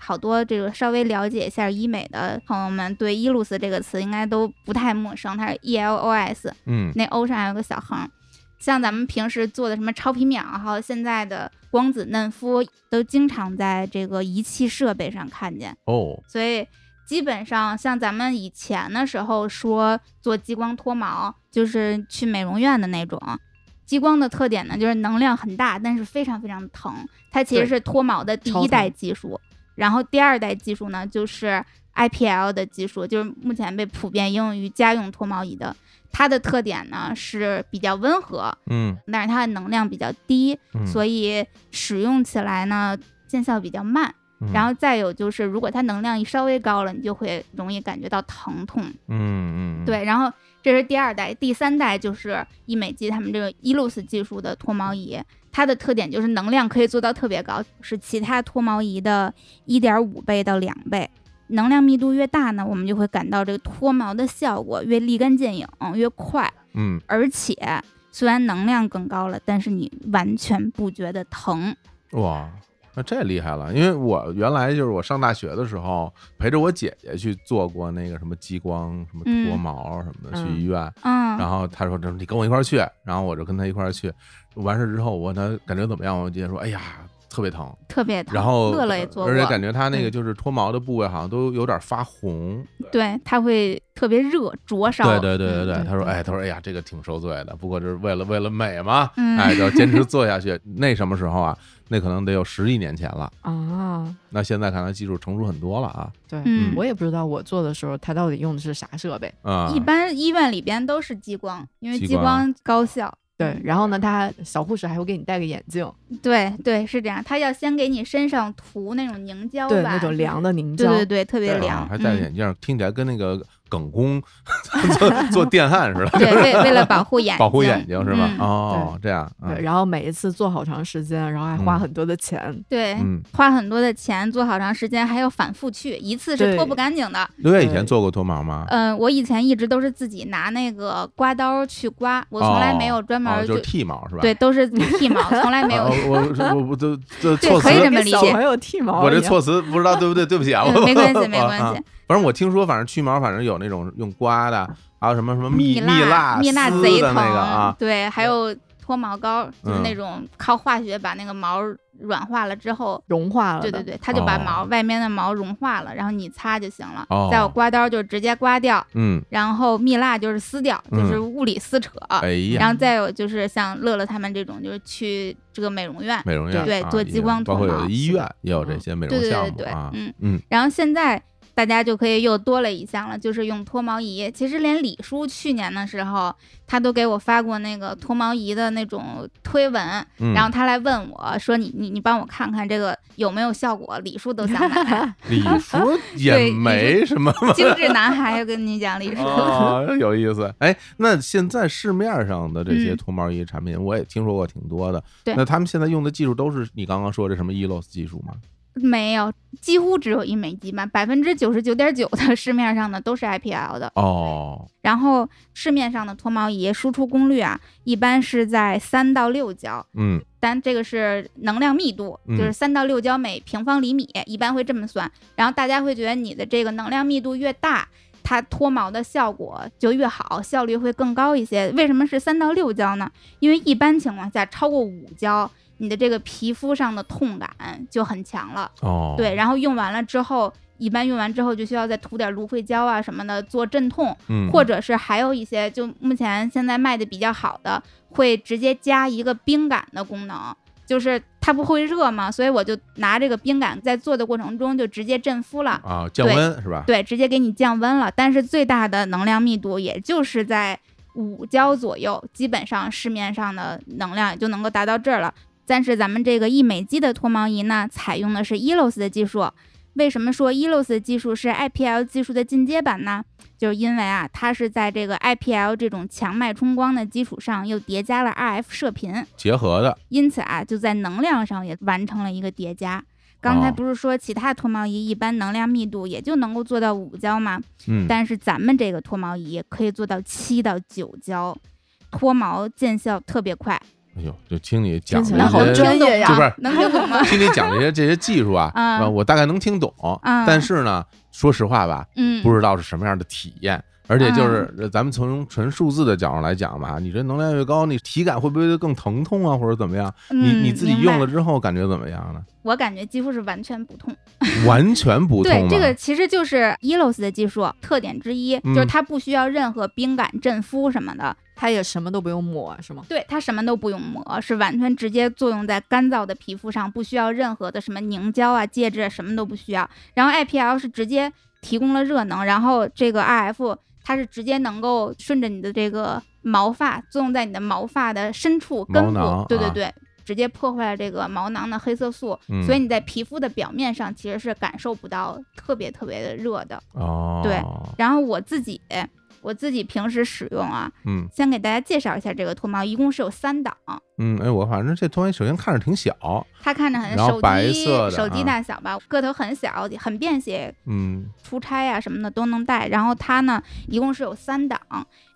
[SPEAKER 2] 好多这个稍微了解一下医美的朋友们，对伊露丝这个词应该都不太陌生，它是 E L O S，
[SPEAKER 1] 嗯
[SPEAKER 2] 那 O 上有个小横。像咱们平时做的什么超皮秒，还有现在的光子嫩肤，都经常在这个仪器设备上看见。
[SPEAKER 1] 哦，
[SPEAKER 2] 所以基本上像咱们以前的时候说做激光脱毛，就是去美容院的那种。激光的特点呢，就是能量很大，但是非常非常疼。它其实
[SPEAKER 3] 对
[SPEAKER 2] 是脱毛的第
[SPEAKER 3] 超
[SPEAKER 2] 一代
[SPEAKER 3] 疼
[SPEAKER 2] 技术，然后第二代技术呢，就是 IPL 的技术，就是目前被普遍应用于家用脱毛仪的。它的特点呢是比较温和，
[SPEAKER 1] 嗯
[SPEAKER 2] 但是它的能量比较低，
[SPEAKER 1] 嗯，
[SPEAKER 2] 所以使用起来呢见效比较慢。
[SPEAKER 1] 嗯
[SPEAKER 2] 然后再有就是，如果它能量一稍微高了，你就会容易感觉到疼痛。
[SPEAKER 1] 嗯嗯，嗯，
[SPEAKER 2] 对，然后这是第二代，第三代就是医美肌他们这个伊露丝技术的脱毛仪，它的特点就是能量可以做到特别高，是其他脱毛仪的一点五倍到两倍。能量密度越大呢，我们就会感到这个脱毛的效果越立竿见影，越快，
[SPEAKER 1] 嗯
[SPEAKER 2] 而且虽然能量更高了，但是你完全不觉得疼。
[SPEAKER 1] 哇。那这厉害了，因为我原来就是我上大学的时候陪着我姐姐去做过那个什么激光、什么脱
[SPEAKER 2] 嗯
[SPEAKER 1] 毛什么的，去
[SPEAKER 3] 嗯
[SPEAKER 1] 医院。
[SPEAKER 2] 嗯，
[SPEAKER 1] 然后她说：“你跟我一块儿去。”然后我就跟她一块儿去。完事之后，我问她感觉怎么样，我姐姐说：“哎呀，特别疼，
[SPEAKER 2] 特别疼。
[SPEAKER 1] 然后
[SPEAKER 2] 乐乐也做过，
[SPEAKER 1] 而且感觉它那个
[SPEAKER 2] 嗯
[SPEAKER 1] 就是脱毛的部位好像都有点发红。
[SPEAKER 2] 对它会特别热灼烧。
[SPEAKER 1] 对对对对对，
[SPEAKER 3] 嗯
[SPEAKER 1] 他说
[SPEAKER 3] 对
[SPEAKER 1] 哎，他说哎呀，这个挺受罪的，不过就是为了为了美嘛，
[SPEAKER 2] 嗯
[SPEAKER 1] 哎，要坚持做下去。那什么时候啊？那可能得有十几年前了。
[SPEAKER 3] 啊，
[SPEAKER 1] 那现在看来技术成熟很多了啊，
[SPEAKER 3] 对，
[SPEAKER 2] 嗯
[SPEAKER 3] 我也不知道我做的时候它到底用的是啥设备。
[SPEAKER 1] 啊、
[SPEAKER 2] 一般医院里边都是激光，因为
[SPEAKER 1] 激
[SPEAKER 2] 激光高效。嗯
[SPEAKER 3] 对，然后呢，它小护士还会给你戴个眼镜，
[SPEAKER 2] 对对，是这样。它要先给你身上涂那种凝胶吧，
[SPEAKER 3] 对，那种凉的凝
[SPEAKER 2] 对
[SPEAKER 3] 胶，
[SPEAKER 2] 对对，特别
[SPEAKER 3] 对
[SPEAKER 2] 凉。嗯
[SPEAKER 1] 啊，还戴着眼镜，听起来跟那个耿工 [laughs] 做做电焊似
[SPEAKER 2] 嗯、
[SPEAKER 1] 的，
[SPEAKER 2] 对，为为了保护眼
[SPEAKER 1] [laughs]
[SPEAKER 2] 睛，
[SPEAKER 1] 保护眼睛是吧？
[SPEAKER 2] 嗯、
[SPEAKER 1] 哦，这样，嗯
[SPEAKER 3] 对然后每一次做好长时间，然后还花
[SPEAKER 1] 嗯
[SPEAKER 3] 很多的钱。
[SPEAKER 2] 对。
[SPEAKER 1] 嗯，
[SPEAKER 2] 花很多的钱，做好长时间，还要反复去，一次是
[SPEAKER 3] 对
[SPEAKER 2] 脱不干净的。
[SPEAKER 1] 六月以前做过脱毛吗？
[SPEAKER 2] 嗯、我以前一直都是自己拿那个刮刀去刮，我从来没有专门
[SPEAKER 1] 哦，
[SPEAKER 2] 就、
[SPEAKER 1] 就是剃毛是吧？
[SPEAKER 2] 对，都是剃毛，从来没有
[SPEAKER 1] 啊。我我
[SPEAKER 2] [laughs]
[SPEAKER 1] 我我这这
[SPEAKER 2] 对
[SPEAKER 1] 措辞
[SPEAKER 2] 可以这么
[SPEAKER 3] 跟
[SPEAKER 2] 理
[SPEAKER 3] 小
[SPEAKER 2] 解
[SPEAKER 3] 朋友剃毛一样，
[SPEAKER 1] 我这措辞不知道对不对，对不起啊，
[SPEAKER 2] 嗯
[SPEAKER 1] 我
[SPEAKER 2] 没关系没
[SPEAKER 1] 我
[SPEAKER 2] 关系
[SPEAKER 1] 啊反正我听说，反正去毛，反正有那种用刮的，还有什么什么蜜
[SPEAKER 2] 蜡，嗯蜜蜡
[SPEAKER 1] 丝
[SPEAKER 2] 贼
[SPEAKER 1] 的
[SPEAKER 2] 疼，
[SPEAKER 1] 那个啊，
[SPEAKER 2] 对，还有脱毛膏，就是
[SPEAKER 1] 嗯
[SPEAKER 2] 那种靠化学把那个毛软化了之后，
[SPEAKER 3] 融化了
[SPEAKER 2] 对
[SPEAKER 3] 的。
[SPEAKER 2] 对对，它就把
[SPEAKER 1] 哦
[SPEAKER 2] 毛、外面的毛融化了，然后你擦就行了。
[SPEAKER 1] 哦
[SPEAKER 2] 再有刮刀就直接刮掉，
[SPEAKER 1] 嗯，
[SPEAKER 2] 然后蜜蜡就是撕掉，就
[SPEAKER 1] 嗯
[SPEAKER 2] 是物理撕扯。
[SPEAKER 1] 哎呀，
[SPEAKER 2] 然后再有就是像乐乐他们这种，就是去这个美容院。
[SPEAKER 1] 美容院
[SPEAKER 2] 对
[SPEAKER 1] 啊
[SPEAKER 2] 做激光
[SPEAKER 1] 也包括
[SPEAKER 2] 脱
[SPEAKER 1] 有
[SPEAKER 2] 毛
[SPEAKER 1] 的医院也有这些美
[SPEAKER 2] 对
[SPEAKER 1] 容
[SPEAKER 2] 对
[SPEAKER 1] 项
[SPEAKER 2] 对
[SPEAKER 1] 目
[SPEAKER 2] 对，
[SPEAKER 1] 啊，
[SPEAKER 2] 嗯，
[SPEAKER 1] 嗯，
[SPEAKER 2] 然后现在大家就可以又多了一项了，就是用脱毛仪。其实连李叔去年的时候，他都给我发过那个脱毛仪的那种推文，
[SPEAKER 1] 嗯
[SPEAKER 2] 然后他来问我说你：“你你帮我看看这个有没有效果？”李叔都想买， [laughs]
[SPEAKER 1] 李叔嗯也
[SPEAKER 2] 对
[SPEAKER 1] 没什么
[SPEAKER 2] 精致男孩，我跟你讲，李叔。
[SPEAKER 1] 啊， [laughs] 有意思。哎，那现在市面上的这些
[SPEAKER 2] 嗯
[SPEAKER 1] 脱毛仪产品，我也听说过挺多的。
[SPEAKER 2] 对
[SPEAKER 1] 那他们现在用的技术都是你刚刚说的什么 ELOS 技术吗？
[SPEAKER 2] [laughs] 没有，几乎只有医美基吧，百分之九十九点九的市面上的都是 IPL 的。
[SPEAKER 1] 哦，
[SPEAKER 2] 然后市面上的脱毛仪输出功率啊，一般是在三到六焦，
[SPEAKER 1] 嗯，
[SPEAKER 2] 但这个是能量密度，
[SPEAKER 1] 嗯
[SPEAKER 2] 就是三到六焦每平方厘米，一般会这么算。然后大家会觉得你的这个能量密度越大，它脱毛的效果就越好，效率会更高一些。为什么是三到六焦呢？因为一般情况下超过五焦，你的这个皮肤上的痛感就很强了。
[SPEAKER 1] 哦，
[SPEAKER 2] 对，，然后用完了之后，一般用完之后就需要再涂点芦荟胶啊什么的做镇痛，
[SPEAKER 1] 嗯，
[SPEAKER 2] 或者是还有一些就目前现在卖的比较好的，会直接加一个冰感的功能，就是它不会热嘛，所以我就拿这个冰感在做的过程中就直接震敷了，
[SPEAKER 1] 啊，降温是吧？
[SPEAKER 2] 对，直接给你降温了。但是最大的能量密度也就是在五焦左右，基本上市面上的能量也就能够达到这儿了。但是咱们这个易美肌的脱毛仪呢，采用的是 E ELOS 的技术。为什么说 E ELOS 的技术是 IPL 技术的进阶版呢？就是因为啊，它是在这个 IPL 这种强脉冲光的基础上，又叠加了 RF 射频，
[SPEAKER 1] 结合的，
[SPEAKER 2] 因此啊，就在能量上也完成了一个叠加。刚才
[SPEAKER 1] 哦
[SPEAKER 2] 不是说其他脱毛仪一般能量密度也就能够做到五焦吗？
[SPEAKER 1] 嗯，
[SPEAKER 2] 但是咱们这个脱毛仪可以做到七到九焦，脱毛见效特别快。
[SPEAKER 1] 哎呦，就听你讲
[SPEAKER 3] 听起
[SPEAKER 1] 这
[SPEAKER 3] 来好
[SPEAKER 1] 些，
[SPEAKER 3] 专业
[SPEAKER 1] 就
[SPEAKER 3] 呀！
[SPEAKER 1] 是
[SPEAKER 2] 能
[SPEAKER 1] [laughs]
[SPEAKER 2] 听懂吗？
[SPEAKER 1] 听你讲这些这些技术啊，
[SPEAKER 2] [laughs] 嗯
[SPEAKER 1] 呃我大概能听懂，
[SPEAKER 2] 嗯
[SPEAKER 1] 但是呢，说实话吧，
[SPEAKER 2] 嗯，
[SPEAKER 1] 不知道是什么样的体验。而且就是呃咱们从纯数字的角度来讲吧，你这能量越高，你体感会不会更疼痛啊，或者怎么样？你
[SPEAKER 2] 嗯
[SPEAKER 1] 你自己
[SPEAKER 2] 明白
[SPEAKER 1] 用了之后感觉怎么样呢？
[SPEAKER 2] 我感觉几乎是完全不痛。
[SPEAKER 1] 完全不痛啊
[SPEAKER 2] 对，
[SPEAKER 1] 吗？
[SPEAKER 2] 这个其实就是 ELOS 的技术特点之一，
[SPEAKER 1] 嗯
[SPEAKER 2] 就是它不需要任何冰感、震敷什么的，
[SPEAKER 3] 它也什么都不用抹，是吗？
[SPEAKER 2] 对，它什么都不用抹，是完全直接作用在干燥的皮肤上，不需要任何的什么凝胶啊、介质啊，什么都不需要。然后 IPL 是直接提供了热能，然后这个 RF 它是直接能够顺着你的这个毛发作用在你的毛发的深处根
[SPEAKER 1] 毛囊
[SPEAKER 2] 部，对对
[SPEAKER 1] 啊
[SPEAKER 2] 对。直接破坏了这个毛囊的黑色素，
[SPEAKER 1] 嗯
[SPEAKER 2] 所以你在皮肤的表面上其实是感受不到特别特别的热的。
[SPEAKER 1] 哦，
[SPEAKER 2] 对，然后我自己，我自己平时使用啊，
[SPEAKER 1] 嗯
[SPEAKER 2] 先给大家介绍一下这个脱毛，一共是有三档，
[SPEAKER 1] 嗯，哎，我反正这东西首先看着挺小，
[SPEAKER 2] 它看着很
[SPEAKER 1] 然后
[SPEAKER 2] 手
[SPEAKER 1] 白
[SPEAKER 2] 机
[SPEAKER 1] 色的
[SPEAKER 2] 手机
[SPEAKER 1] 啊
[SPEAKER 2] 大小吧，个头很小，很便携，
[SPEAKER 1] 嗯
[SPEAKER 2] 出差呀、什么的都能带。然后它呢，一共是有三档。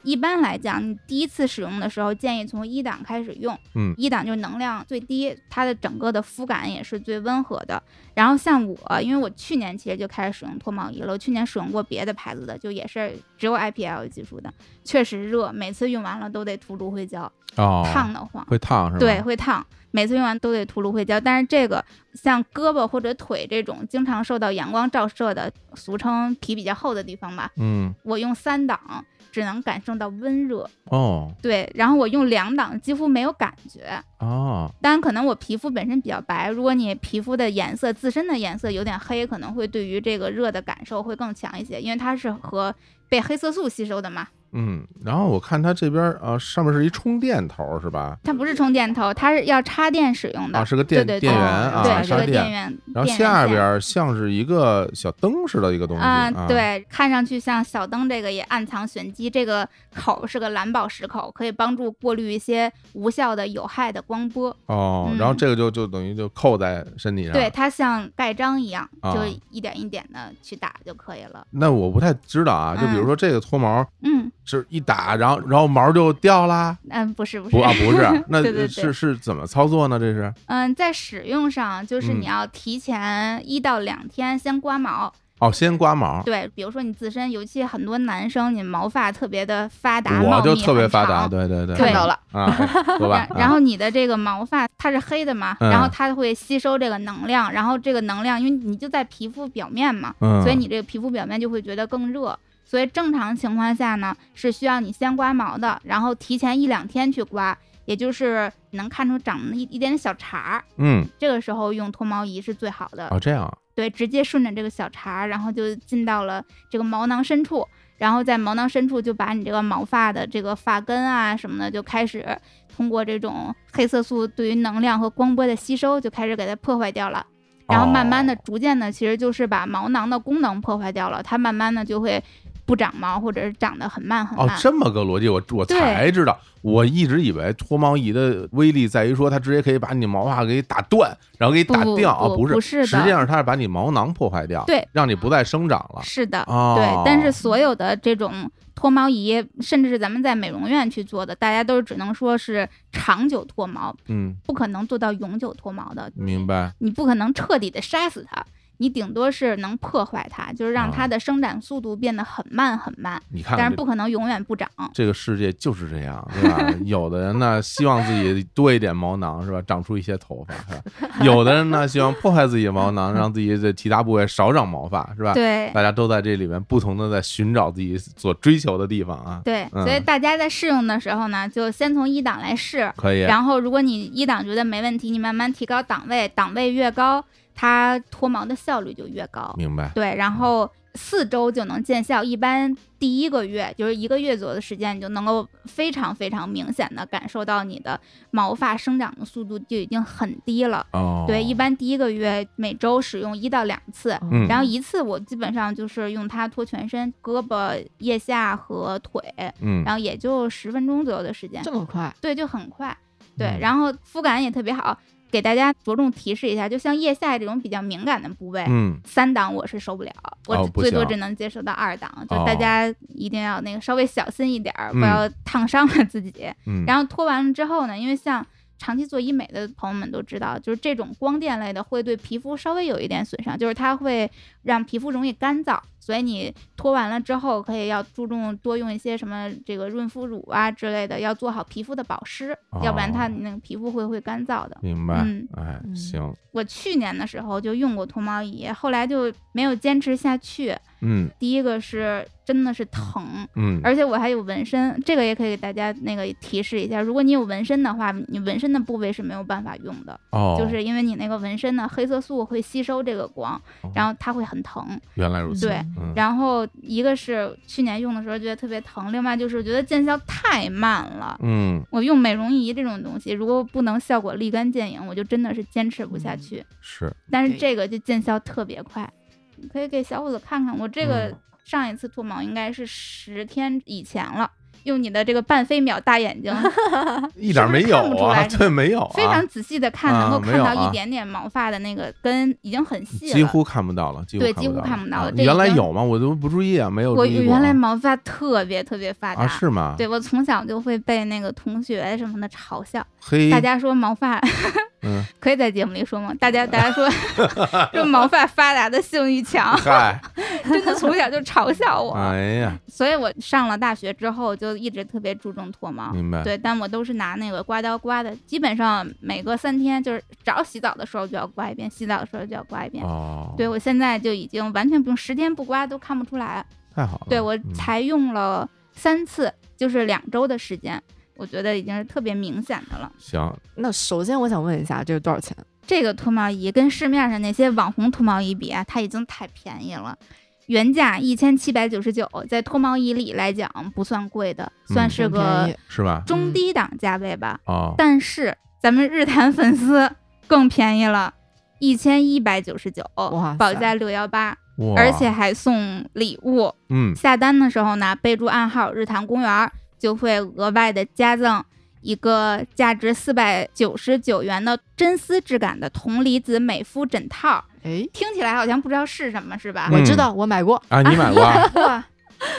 [SPEAKER 2] 一般来讲，你第一次使用的时候，建议从一档开始用。
[SPEAKER 1] 嗯
[SPEAKER 2] 一档就是能量最低，它的整个的肤感也是最温和的。然后像我，因为我去年其实就开始使用脱毛仪了，我去年使用过别的牌子的，就也是只有 IPL 技术的，确实热，每次用完了都得涂芦荟胶。
[SPEAKER 1] 哦，
[SPEAKER 2] 烫得慌，
[SPEAKER 1] 会烫是吧？
[SPEAKER 2] 对，，会烫。每次用完都得涂芦荟胶，但是这个像胳膊或者腿这种经常受到阳光照射的，俗称皮比较厚的地方吧，
[SPEAKER 1] 嗯，
[SPEAKER 2] 我用三档只能感受到温热，
[SPEAKER 1] 哦
[SPEAKER 2] 对，然后我用两档几乎没有感觉。
[SPEAKER 1] 哦，
[SPEAKER 2] 当然，可能我皮肤本身比较白，如果你皮肤的颜色自身的颜色有点黑，可能会对于这个热的感受会更强一些，因为它是和被黑色素吸收的嘛。
[SPEAKER 1] 嗯，然后我看它这边儿啊，上面是一充电头是吧？
[SPEAKER 2] 它不是充电头，它是要插电使用的。
[SPEAKER 1] 啊，是个电
[SPEAKER 2] 对对
[SPEAKER 1] 电
[SPEAKER 2] 对
[SPEAKER 1] 源啊，
[SPEAKER 2] 对，是
[SPEAKER 1] 插
[SPEAKER 2] 个
[SPEAKER 1] 电
[SPEAKER 2] 电。源。
[SPEAKER 1] 然后
[SPEAKER 2] 电源
[SPEAKER 1] 下
[SPEAKER 2] 线
[SPEAKER 1] 边儿像是一个小灯似的一个东西
[SPEAKER 2] 啊、
[SPEAKER 1] 啊，，
[SPEAKER 2] 对，看上去像小灯，这个也暗藏玄机。这
[SPEAKER 1] [laughs]
[SPEAKER 2] 个口是个蓝宝石口，可以帮助过滤一些无效的有害的光波。
[SPEAKER 1] 哦，然后
[SPEAKER 2] 嗯
[SPEAKER 1] 这个就就等于就扣在身体上。
[SPEAKER 2] 对，，它像盖章一样，
[SPEAKER 1] 啊
[SPEAKER 2] 就一点一点的去打就可以了。
[SPEAKER 1] 那我不太知道啊，就比如
[SPEAKER 2] 嗯
[SPEAKER 1] 说这个脱毛
[SPEAKER 2] 嗯
[SPEAKER 1] 是一打，然后然后毛就掉啦，
[SPEAKER 2] 嗯，不是不是，
[SPEAKER 1] 不啊不是
[SPEAKER 2] [laughs]
[SPEAKER 1] 那
[SPEAKER 2] 对对对
[SPEAKER 1] 是是怎么操作呢？这是
[SPEAKER 2] 嗯，在使用上就是
[SPEAKER 1] 嗯
[SPEAKER 2] 你要提前一到两天先刮毛。
[SPEAKER 1] 哦，先刮毛，
[SPEAKER 2] 对，比如说你自身，尤其很多男生，你毛发特别的发达，
[SPEAKER 1] 我
[SPEAKER 2] 茂
[SPEAKER 1] 就
[SPEAKER 2] 密
[SPEAKER 1] 特别
[SPEAKER 2] 很
[SPEAKER 1] 发达，
[SPEAKER 2] 长
[SPEAKER 1] 对对对，
[SPEAKER 2] 看到
[SPEAKER 3] 了
[SPEAKER 1] 啊，哎说吧
[SPEAKER 2] [laughs] 然，然后你的这个毛发它是黑的嘛，然后
[SPEAKER 1] 嗯
[SPEAKER 2] 它会吸收这个能量，然后这个能量因为你就在皮肤表面嘛，
[SPEAKER 1] 嗯，
[SPEAKER 2] 所以你这个皮肤表面就会觉得更热。所以正常情况下呢，是需要你先刮毛的，然后提前一两天去刮，也就是能看出长了一一点点小茬儿。
[SPEAKER 1] 嗯，
[SPEAKER 2] 这个时候用脱毛仪是最好的，
[SPEAKER 1] 哦这样啊，
[SPEAKER 2] 对，直接顺着这个小茬儿，然后就进到了这个毛囊深处，然后在毛囊深处就把你这个毛发的这个发根啊什么的，就开始通过这种黑色素对于能量和光波的吸收，就开始给它破坏掉了。然后慢慢的、
[SPEAKER 1] 哦
[SPEAKER 2] 逐渐的，其实就是把毛囊的功能破坏掉了，它慢慢的就会不长毛，或者是长得很慢很
[SPEAKER 1] 哦
[SPEAKER 2] 慢。
[SPEAKER 1] 这么个逻辑，我我才知道，我一直以为脱毛仪的威力在于说它直接可以把你毛发给打断，然后给打
[SPEAKER 2] 不
[SPEAKER 1] 掉，哦
[SPEAKER 2] 不
[SPEAKER 1] 是，
[SPEAKER 2] 不是的
[SPEAKER 1] 实际上它是把你毛囊破坏掉，
[SPEAKER 2] 对，
[SPEAKER 1] 让你不再生长了。
[SPEAKER 2] 是的，
[SPEAKER 1] 哦，
[SPEAKER 2] 对，但是所有的这种脱毛仪，甚至是咱们在美容院去做的，大家都是只能说是长久脱毛，
[SPEAKER 1] 嗯，
[SPEAKER 2] 不可能做到永久脱毛的。
[SPEAKER 1] 明白，
[SPEAKER 2] 你不可能彻底的杀死它，你顶多是能破坏它，就是让它的生长速度变得很慢很慢，
[SPEAKER 1] 你看
[SPEAKER 2] 但
[SPEAKER 1] 看
[SPEAKER 2] 是
[SPEAKER 1] 这
[SPEAKER 2] 不可能永远不长。
[SPEAKER 1] 这个世界就是这样，对吧？有的人呢，希望自己多一点毛囊，是吧？长出一些头发，是
[SPEAKER 2] [laughs]
[SPEAKER 1] 吧？有的人呢，希望破坏自己的毛囊，让自己的其他部位少长毛发，是吧？
[SPEAKER 2] 对
[SPEAKER 1] 大家都在这里面不同的在寻找自己所追求的地方啊。
[SPEAKER 2] 对，
[SPEAKER 1] 嗯
[SPEAKER 2] 所以大家在试用的时候呢，就先从一档来试，
[SPEAKER 1] 可以，
[SPEAKER 2] 然后如果你一档觉得没问题，你慢慢提高档位，档位越高，它脱毛的效率就越高。
[SPEAKER 1] 明白。
[SPEAKER 2] 对，然后四周就能见效，一般第一个月就是一个月左右的时间，你就能够非常非常明显的感受到你的毛发生长的速度就已经很低了。
[SPEAKER 1] 哦，
[SPEAKER 2] 对，一般第一个月每周使用一到两次，
[SPEAKER 3] 哦
[SPEAKER 1] 嗯
[SPEAKER 2] 然后一次我基本上就是用它脱全身，胳膊、腋下和腿，
[SPEAKER 1] 嗯
[SPEAKER 2] 然后也就十分钟左右的时间
[SPEAKER 3] 这，么快，
[SPEAKER 2] 对，就很快。
[SPEAKER 1] 嗯
[SPEAKER 2] 对，然后肤感也特别好，给大家着重提示一下，就像腋下这种比较敏感的部位，
[SPEAKER 1] 嗯，
[SPEAKER 2] 三档我是受不了，
[SPEAKER 1] 哦
[SPEAKER 2] 我
[SPEAKER 1] 不
[SPEAKER 2] 最多
[SPEAKER 1] 行
[SPEAKER 2] 只能接受到二档，
[SPEAKER 1] 哦
[SPEAKER 2] 就大家一定要那个稍微小心一点儿，
[SPEAKER 1] 嗯
[SPEAKER 2] 不要烫伤了自己。
[SPEAKER 1] 嗯，
[SPEAKER 2] 然后脱完了之后呢，因为像长期做医美的朋友们都知道，就是这种光电类的会对皮肤稍微有一点损伤，就是它会让皮肤容易干燥，所以你脱完了之后可以要注重多用一些什么这个润肤乳啊之类的，要做好皮肤的保湿，要不然它
[SPEAKER 1] 哦
[SPEAKER 2] 那个皮肤会会干燥的。
[SPEAKER 1] 明白
[SPEAKER 2] 嗯。
[SPEAKER 1] 哎，
[SPEAKER 3] 嗯
[SPEAKER 1] 行，
[SPEAKER 2] 我去年的时候就用过脱毛仪，后来就没有坚持下去。
[SPEAKER 1] 嗯
[SPEAKER 2] 第一个是真的是疼，
[SPEAKER 1] 嗯，
[SPEAKER 2] 而且我还有纹身，这个也可以给大家那个提示一下，如果你有纹身的话，你纹身的部位是没有办法用的，
[SPEAKER 1] 哦，
[SPEAKER 2] 就是因为你那个纹身呢，黑色素会吸收这个光
[SPEAKER 1] 哦，
[SPEAKER 2] 然后它会很疼。
[SPEAKER 1] 原来如此。
[SPEAKER 2] 对
[SPEAKER 1] 嗯，
[SPEAKER 2] 然后一个是去年用的时候觉得特别疼，另外就是觉得见效太慢了。
[SPEAKER 1] 嗯，
[SPEAKER 2] 我用美容仪这种东西，如果不能效果立竿见影，我就真的是坚持不
[SPEAKER 1] 嗯
[SPEAKER 2] 下去。
[SPEAKER 1] 是，
[SPEAKER 2] 但是
[SPEAKER 3] 对
[SPEAKER 2] 这个就见效特别快，你可以给小伙子看看，我这个
[SPEAKER 1] 嗯
[SPEAKER 2] 上一次脱毛应该是十天以前了。用你的这个半飞秒大眼
[SPEAKER 1] [laughs]
[SPEAKER 2] 睛，
[SPEAKER 1] 一点
[SPEAKER 2] 是不
[SPEAKER 1] 没
[SPEAKER 2] 是
[SPEAKER 1] 有
[SPEAKER 2] 看不出
[SPEAKER 1] 啊，
[SPEAKER 2] 来
[SPEAKER 1] 对，没有啊，
[SPEAKER 2] 非常仔细的看，
[SPEAKER 1] 啊
[SPEAKER 2] 能够
[SPEAKER 1] 没
[SPEAKER 2] 看
[SPEAKER 1] 有
[SPEAKER 2] 到
[SPEAKER 1] 啊
[SPEAKER 2] 一点点毛发的那个根，已经很细了。
[SPEAKER 1] 几乎看不到了，几乎
[SPEAKER 2] 对
[SPEAKER 1] 看
[SPEAKER 2] 几
[SPEAKER 1] 不
[SPEAKER 2] 乎
[SPEAKER 1] 到
[SPEAKER 2] 看不到
[SPEAKER 1] 啊
[SPEAKER 2] 了这已
[SPEAKER 1] 原来
[SPEAKER 2] 经
[SPEAKER 1] 有吗？我都不注意啊，没有
[SPEAKER 2] 我
[SPEAKER 1] 注意过
[SPEAKER 2] 原来
[SPEAKER 1] 啊
[SPEAKER 2] 毛发特别特别发达，
[SPEAKER 1] 啊，是吗？
[SPEAKER 2] 对我从小就会被那个同学什么的嘲笑，
[SPEAKER 1] 嘿，
[SPEAKER 2] 大家说毛发
[SPEAKER 1] 嗯，
[SPEAKER 2] 可以在节目里说吗？大家大
[SPEAKER 1] [laughs]
[SPEAKER 2] 家说说毛发发达的性欲强，
[SPEAKER 1] 嗨，
[SPEAKER 2] 真的从小就嘲笑 [laughs] 我，
[SPEAKER 1] 哎呀，
[SPEAKER 2] 所以我上了大学之后就一直特别注重脱毛。
[SPEAKER 1] 明白，
[SPEAKER 2] 啊对，但我都是拿那个刮刀刮的，基本上每隔三天，就是只要洗澡的时候就要刮一遍，洗澡的时候就要刮一遍。
[SPEAKER 1] 哦，
[SPEAKER 2] 对，我现在就已经完全不用，十天不刮都看不出来。
[SPEAKER 1] 太好了，
[SPEAKER 2] 对我
[SPEAKER 1] 嗯
[SPEAKER 2] 才用了三次，就是两周的时间，我觉得已经是特别明显的了。
[SPEAKER 1] 行，
[SPEAKER 3] 那首先我想问一下，这个多少钱？
[SPEAKER 2] 这个脱毛仪跟市面上那些网红脱毛仪比啊，它已经太便宜了。原价一千七百九十九，在脱毛仪里来讲不算贵的，算
[SPEAKER 1] 嗯
[SPEAKER 2] 是
[SPEAKER 3] 很便
[SPEAKER 2] 个
[SPEAKER 3] 宜
[SPEAKER 1] 是吧？
[SPEAKER 2] 中低档价位吧。
[SPEAKER 1] 哦，
[SPEAKER 2] 但是咱们日坛粉丝更便宜了，一千一百九十九，
[SPEAKER 3] 哇塞
[SPEAKER 2] 保价六幺八，
[SPEAKER 1] 哇
[SPEAKER 2] 而且，还送礼物。
[SPEAKER 1] 嗯，
[SPEAKER 2] 下单的时候呢，备注暗号“日坛公园”，就会额外的加赠一个价值四百九十九元的真丝质感的铜离子美肤枕套。
[SPEAKER 3] 哎，
[SPEAKER 2] 听起来好像不知道是什么，是吧？
[SPEAKER 1] 嗯
[SPEAKER 3] 我知道，我买过。
[SPEAKER 1] 啊，你买
[SPEAKER 2] [laughs]
[SPEAKER 1] 过啊？
[SPEAKER 2] 哇，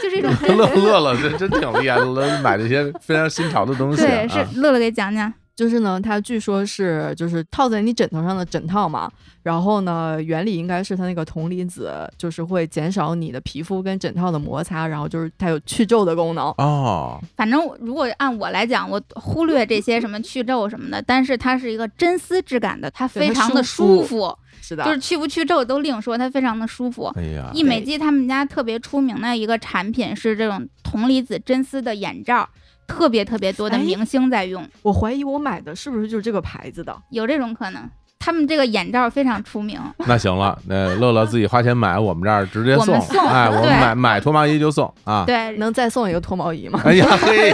[SPEAKER 2] 就是一种很
[SPEAKER 1] [laughs] 乐乐乐，这真挺厉害的，乐买这些非常新潮的东西、啊。
[SPEAKER 2] 对，是乐乐给讲讲。
[SPEAKER 3] 就是呢，它据说是就是套在你枕头上的枕套嘛，然后呢，原理应该是它那个铜离子就是会减少你的皮肤跟枕套的摩擦，然后就是它有去皱的功能。
[SPEAKER 1] 哦，
[SPEAKER 2] 反正我如果按我来讲，我忽略这些什么去皱什么的，但是它是一个真丝质感的，它
[SPEAKER 3] 对
[SPEAKER 2] 非
[SPEAKER 3] 它
[SPEAKER 2] 常的
[SPEAKER 3] 舒
[SPEAKER 2] 舒
[SPEAKER 3] 服
[SPEAKER 2] 服，
[SPEAKER 3] 是啊的，
[SPEAKER 2] 就是去不去皱都另说，它非常的舒服。
[SPEAKER 1] 哎呀，
[SPEAKER 2] 一美肌他们家特别出名的一个产品是这种铜离子真丝的眼罩，特别特别多的
[SPEAKER 3] 哎
[SPEAKER 2] 明星在用，
[SPEAKER 3] 我怀疑我买的是不是就是这个牌子的？
[SPEAKER 2] 有这种可能。他们这个眼罩非常出名，
[SPEAKER 3] 啊
[SPEAKER 1] 那行了，那乐乐自己花钱买，我们这儿直接
[SPEAKER 2] 我们送
[SPEAKER 1] 哎，我们
[SPEAKER 2] 对
[SPEAKER 1] 买买脱毛仪就送啊。
[SPEAKER 2] 对，
[SPEAKER 3] 能再送一个脱毛仪吗？
[SPEAKER 1] 哎呀嘿，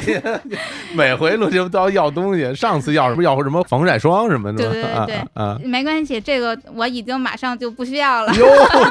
[SPEAKER 1] 每回录节目都要要东西，上次要什么要什么防晒霜什么的，
[SPEAKER 2] 对对对对
[SPEAKER 1] 啊啊啊！
[SPEAKER 2] 没关系，这个我已经马上就不需要了。
[SPEAKER 1] 哟，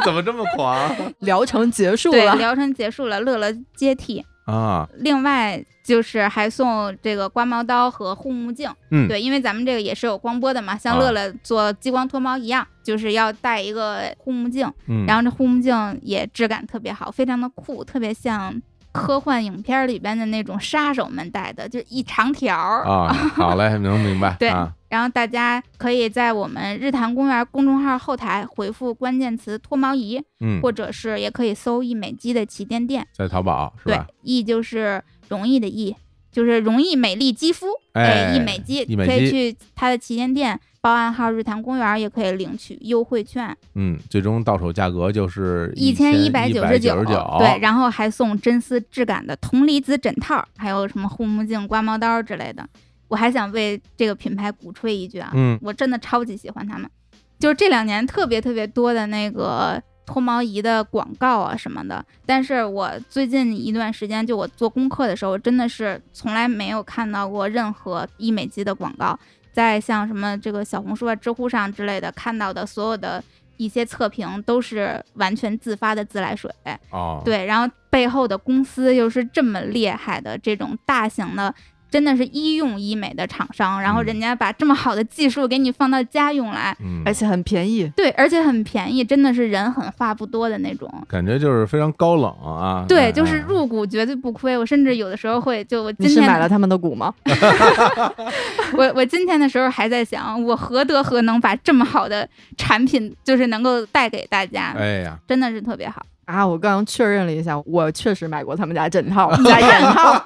[SPEAKER 1] 怎么这么
[SPEAKER 2] [laughs]
[SPEAKER 1] 狂啊
[SPEAKER 3] 疗程结束
[SPEAKER 2] 对，
[SPEAKER 3] 了，
[SPEAKER 2] 疗程结束了，乐乐接替。
[SPEAKER 1] 啊？
[SPEAKER 2] 另外就是还送这个刮毛刀和护目镜，
[SPEAKER 1] 嗯
[SPEAKER 2] 对，因为咱们这个也是有光波的嘛，像
[SPEAKER 1] 啊
[SPEAKER 2] 乐乐做激光脱毛一样，就是要戴一个护目镜，
[SPEAKER 1] 嗯，
[SPEAKER 2] 然后这护目镜也质感特别好，非常的酷，特别像科幻影片里边的那种杀手们戴的，就是一长条儿。
[SPEAKER 1] 啊，好嘞，能明白。
[SPEAKER 2] 对
[SPEAKER 1] 啊，
[SPEAKER 2] 然后大家可以在我们日坛公园公众号后台回复关键词“脱毛仪”，
[SPEAKER 1] 嗯，
[SPEAKER 2] 或者是也可以搜“一美肌”的旗舰店。
[SPEAKER 1] 在淘宝是
[SPEAKER 2] 对
[SPEAKER 1] 吧？，
[SPEAKER 2] 易就是容易的易，就是容易美丽肌肤。
[SPEAKER 1] 哎
[SPEAKER 2] 易美肌
[SPEAKER 1] 易美
[SPEAKER 2] 可以
[SPEAKER 1] 肌
[SPEAKER 2] 去它的旗舰店报暗号“日坛公园”，也可以领取优惠券，
[SPEAKER 1] 嗯，最终到手价格就是
[SPEAKER 2] 一千
[SPEAKER 1] 千
[SPEAKER 2] 一
[SPEAKER 1] 一
[SPEAKER 2] 百
[SPEAKER 1] 九
[SPEAKER 2] 九十
[SPEAKER 1] 九。
[SPEAKER 2] 对，，然后还送真丝质感的铜离子枕套，还有什么护目镜、刮毛刀之类的。我还想为这个品牌鼓吹一句啊，
[SPEAKER 1] 嗯
[SPEAKER 2] 我真的超级喜欢他们，就是这两年特别特别多的那个脱毛仪的广告啊什么的。但是我最近一段时间，就我做功课的时候，真的是从来没有看到过任何医美机的广告。在像什么这个小红书啊、知乎上之类的看到的所有的一些测评，都是完全自发的自来水。
[SPEAKER 1] 哦，
[SPEAKER 2] 对，然后背后的公司又是这么厉害的这种大型的，真的是医用医美的厂商，然后
[SPEAKER 1] 嗯
[SPEAKER 2] 人家把这么好的技术给你放到家用来，
[SPEAKER 1] 嗯，
[SPEAKER 3] 而且很便宜。
[SPEAKER 2] 对，而且很便宜，真的是人狠话不多的那种。
[SPEAKER 1] 感觉就是非常高冷啊。
[SPEAKER 2] 对，
[SPEAKER 1] 嗯
[SPEAKER 2] 就是
[SPEAKER 1] 嗯
[SPEAKER 2] 入股绝对不亏。我甚至有的时候会，就我今
[SPEAKER 3] 你是
[SPEAKER 2] 天
[SPEAKER 3] 买了他们的股吗？
[SPEAKER 2] 我我今天的时候还在想，我何德何能把这么好的产品，就是能够带给大家，
[SPEAKER 1] 哎呀，
[SPEAKER 2] 真的是
[SPEAKER 1] [laughs]
[SPEAKER 2] 特别好。
[SPEAKER 3] 啊，我刚刚确认了一下，我确实买过他们家枕套加眼套，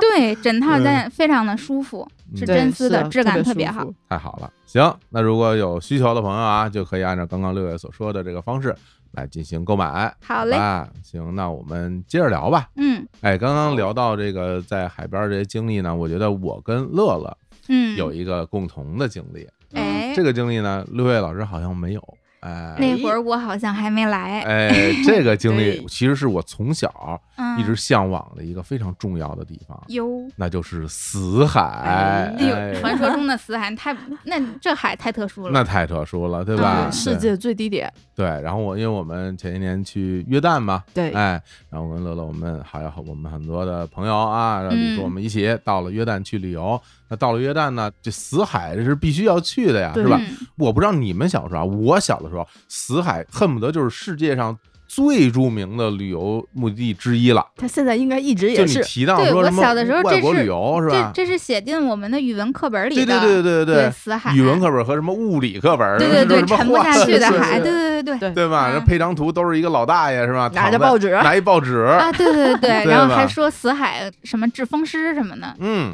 [SPEAKER 2] 对，枕
[SPEAKER 1] 嗯
[SPEAKER 2] 套在非常的舒服，是
[SPEAKER 3] 对
[SPEAKER 2] 真丝的
[SPEAKER 3] 是
[SPEAKER 2] 质感
[SPEAKER 3] 特
[SPEAKER 2] 特别好
[SPEAKER 3] 舒服。
[SPEAKER 1] 太好了。行，那如果有需求的朋友啊，就可以按照刚刚六月所说的这个方式来进行购买。
[SPEAKER 2] 好嘞
[SPEAKER 1] 啊，行，那我们接着聊吧。
[SPEAKER 2] 嗯
[SPEAKER 1] 哎，刚刚聊到这个在海边这些经历呢，我觉得我跟乐乐
[SPEAKER 2] 嗯，
[SPEAKER 1] 有一个共同的经历。
[SPEAKER 2] 哎，
[SPEAKER 1] 这个经历呢，六月老师好像没有。哎。
[SPEAKER 2] 那会儿我好像还没来，
[SPEAKER 1] 哎，这个经
[SPEAKER 2] [laughs]
[SPEAKER 1] 历
[SPEAKER 3] 对
[SPEAKER 1] 其实是我从小
[SPEAKER 2] 嗯，
[SPEAKER 1] 一直向往的一个非常重要的地方，
[SPEAKER 2] 哟。
[SPEAKER 1] 那就是死海。
[SPEAKER 2] 哎
[SPEAKER 1] 哎
[SPEAKER 2] 呦，传说
[SPEAKER 1] [laughs]
[SPEAKER 2] 中的死海太那这海太特殊了，
[SPEAKER 1] 那太特殊了，对吧？
[SPEAKER 2] 嗯
[SPEAKER 3] 世界最低点。
[SPEAKER 1] 对。对然后我因为我们前些年去约旦嘛，
[SPEAKER 3] 对，
[SPEAKER 1] 哎，然后我跟乐乐我们还有我们很多的朋友啊，然后
[SPEAKER 2] 嗯
[SPEAKER 1] 比如说我们一起到了约旦去旅游。那到了约旦呢，这死海这是必须要去的呀，
[SPEAKER 3] 对
[SPEAKER 1] 是吧？
[SPEAKER 2] 嗯
[SPEAKER 1] 我不知道你们小时候啊，我小的时候，死海恨不得就是世界上最著名的旅游目的地之一了。
[SPEAKER 3] 它现在应该一直
[SPEAKER 1] 就
[SPEAKER 3] 也
[SPEAKER 1] 你
[SPEAKER 3] 是
[SPEAKER 1] 提到
[SPEAKER 2] 对
[SPEAKER 1] 说
[SPEAKER 2] 我
[SPEAKER 1] 什么
[SPEAKER 2] 小的时候
[SPEAKER 1] 外
[SPEAKER 2] 这
[SPEAKER 1] 国
[SPEAKER 2] 是
[SPEAKER 1] 旅游是
[SPEAKER 2] 这
[SPEAKER 1] 吧？
[SPEAKER 2] 这是写进我们的语文课本里
[SPEAKER 1] 对
[SPEAKER 2] 的，
[SPEAKER 1] 对对对
[SPEAKER 2] 对死海，
[SPEAKER 1] 语文课本和什么物理课本，
[SPEAKER 2] 对对
[SPEAKER 1] 就是
[SPEAKER 2] 对，
[SPEAKER 1] 什么
[SPEAKER 2] 沉不
[SPEAKER 1] 化
[SPEAKER 2] 下去的
[SPEAKER 3] 是是
[SPEAKER 2] 海，
[SPEAKER 3] 是
[SPEAKER 2] 对对
[SPEAKER 1] [laughs]
[SPEAKER 2] 对对
[SPEAKER 3] 对
[SPEAKER 1] 对吧？
[SPEAKER 2] 嗯
[SPEAKER 1] 然后配张图都是一个老大爷是吧？
[SPEAKER 3] 啊拿
[SPEAKER 1] 躺
[SPEAKER 3] 着
[SPEAKER 1] 在
[SPEAKER 3] 报纸，
[SPEAKER 1] 拿一报纸，
[SPEAKER 2] 啊，对对对，
[SPEAKER 1] 对
[SPEAKER 2] 然后
[SPEAKER 1] 吧
[SPEAKER 2] 还说死海什么治风湿什么的，
[SPEAKER 1] 嗯，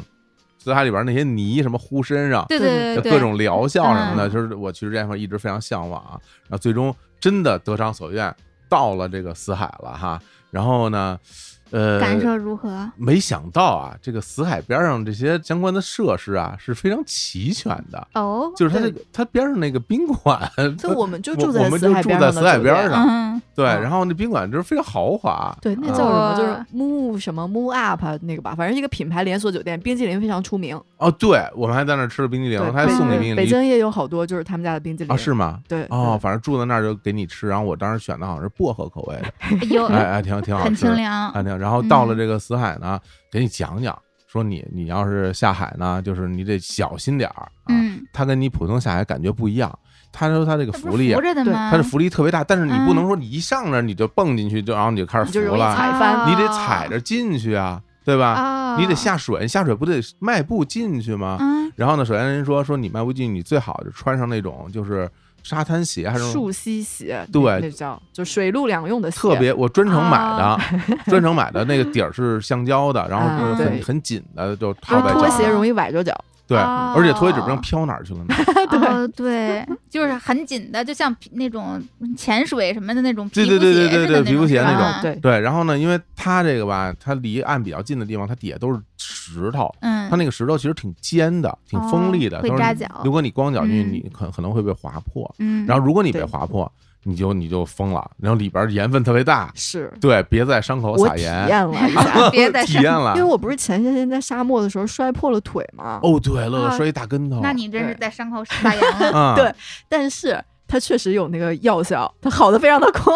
[SPEAKER 1] 死海里边那些泥什么糊身上，
[SPEAKER 2] 对
[SPEAKER 3] 对
[SPEAKER 2] 对对，
[SPEAKER 1] 各种疗效什么的，
[SPEAKER 3] 嗯
[SPEAKER 1] 就是我其实这块一直非常向往啊。然后最终真的得偿所愿，到了这个死海了哈。然后呢，呃，
[SPEAKER 2] 感受如何？
[SPEAKER 1] 没想到啊，这个死海边上这些相关的设施啊是非常齐全的，
[SPEAKER 2] 哦，
[SPEAKER 1] 就是它
[SPEAKER 3] 对
[SPEAKER 1] 这个它边上那个宾馆，
[SPEAKER 3] 所以我们就
[SPEAKER 1] 我
[SPEAKER 3] 住
[SPEAKER 1] 我
[SPEAKER 3] 在
[SPEAKER 1] 们
[SPEAKER 3] 死
[SPEAKER 1] 就
[SPEAKER 3] 海
[SPEAKER 1] 住
[SPEAKER 3] 边
[SPEAKER 1] 在
[SPEAKER 3] 上的
[SPEAKER 1] 死海
[SPEAKER 3] 酒
[SPEAKER 1] 边
[SPEAKER 3] 店
[SPEAKER 1] 上
[SPEAKER 2] 嗯，
[SPEAKER 1] 对，
[SPEAKER 3] 嗯
[SPEAKER 1] 然后那宾馆就是非常豪华，
[SPEAKER 3] 对，那
[SPEAKER 1] 啊
[SPEAKER 3] 叫什么？就是
[SPEAKER 2] 哇
[SPEAKER 3] Move 什么 Move Up 那个吧，反正一个品牌连锁酒店，冰激凌非常出名。
[SPEAKER 1] 哦，对，我们还在那儿吃了冰激凌，
[SPEAKER 3] 对，
[SPEAKER 1] 他还
[SPEAKER 3] 北
[SPEAKER 1] 送你
[SPEAKER 3] 京
[SPEAKER 1] 冰
[SPEAKER 3] 北
[SPEAKER 1] 激凌
[SPEAKER 3] 京也有好多就是他们家的冰激凌
[SPEAKER 1] 啊？是吗？
[SPEAKER 3] 对
[SPEAKER 1] 哦，，反正住在那儿就给你吃，然后我当时选的好像是薄荷口味的，
[SPEAKER 2] 有
[SPEAKER 1] 哎哎，挺挺好
[SPEAKER 2] 嗯很
[SPEAKER 1] 吃
[SPEAKER 2] 清
[SPEAKER 1] 的，
[SPEAKER 2] 凉，
[SPEAKER 1] 啊，挺。然后到了
[SPEAKER 2] 嗯
[SPEAKER 1] 这个死海呢，给你讲讲，说你你要是下海呢，就是你得小心点儿啊，
[SPEAKER 2] 嗯，
[SPEAKER 1] 它跟你普通下海感觉不一样。他说他这个
[SPEAKER 2] 它不
[SPEAKER 1] 浮
[SPEAKER 2] 是
[SPEAKER 1] 力啊
[SPEAKER 2] 浮，着的
[SPEAKER 3] 对
[SPEAKER 2] 吗？
[SPEAKER 1] 它是浮力特别大，但是你不
[SPEAKER 2] 嗯
[SPEAKER 1] 能说你一上那儿你就蹦进去，就然后你就开
[SPEAKER 3] 你
[SPEAKER 1] 始
[SPEAKER 3] 就容
[SPEAKER 1] 浮
[SPEAKER 3] 易
[SPEAKER 1] 了，
[SPEAKER 3] 踩翻
[SPEAKER 1] 你得
[SPEAKER 2] 哦
[SPEAKER 1] 踩着进去啊，对吧？
[SPEAKER 2] 啊，
[SPEAKER 1] 你得下水，下水不得迈步进去吗？
[SPEAKER 2] 嗯，
[SPEAKER 1] 然后呢，首先人说说你迈步进去，你最好就穿上那种就是沙滩鞋，还是那种
[SPEAKER 3] 树膝鞋，
[SPEAKER 1] 对
[SPEAKER 3] 那那叫就水陆两用的鞋，
[SPEAKER 1] 特别我专程买
[SPEAKER 2] 啊
[SPEAKER 1] 的， [laughs] 专程买的那个底儿是橡胶的，然后
[SPEAKER 3] 啊
[SPEAKER 1] 就是很
[SPEAKER 3] 对
[SPEAKER 1] 很紧的，就套
[SPEAKER 3] 就是
[SPEAKER 1] 在
[SPEAKER 3] 嗯拖
[SPEAKER 1] 脚
[SPEAKER 3] 鞋
[SPEAKER 1] 上。
[SPEAKER 3] 容易崴着脚。
[SPEAKER 1] 对，
[SPEAKER 2] 哦
[SPEAKER 1] 而且拖鞋指不定飘哪儿去了呢。 [laughs]
[SPEAKER 2] [laughs] 哦，对，就是很紧的，就像皮那种潜水什么的那种
[SPEAKER 1] 对
[SPEAKER 2] 皮肤
[SPEAKER 1] 对对
[SPEAKER 2] 鞋
[SPEAKER 1] 对
[SPEAKER 2] 似
[SPEAKER 1] 对
[SPEAKER 2] 的
[SPEAKER 1] 皮肤鞋
[SPEAKER 2] 是
[SPEAKER 1] 那
[SPEAKER 2] 吧
[SPEAKER 1] 种
[SPEAKER 3] 啊对，
[SPEAKER 1] 对，然后呢，因为它这个吧，它离岸比较近的地方，它底下都是石头，
[SPEAKER 2] 嗯，
[SPEAKER 1] 它那个石头其实挺尖的，挺锋利的，
[SPEAKER 2] 哦会
[SPEAKER 1] 都是
[SPEAKER 2] 扎脚
[SPEAKER 1] 如果你光脚进去，
[SPEAKER 2] 嗯
[SPEAKER 1] 你可可能会被划破。
[SPEAKER 2] 嗯，，
[SPEAKER 1] 然后如果你被
[SPEAKER 3] 对
[SPEAKER 1] 划破，你就你就疯了，然后里边盐分特别大，
[SPEAKER 3] 是
[SPEAKER 1] 对，别在伤口
[SPEAKER 3] 我
[SPEAKER 1] 撒
[SPEAKER 3] 体
[SPEAKER 1] 盐，
[SPEAKER 3] 验了一下
[SPEAKER 2] 别再
[SPEAKER 1] 体
[SPEAKER 2] 上
[SPEAKER 1] 验了
[SPEAKER 3] 因为。我不是前些天在沙漠的时候摔破了腿嘛，
[SPEAKER 1] 啊哦，对，乐乐
[SPEAKER 2] 啊
[SPEAKER 1] 摔一大跟头，
[SPEAKER 2] 那你真是
[SPEAKER 3] 对
[SPEAKER 2] 在伤口撒盐了，
[SPEAKER 1] 啊，
[SPEAKER 3] 对但是它确实有那个药效，它好的非常的快。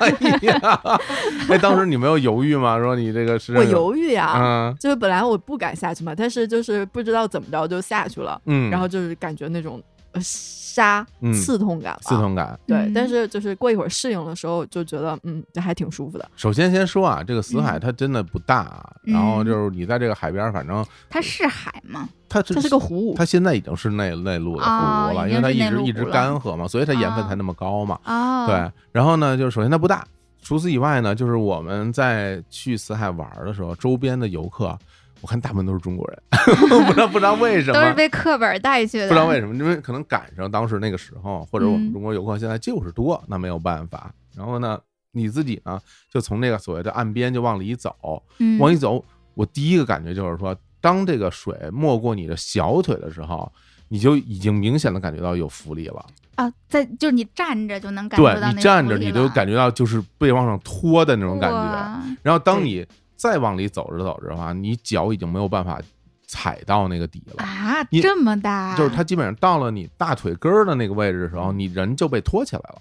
[SPEAKER 1] 哎呀， [laughs] 哎，当时你没有犹豫吗？说你这个是
[SPEAKER 3] 我犹豫呀、
[SPEAKER 1] 啊，
[SPEAKER 3] 就是本来我不敢下去嘛，但是就是不知道怎么着就下去了，
[SPEAKER 1] 嗯，
[SPEAKER 3] 然后就是感觉那种呃沙
[SPEAKER 1] 嗯
[SPEAKER 3] 刺痛感吧，
[SPEAKER 1] 刺痛感。
[SPEAKER 3] 对
[SPEAKER 2] 嗯，
[SPEAKER 3] 但是就是过一会儿适应的时候，就觉得嗯，这还挺舒服的。
[SPEAKER 1] 首先先说啊，这个死海它真的不大，啊
[SPEAKER 2] 嗯
[SPEAKER 1] 然后就是你在这个海边儿，反正
[SPEAKER 2] 它是海吗？
[SPEAKER 1] 它这
[SPEAKER 3] 它是个湖，
[SPEAKER 2] 嗯
[SPEAKER 1] 它现在已经是内内陆的
[SPEAKER 2] 哦
[SPEAKER 1] 湖了，
[SPEAKER 2] 已
[SPEAKER 1] 因为
[SPEAKER 2] 经
[SPEAKER 1] 它
[SPEAKER 2] 是
[SPEAKER 1] 一
[SPEAKER 2] 内
[SPEAKER 1] 直
[SPEAKER 2] 陆
[SPEAKER 1] 一
[SPEAKER 2] 湖
[SPEAKER 1] 直
[SPEAKER 2] 了
[SPEAKER 1] 干涸嘛，所以它盐分
[SPEAKER 2] 哦
[SPEAKER 1] 才那么高嘛。
[SPEAKER 2] 哦，
[SPEAKER 1] [laughs] 对，然后呢，就是首先它不大，除此以外呢，就是我们在去死海玩儿的时候，周边的游客，我看大部分都是中国人， [laughs] 不知道不知道为什么，
[SPEAKER 2] 都是被课本带去的，
[SPEAKER 1] 不知道为什么，因为可能赶上当时那个时候，或者我们
[SPEAKER 2] 嗯
[SPEAKER 1] 中国游客现在就是多，那没有办法。然后呢，你自己呢，就从这个所谓的岸边就往里走，
[SPEAKER 2] 嗯
[SPEAKER 1] 往里走，我第一个感觉就是说，当这个水没过你的小腿的时候，你就已经明显的感觉到有浮力了。
[SPEAKER 2] 啊，在就是你站着就能感受到
[SPEAKER 1] 对
[SPEAKER 2] 那
[SPEAKER 1] 你
[SPEAKER 2] 个
[SPEAKER 1] 站
[SPEAKER 2] 浮
[SPEAKER 1] 着，
[SPEAKER 2] 力
[SPEAKER 1] 你就
[SPEAKER 2] 了
[SPEAKER 1] 感觉到就是被往上拖的那种感觉。
[SPEAKER 2] 哇
[SPEAKER 1] 然后当
[SPEAKER 3] 对
[SPEAKER 1] 你再往里走着走着的话，你脚已经没有办法踩到那个底了。
[SPEAKER 2] 啊，
[SPEAKER 1] 你
[SPEAKER 2] 这么大，
[SPEAKER 1] 就是它基本上到了你大腿根儿的那个位置的时候，你人就被拖起来了，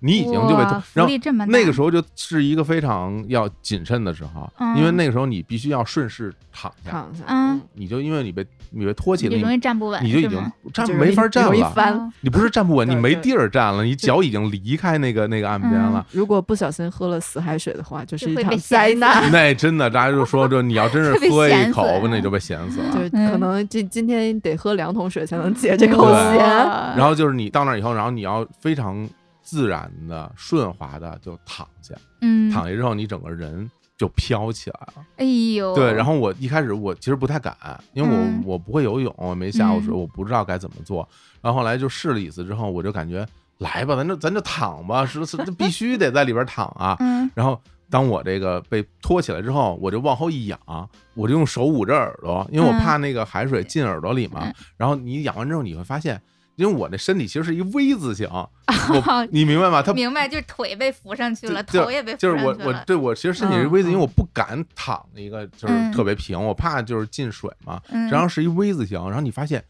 [SPEAKER 1] 你已经就被
[SPEAKER 2] 哇
[SPEAKER 1] 拖。
[SPEAKER 2] 浮
[SPEAKER 1] 然后
[SPEAKER 2] 力这么大，
[SPEAKER 1] 那个时候就是一个非常要谨慎的时候，
[SPEAKER 2] 嗯
[SPEAKER 1] 因为那个时候你必须要顺势躺下，
[SPEAKER 3] 躺下，
[SPEAKER 2] 嗯，
[SPEAKER 1] 你就因为你被你被拖起
[SPEAKER 2] 你
[SPEAKER 1] 了，
[SPEAKER 2] 就容易
[SPEAKER 1] 你
[SPEAKER 2] 站不稳，
[SPEAKER 1] 你就是已经
[SPEAKER 2] 吗
[SPEAKER 1] 站
[SPEAKER 3] 就容易
[SPEAKER 1] 没法站
[SPEAKER 3] 容易
[SPEAKER 1] 了。
[SPEAKER 3] 翻
[SPEAKER 2] 哦
[SPEAKER 1] 你不是站不稳，你
[SPEAKER 3] 对
[SPEAKER 1] 没
[SPEAKER 3] 对
[SPEAKER 1] 地儿站了，你脚已经离开那个那个岸边了。
[SPEAKER 3] 如果不小心喝了死海水的话，就是
[SPEAKER 2] 就
[SPEAKER 3] 一
[SPEAKER 1] [laughs]
[SPEAKER 2] 会被
[SPEAKER 3] 场
[SPEAKER 2] 咸
[SPEAKER 3] 灾
[SPEAKER 2] 死 [laughs]
[SPEAKER 3] 难。
[SPEAKER 1] 那真的，大家就说，就你要真是
[SPEAKER 2] 就被
[SPEAKER 1] 喝一
[SPEAKER 2] 咸死
[SPEAKER 1] 口，
[SPEAKER 2] 了
[SPEAKER 1] 那你就被咸死了。
[SPEAKER 3] 对，
[SPEAKER 2] 嗯
[SPEAKER 3] 可能这今天得喝两桶水才能解这口
[SPEAKER 1] 嗯对
[SPEAKER 3] 咸。
[SPEAKER 2] 然
[SPEAKER 1] 然后就是你到那儿以后，然后你要非常自然的、顺滑的就躺下，
[SPEAKER 2] 嗯，
[SPEAKER 1] 躺下之后，你整个人就飘起来了。
[SPEAKER 2] 哎呦，
[SPEAKER 1] 对，然
[SPEAKER 2] 后
[SPEAKER 1] 后我一开始我其实不太敢，因为我、
[SPEAKER 2] 嗯
[SPEAKER 1] 我不会游泳，我没下过水，
[SPEAKER 2] 嗯
[SPEAKER 1] 我不知道该怎么做。然后后来就试了一次之后，我就感觉来吧，咱就咱就躺吧，是
[SPEAKER 2] [laughs]
[SPEAKER 1] 是，这必须得在里边躺啊。
[SPEAKER 2] 嗯，
[SPEAKER 1] 然后当我这个被拖起来之后，我就往后一仰，我就用手捂着耳朵，因为我
[SPEAKER 2] 嗯
[SPEAKER 1] 怕那个海水进耳朵里嘛。
[SPEAKER 2] 嗯
[SPEAKER 1] 然后你仰完之后，你会发现，因为我这身体其实是一 V 字形，
[SPEAKER 2] [laughs]
[SPEAKER 1] 我你明白吗？它
[SPEAKER 2] 明白，就是腿被扶上去
[SPEAKER 1] 就
[SPEAKER 2] 了，
[SPEAKER 1] 就
[SPEAKER 2] 头也被扶
[SPEAKER 1] 就
[SPEAKER 2] 上
[SPEAKER 1] 是
[SPEAKER 2] 去
[SPEAKER 1] 我
[SPEAKER 2] 了，
[SPEAKER 1] 我对我其实身体是
[SPEAKER 3] 嗯
[SPEAKER 1] V 字形，
[SPEAKER 3] 嗯
[SPEAKER 1] 我不敢躺一个就是
[SPEAKER 2] 嗯
[SPEAKER 1] 特别平，我怕就是进水嘛。
[SPEAKER 2] 嗯
[SPEAKER 1] 然后是一 V 字形，然后你发现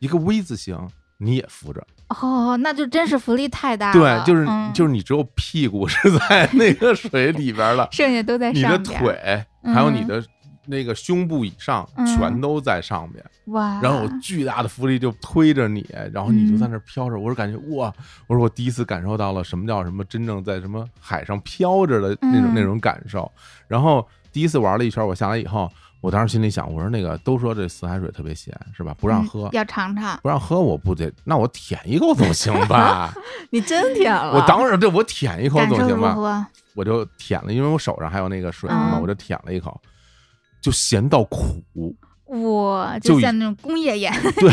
[SPEAKER 1] 一个 V 字形。你也扶着，
[SPEAKER 2] 哦，那就真是浮力太大
[SPEAKER 1] 对，
[SPEAKER 2] 了，
[SPEAKER 1] 就是
[SPEAKER 2] 嗯
[SPEAKER 1] 就是你只有屁股是在那个水里边了，
[SPEAKER 2] [laughs] 剩下都在
[SPEAKER 1] 你的
[SPEAKER 2] 上边，
[SPEAKER 1] 腿还有你的那个胸部以上
[SPEAKER 2] 嗯
[SPEAKER 1] 全都在上面，
[SPEAKER 2] 哇，
[SPEAKER 1] 然后有巨大的浮力就推着你，然后你就
[SPEAKER 2] 啊嗯
[SPEAKER 1] 在那儿飘着。我是感觉哇，我说我第一次感受到了什么叫什么真正在什么海上飘着的那种、
[SPEAKER 2] 嗯
[SPEAKER 1] 那种感受。然后第一次玩了一圈，我下来以后，我当时心里想，我说那个都说这死海水特别咸，是吧？不让
[SPEAKER 2] 嗯
[SPEAKER 1] 喝。
[SPEAKER 2] 要尝尝，
[SPEAKER 1] 不让喝，我不得，那我舔一
[SPEAKER 2] [laughs]
[SPEAKER 1] 口总行吧？
[SPEAKER 3] 你真舔了，
[SPEAKER 1] 我当然，这我舔一口
[SPEAKER 2] 感
[SPEAKER 1] 总
[SPEAKER 2] 受
[SPEAKER 1] 行
[SPEAKER 2] 如
[SPEAKER 1] 吧？
[SPEAKER 2] 何？
[SPEAKER 1] 我就舔了，因为我手上还有那个水嘛，
[SPEAKER 2] 嗯
[SPEAKER 1] 我就舔了一口，就咸到苦。
[SPEAKER 2] 哇，
[SPEAKER 1] 就
[SPEAKER 2] 就
[SPEAKER 1] 已
[SPEAKER 2] 像那种工
[SPEAKER 1] [laughs]
[SPEAKER 2] 业盐，
[SPEAKER 1] 对，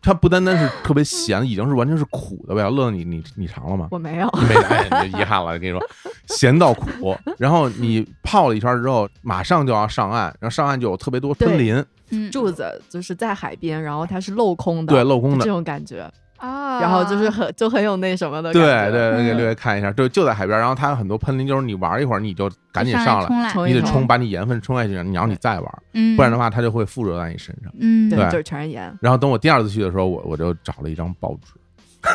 [SPEAKER 1] 它不单单是特别咸，已经是完全是苦的味道。乐乐，你你你尝了吗？
[SPEAKER 3] 我没有，
[SPEAKER 1] [laughs] 没，哎，你就遗憾了。跟你说， [laughs] 咸到苦。然后你泡了一圈之后，马上就要上岸，然后上岸就有特别多喷
[SPEAKER 3] 对
[SPEAKER 1] 林，
[SPEAKER 2] 嗯，
[SPEAKER 3] 柱子就是在海边，然后它是镂空的，
[SPEAKER 1] 对，镂空
[SPEAKER 3] 这
[SPEAKER 1] 的。
[SPEAKER 3] 种感觉，
[SPEAKER 2] 哦，
[SPEAKER 3] 然后就是很就很有那什么的
[SPEAKER 1] 对
[SPEAKER 3] 感
[SPEAKER 1] 对
[SPEAKER 3] 觉，
[SPEAKER 1] 对，给
[SPEAKER 2] 嗯
[SPEAKER 1] 各位看一下，就就在海边，然后它有很多喷林，就是你玩一会儿你就赶紧
[SPEAKER 2] 上
[SPEAKER 1] 上
[SPEAKER 2] 来
[SPEAKER 1] 来，
[SPEAKER 2] 冲来，
[SPEAKER 3] 冲
[SPEAKER 1] 你得
[SPEAKER 3] 一
[SPEAKER 1] 冲，把你盐分冲下去，然后你再玩，
[SPEAKER 2] 嗯，
[SPEAKER 1] 不然的话它就会附着在你身上。
[SPEAKER 2] 嗯，
[SPEAKER 1] 对
[SPEAKER 3] 就是全是盐。
[SPEAKER 1] 然后等我第二次去的时候，我我就找了一张报纸，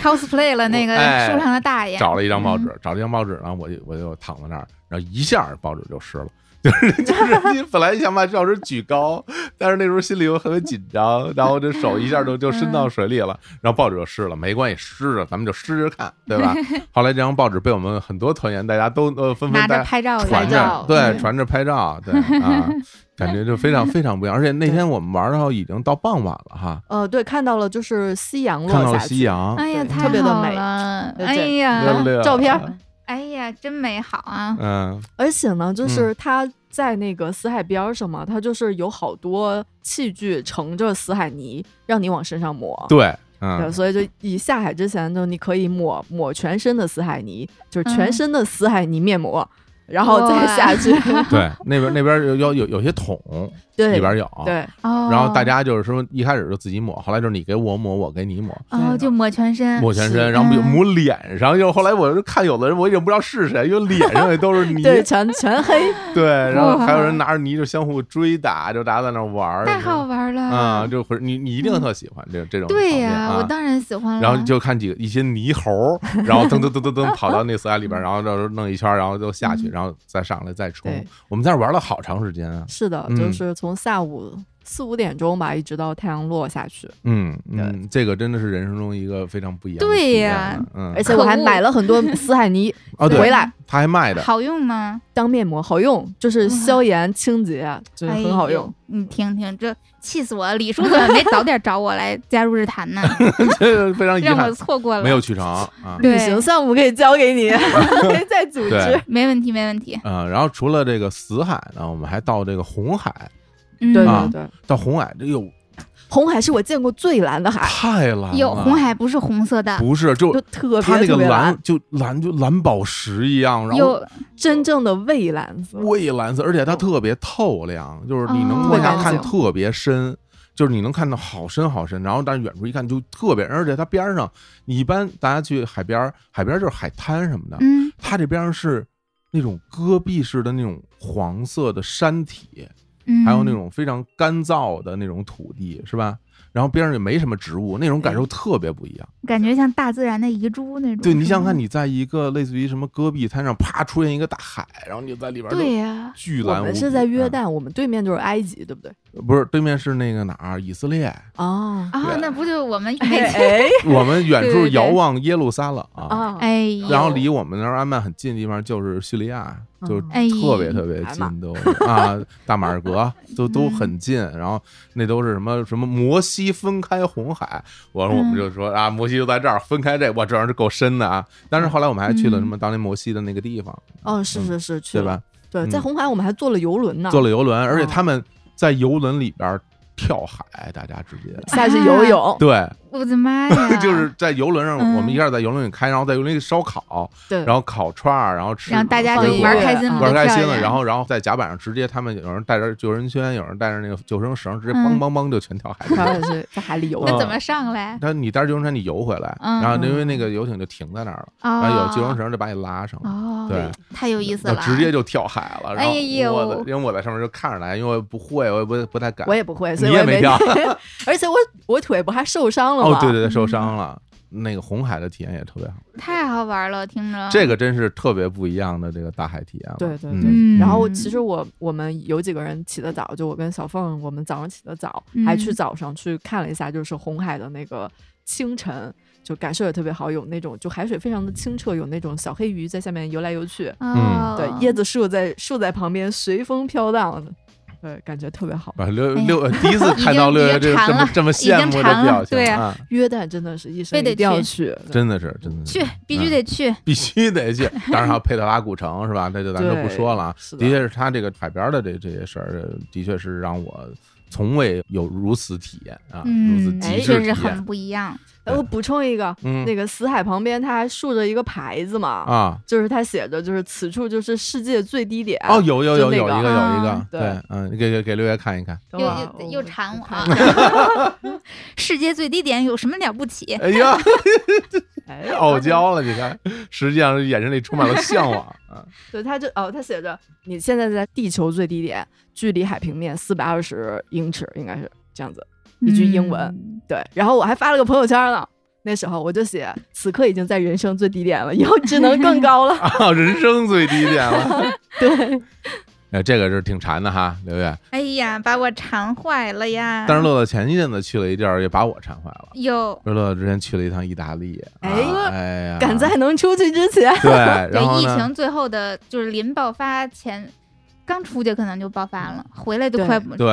[SPEAKER 2] cosplay 了那个
[SPEAKER 1] 哎
[SPEAKER 2] 树上的大爷，
[SPEAKER 1] 找了一张报纸
[SPEAKER 2] 嗯，
[SPEAKER 1] 找了一张报纸，然后我就我就躺在那儿，然后一下报纸就湿了。 [laughs] 就是就是，你本来想把报纸举高，但是那时候心里又特别紧张，然后这手一下就就伸到水里了，
[SPEAKER 2] 嗯
[SPEAKER 1] 然后报纸就湿了。没关系，湿着咱们就湿着看，对
[SPEAKER 2] [laughs]
[SPEAKER 1] 吧？后来这张报纸被我们很多团员大家都呃纷纷
[SPEAKER 2] 拿
[SPEAKER 1] 大家
[SPEAKER 2] 着拍照的
[SPEAKER 1] 传着
[SPEAKER 3] 照，
[SPEAKER 1] 对，
[SPEAKER 3] 嗯
[SPEAKER 1] 传着拍照，对啊，感觉就非常非常不一样。而且那天我们玩到已经到傍晚了
[SPEAKER 2] [laughs]
[SPEAKER 1] 哈，
[SPEAKER 3] 呃，对，看到了就是夕阳落
[SPEAKER 1] 看到了
[SPEAKER 3] 下去
[SPEAKER 1] 夕，阳，
[SPEAKER 2] 哎呀，
[SPEAKER 3] 对
[SPEAKER 2] 太
[SPEAKER 3] 特别的
[SPEAKER 2] 好
[SPEAKER 3] 美
[SPEAKER 2] 了，
[SPEAKER 3] 对
[SPEAKER 2] 哎
[SPEAKER 3] 对
[SPEAKER 1] 溜
[SPEAKER 2] 呀，
[SPEAKER 1] 溜
[SPEAKER 3] 照片儿，
[SPEAKER 2] 哎呀，真美好啊，
[SPEAKER 1] 嗯，
[SPEAKER 3] 而且呢，就是它在那个死海边儿上嘛，它就是有好多器具盛着死海泥，让你往身上抹。
[SPEAKER 1] 对，
[SPEAKER 3] 对，
[SPEAKER 1] 嗯，
[SPEAKER 3] 所以就以下海之前，就你可以抹抹全身的死海泥，就
[SPEAKER 2] 嗯
[SPEAKER 3] 是全身的死海泥面膜，然后再
[SPEAKER 1] [laughs]
[SPEAKER 3] 下去。
[SPEAKER 2] [laughs]
[SPEAKER 1] 对，那边那边有有有有些桶
[SPEAKER 3] 对，
[SPEAKER 1] 里边有，，
[SPEAKER 3] 对，
[SPEAKER 2] 哦，
[SPEAKER 1] 然后大家就是说一开始就自己抹，后来就是你给我抹，我给你抹，
[SPEAKER 2] 哦就抹全身，
[SPEAKER 1] 抹全身，
[SPEAKER 2] 是
[SPEAKER 1] 然后
[SPEAKER 2] 嗯
[SPEAKER 1] 抹脸上，又后来我就看有的人我已经不知道是谁，因为脸上也都是
[SPEAKER 2] [laughs]
[SPEAKER 1] 泥，
[SPEAKER 3] 对，全全黑。
[SPEAKER 1] [laughs] 对，然后还有人
[SPEAKER 2] 哇
[SPEAKER 1] 拿着泥就相互追打，就大家在那玩儿，
[SPEAKER 2] 太好玩了
[SPEAKER 1] 啊，就会你你一定特喜欢这这种场
[SPEAKER 2] 对
[SPEAKER 1] 面
[SPEAKER 2] 呀、
[SPEAKER 1] 啊
[SPEAKER 2] 我当然喜欢了。
[SPEAKER 1] 然后就看几个一些泥猴儿，然后噔噔噔噔噔跑到那死海里边儿，然后就是弄一圈儿，然后就下去，
[SPEAKER 2] 嗯
[SPEAKER 1] 然后再上来再冲
[SPEAKER 3] 对。
[SPEAKER 1] 我们在这玩了好长时间啊，
[SPEAKER 3] 是的，
[SPEAKER 1] 哦嗯
[SPEAKER 3] 就是从下午四五点钟吧，一直到太阳落下去。
[SPEAKER 1] 嗯嗯，这个真的是人生中一个非常不一样的
[SPEAKER 2] 对
[SPEAKER 1] 体验
[SPEAKER 2] 呀
[SPEAKER 1] 了嗯，
[SPEAKER 3] 而且我还
[SPEAKER 2] 可恶
[SPEAKER 3] 买了很
[SPEAKER 2] [laughs]
[SPEAKER 3] 多死海泥
[SPEAKER 1] 哦
[SPEAKER 3] 回
[SPEAKER 1] 对，
[SPEAKER 3] 来
[SPEAKER 1] 他还卖的， [laughs]
[SPEAKER 2] 好用吗？
[SPEAKER 3] 当面膜，好用，就是消炎清洁，就是很好用。
[SPEAKER 2] 哎呦。你听听，这气死我了！李叔怎么没早点找我来加入日
[SPEAKER 1] [laughs]
[SPEAKER 2] 坛呢？
[SPEAKER 1] 这个非常遗
[SPEAKER 2] 让我
[SPEAKER 1] 憾
[SPEAKER 2] 错过了。
[SPEAKER 1] 没有，去成
[SPEAKER 2] [laughs]
[SPEAKER 1] 啊。
[SPEAKER 2] 对
[SPEAKER 3] 旅行项目可以交给
[SPEAKER 1] [laughs]
[SPEAKER 3] 你，可以再组
[SPEAKER 1] 对
[SPEAKER 3] 织。
[SPEAKER 2] 没问题，没问题。
[SPEAKER 1] 嗯，然后除了这个死海呢，我们还到这个红海，
[SPEAKER 2] 嗯，
[SPEAKER 3] 对
[SPEAKER 1] 啊
[SPEAKER 3] 对对，
[SPEAKER 1] 到红海，这哟
[SPEAKER 3] 红海是我见过最蓝的海，
[SPEAKER 1] 太蓝了，
[SPEAKER 2] 有红海不是红色的，
[SPEAKER 1] 不是就
[SPEAKER 3] 就特
[SPEAKER 1] 它
[SPEAKER 3] 别
[SPEAKER 1] 那
[SPEAKER 3] 特
[SPEAKER 1] 个
[SPEAKER 3] 别蓝，
[SPEAKER 1] 蓝就蓝就蓝宝石一样，然后
[SPEAKER 2] 有
[SPEAKER 3] 真正的蔚蓝色。
[SPEAKER 1] 蔚蓝色，而且它特别透亮，就是你能
[SPEAKER 2] 哦
[SPEAKER 1] 往下看
[SPEAKER 3] 特干净
[SPEAKER 1] 特别深，就是你能看到好深好深，然后但是远处一看就特别，而且它边上，你一般大家去海边儿，海边儿就是海滩什么的，
[SPEAKER 2] 嗯，
[SPEAKER 1] 它这边儿是那种戈壁式的那种黄色的山体，
[SPEAKER 2] 嗯
[SPEAKER 1] 还有那种非常干燥的那种土地，是吧？然后边上也没什么植物，那种感受特别不一样。
[SPEAKER 2] 感觉像大自然的遗珠那种。
[SPEAKER 1] 对你
[SPEAKER 2] 是吗
[SPEAKER 1] 想想看，，你在一个类似于什么戈壁滩上，啪出现一个大海，然后你就在里边儿就
[SPEAKER 2] 对呀、
[SPEAKER 1] 巨
[SPEAKER 3] 我
[SPEAKER 1] 蓝无比。
[SPEAKER 3] 们是在约
[SPEAKER 1] 嗯
[SPEAKER 3] 旦，我们对面就是埃及，对不对？
[SPEAKER 1] 不是对面是那个哪儿，以色列。
[SPEAKER 3] 哦，
[SPEAKER 2] 啊、
[SPEAKER 1] 对
[SPEAKER 2] 那不就我们
[SPEAKER 3] [laughs] 哎
[SPEAKER 2] 每
[SPEAKER 3] 哎
[SPEAKER 1] 我们远
[SPEAKER 2] 对
[SPEAKER 1] 处
[SPEAKER 2] 对对
[SPEAKER 1] 遥望耶路撒冷啊，
[SPEAKER 3] 啊，
[SPEAKER 2] 哎呦，
[SPEAKER 1] 然后离我们那儿安曼很近的地方就是叙利亚，
[SPEAKER 3] 嗯
[SPEAKER 1] 就
[SPEAKER 2] 哎
[SPEAKER 1] 特别特别近都啊，大马士革都都很近。
[SPEAKER 2] 嗯
[SPEAKER 1] 然后那都是什么什么摩西分开红海，我说我们
[SPEAKER 2] 嗯
[SPEAKER 1] 就说啊，摩西就在这儿分开这，哇，这玩意儿是够深的啊。但是后来我们还
[SPEAKER 2] 嗯
[SPEAKER 1] 去了什么当年摩西的那个地方，
[SPEAKER 3] 哦，是是是，
[SPEAKER 1] 嗯
[SPEAKER 3] 去
[SPEAKER 1] 对
[SPEAKER 3] 了
[SPEAKER 1] 吧？
[SPEAKER 3] 对，
[SPEAKER 1] 嗯
[SPEAKER 3] 在红海我们还坐了游轮
[SPEAKER 2] 嗯
[SPEAKER 3] 呢，
[SPEAKER 1] 坐了游轮，而且
[SPEAKER 3] 哦
[SPEAKER 1] 他们在游轮里边跳海，大家直接
[SPEAKER 3] [laughs]
[SPEAKER 2] 嗯
[SPEAKER 3] 下去游泳，
[SPEAKER 1] 对。
[SPEAKER 2] 我的妈
[SPEAKER 1] [laughs]
[SPEAKER 2] 呀！
[SPEAKER 1] 就是在游轮上，
[SPEAKER 2] 嗯
[SPEAKER 1] 我们一下在游轮里开，然后在游轮里烧烤，
[SPEAKER 3] 对，
[SPEAKER 1] 然后烤串儿，然后吃，
[SPEAKER 2] 让大家就
[SPEAKER 1] 水果
[SPEAKER 2] 玩
[SPEAKER 3] 儿
[SPEAKER 2] 开心了，
[SPEAKER 1] 玩开心
[SPEAKER 2] 漂
[SPEAKER 1] 了，
[SPEAKER 2] 亮
[SPEAKER 1] 然后然后在甲板上直接他们有人带着救生圈，有人带着那个救生绳，直接
[SPEAKER 2] 嗯
[SPEAKER 1] 梆梆梆就全跳海里。
[SPEAKER 3] 然后是在海里游
[SPEAKER 2] 那
[SPEAKER 3] 泳
[SPEAKER 1] 嗯
[SPEAKER 2] 怎，么上来？
[SPEAKER 1] 但你带着救生圈你游回来，
[SPEAKER 2] 嗯
[SPEAKER 1] 然后因为那个游艇就停在那儿了，
[SPEAKER 2] 啊、
[SPEAKER 1] 然后有救生哎绳就把你拉上了。
[SPEAKER 2] 哦，
[SPEAKER 1] 对，
[SPEAKER 2] 太有意思
[SPEAKER 1] 就
[SPEAKER 2] 了，啊
[SPEAKER 1] 直接就跳海了，然后
[SPEAKER 2] 哎呦
[SPEAKER 1] 我的，因为我在上面就看着来，因为我不会，我也不不太敢哦
[SPEAKER 3] 我，也不会，所 [laughs]
[SPEAKER 1] 你
[SPEAKER 3] 以我
[SPEAKER 1] 也
[SPEAKER 3] 没
[SPEAKER 1] 跳，
[SPEAKER 3] 而且我我腿不还受伤了
[SPEAKER 1] 哦
[SPEAKER 2] 嗯
[SPEAKER 3] 吗？，
[SPEAKER 1] 对对对，受伤了，那个红海的体验也特别好，
[SPEAKER 2] 太好玩了，听着
[SPEAKER 1] 这个真是特别不一样的这个大海体验了。
[SPEAKER 3] 对对对
[SPEAKER 1] 嗯
[SPEAKER 2] 嗯，
[SPEAKER 3] 然后其实我我们有几个人起得早，就我跟小凤，我们早上起得早，还去
[SPEAKER 2] 嗯
[SPEAKER 3] 早上去看了一下，就是红海的那个清晨，就感受也特别好，有那种就海水非常的清澈，有那种小黑鱼在下面游来游去，
[SPEAKER 2] 哦
[SPEAKER 3] 对，
[SPEAKER 1] 嗯
[SPEAKER 3] 椰子树在树在旁边随风飘荡，对，感觉特别好。
[SPEAKER 1] 啊，六
[SPEAKER 2] 哎呀
[SPEAKER 1] 六第一次
[SPEAKER 2] 已
[SPEAKER 1] 看到
[SPEAKER 2] 经
[SPEAKER 1] 六
[SPEAKER 2] 已
[SPEAKER 1] 月
[SPEAKER 2] 经
[SPEAKER 1] 这个
[SPEAKER 2] 馋
[SPEAKER 1] 这么
[SPEAKER 2] 了
[SPEAKER 1] 这么
[SPEAKER 2] 已经
[SPEAKER 1] 羡慕的
[SPEAKER 2] 馋了
[SPEAKER 1] 表情，
[SPEAKER 2] 对啊
[SPEAKER 1] 啊，
[SPEAKER 3] 约旦真的是一生
[SPEAKER 2] 非得
[SPEAKER 3] 一定要
[SPEAKER 2] 去
[SPEAKER 3] 去，对
[SPEAKER 1] 真的是真的是
[SPEAKER 2] 去必须得去，
[SPEAKER 1] 必须得去，当然还有佩特拉古城是吧？这就咱就不
[SPEAKER 3] 对
[SPEAKER 1] 说了啊。
[SPEAKER 3] 是的
[SPEAKER 1] 的确是他这个海边的这这些事儿，呃的确是让我从未有如此体验啊，如此
[SPEAKER 2] 嗯，
[SPEAKER 1] 极
[SPEAKER 2] 的
[SPEAKER 1] 致体
[SPEAKER 2] 确是很
[SPEAKER 1] 验。
[SPEAKER 2] 不一样，
[SPEAKER 3] 哎我补充一个，
[SPEAKER 1] 嗯
[SPEAKER 3] 那个死海旁边它还竖着一个牌子嘛，
[SPEAKER 1] 啊，
[SPEAKER 3] 就是它写着就是此处就是世界最低点。
[SPEAKER 1] 哦，有有有
[SPEAKER 3] 就那
[SPEAKER 1] 有一
[SPEAKER 3] 个
[SPEAKER 1] 个有一个
[SPEAKER 2] 啊，
[SPEAKER 1] 对
[SPEAKER 3] 对，
[SPEAKER 1] 嗯，给给给六月看一看。
[SPEAKER 3] 等
[SPEAKER 2] 又
[SPEAKER 3] 会儿
[SPEAKER 2] 又又
[SPEAKER 3] 我
[SPEAKER 2] 馋我啊
[SPEAKER 3] 看一下！
[SPEAKER 1] [laughs]
[SPEAKER 2] 世界最低点有什么了不起？
[SPEAKER 1] 哎呀， [laughs]
[SPEAKER 3] 哎，
[SPEAKER 1] 傲娇了，你看，实际上眼神里充满了向往啊。
[SPEAKER 3] 对，它就哦，它写着你现在在地球最低点，距离海平面四百二十英尺，应该是这样子一句英文。
[SPEAKER 2] 嗯
[SPEAKER 3] 对，然后我还发了个朋友圈呢。那时候我就写，此刻已经在人生最低点了，以后只能更
[SPEAKER 1] [laughs]
[SPEAKER 3] 高了。
[SPEAKER 1] 啊，人生最低点了。 [laughs]
[SPEAKER 3] 对，
[SPEAKER 1] 哎，这个是挺馋的哈，刘月。
[SPEAKER 2] 哎呀，把我馋坏了呀！
[SPEAKER 1] 但是乐乐前一阵子去了一地儿，也把我馋坏了。
[SPEAKER 2] 有
[SPEAKER 1] 乐乐之前去了一趟意大利，啊
[SPEAKER 3] 哎
[SPEAKER 1] 哎呀，
[SPEAKER 3] 赶在能出去之前， [laughs]
[SPEAKER 1] 对，然后
[SPEAKER 2] 对疫
[SPEAKER 1] 呢
[SPEAKER 2] 情最后的就是临爆发前，刚出去可能就爆发了，回来都快不
[SPEAKER 1] 对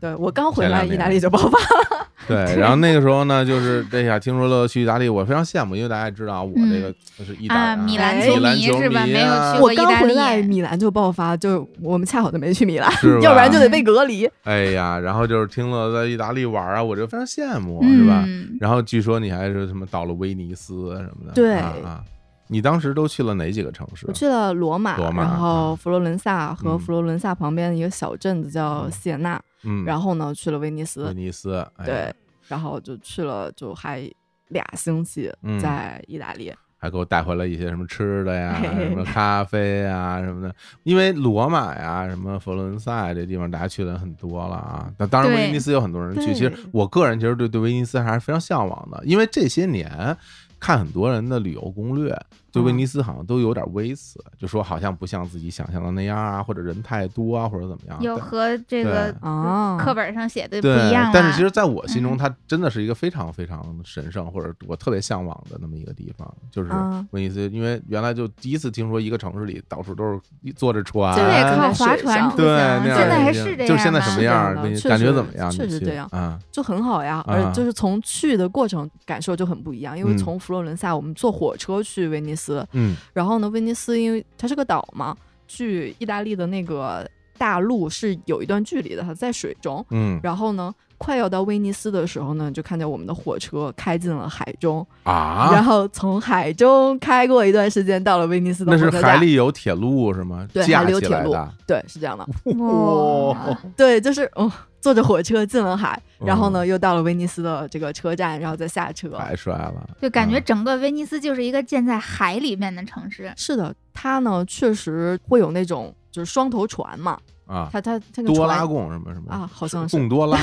[SPEAKER 3] 对我刚回
[SPEAKER 1] 前
[SPEAKER 3] 来，
[SPEAKER 1] 两
[SPEAKER 3] 意大
[SPEAKER 1] 年
[SPEAKER 3] 利就爆发了。 [laughs]
[SPEAKER 1] 对，然后那个时候呢，就是哎呀，听说乐乐去意大利，我非常羡慕，因为大家也知道我这个就是意大
[SPEAKER 2] 啊，
[SPEAKER 1] 利
[SPEAKER 2] 米
[SPEAKER 3] 嗯兰
[SPEAKER 2] 兰
[SPEAKER 3] 球
[SPEAKER 2] 球
[SPEAKER 1] 迷
[SPEAKER 2] 是吧？
[SPEAKER 1] 迷
[SPEAKER 2] 没有
[SPEAKER 1] 啊
[SPEAKER 2] 去
[SPEAKER 3] 我
[SPEAKER 2] 过意
[SPEAKER 3] 刚
[SPEAKER 2] 大
[SPEAKER 3] 回来，
[SPEAKER 2] 利，
[SPEAKER 3] 米兰就爆发，就是我们恰好就没去米兰，
[SPEAKER 1] 是吧
[SPEAKER 3] 要不然就得被隔离。
[SPEAKER 1] 哎呀，然后就是听乐乐在意大利玩啊，我就非常羡慕，是吧？
[SPEAKER 2] 嗯，
[SPEAKER 1] 然后据说你还是什么到了威尼斯什么的，
[SPEAKER 3] 对
[SPEAKER 1] 啊啊，你当时都去了哪几个城市啊
[SPEAKER 3] 我？去了罗马，
[SPEAKER 1] 罗马
[SPEAKER 3] 然
[SPEAKER 1] 嗯
[SPEAKER 3] 后佛罗伦萨
[SPEAKER 1] 嗯
[SPEAKER 3] 和佛罗伦萨旁边的一个小镇子叫
[SPEAKER 1] 嗯
[SPEAKER 3] 锡耶纳，
[SPEAKER 1] 嗯，
[SPEAKER 3] 然后呢去了威尼斯，
[SPEAKER 1] 威尼斯，哎呀
[SPEAKER 3] 对，，然后就去了，就还俩星期
[SPEAKER 1] 嗯
[SPEAKER 3] 在意大利。
[SPEAKER 1] 还给我带回了一些什么吃的
[SPEAKER 2] [laughs]
[SPEAKER 1] 呀，
[SPEAKER 3] 嘿嘿嘿
[SPEAKER 1] 什么咖啡呀什么的。因为罗马呀、什么佛罗伦萨呀这地方，大家去的人很多了啊。那当然，
[SPEAKER 2] 对
[SPEAKER 1] 威尼斯有很多人去。
[SPEAKER 3] 对
[SPEAKER 1] 其实我个人其实对对威尼斯还是非常向往的，因为这些年看很多人的旅游攻略，对
[SPEAKER 3] 嗯
[SPEAKER 1] 威尼斯好像都有点微词，就说好像不像自己想象的那样啊，或者人太多啊，或者怎么样。
[SPEAKER 2] 有
[SPEAKER 1] 但
[SPEAKER 2] 和这个
[SPEAKER 1] 对
[SPEAKER 3] 啊
[SPEAKER 2] 课本上写的不
[SPEAKER 1] 对
[SPEAKER 2] 一样，
[SPEAKER 1] 但
[SPEAKER 2] 了
[SPEAKER 1] 是其实在我
[SPEAKER 3] 嗯
[SPEAKER 1] 心中，它真的是一个非常非常神圣，或者我特别向往的那么一个地方，就是
[SPEAKER 3] 嗯
[SPEAKER 1] 威尼斯。因为原来就第一次听说一个城市里到处都是坐着船，
[SPEAKER 2] 真的也
[SPEAKER 3] 哎
[SPEAKER 2] 靠划
[SPEAKER 3] 水上
[SPEAKER 2] 船出
[SPEAKER 1] 对，
[SPEAKER 2] 行，
[SPEAKER 1] 那样
[SPEAKER 2] 现在
[SPEAKER 1] 已
[SPEAKER 2] 还
[SPEAKER 1] 经
[SPEAKER 2] 是这样
[SPEAKER 1] 就是现在什么样
[SPEAKER 3] 是这样的
[SPEAKER 1] 你
[SPEAKER 3] 确
[SPEAKER 1] 感觉
[SPEAKER 3] 实
[SPEAKER 1] 怎么样？
[SPEAKER 3] 确
[SPEAKER 1] 你
[SPEAKER 3] 实
[SPEAKER 1] 去
[SPEAKER 3] 这样
[SPEAKER 1] 啊，
[SPEAKER 3] 就很好呀，
[SPEAKER 1] 啊
[SPEAKER 3] 而就是从去的过程感受就很不一样，因为
[SPEAKER 1] 嗯
[SPEAKER 3] 从佛罗伦萨我们坐火车去威尼斯，
[SPEAKER 1] 嗯
[SPEAKER 3] 然后呢，威尼斯因为它是个岛嘛，距意大利的那个大陆是有一段距离的，它在水中。
[SPEAKER 1] 嗯
[SPEAKER 3] 然后呢，快要到威尼斯的时候呢，就看见我们的火车开进了海中，然
[SPEAKER 1] 啊，
[SPEAKER 3] 后从海中开过一段时间，到了威尼斯的
[SPEAKER 1] 那
[SPEAKER 3] 火
[SPEAKER 1] 是
[SPEAKER 3] 车站。
[SPEAKER 1] 海里有铁路是吗？
[SPEAKER 3] 对
[SPEAKER 1] 架
[SPEAKER 3] 海里有
[SPEAKER 1] 起来
[SPEAKER 3] 铁路
[SPEAKER 1] 的。
[SPEAKER 3] 对，是这样的。
[SPEAKER 2] 哇，
[SPEAKER 3] 对，就是嗯，坐着火车进了海，然后
[SPEAKER 1] 嗯
[SPEAKER 3] 呢，又到了威尼斯的这个车站，然后再下车。
[SPEAKER 1] 太帅了！
[SPEAKER 2] 就感觉
[SPEAKER 1] 啊
[SPEAKER 2] 整个威尼斯就是一个建在海里面的城市，
[SPEAKER 3] 是的，它呢确实会有那种就是双头船嘛，
[SPEAKER 1] 啊，
[SPEAKER 3] 它它它那个
[SPEAKER 1] 多拉
[SPEAKER 3] 船
[SPEAKER 1] 贡什么什么
[SPEAKER 3] 啊，好像是。
[SPEAKER 1] 贡多
[SPEAKER 3] [laughs]
[SPEAKER 1] 拉，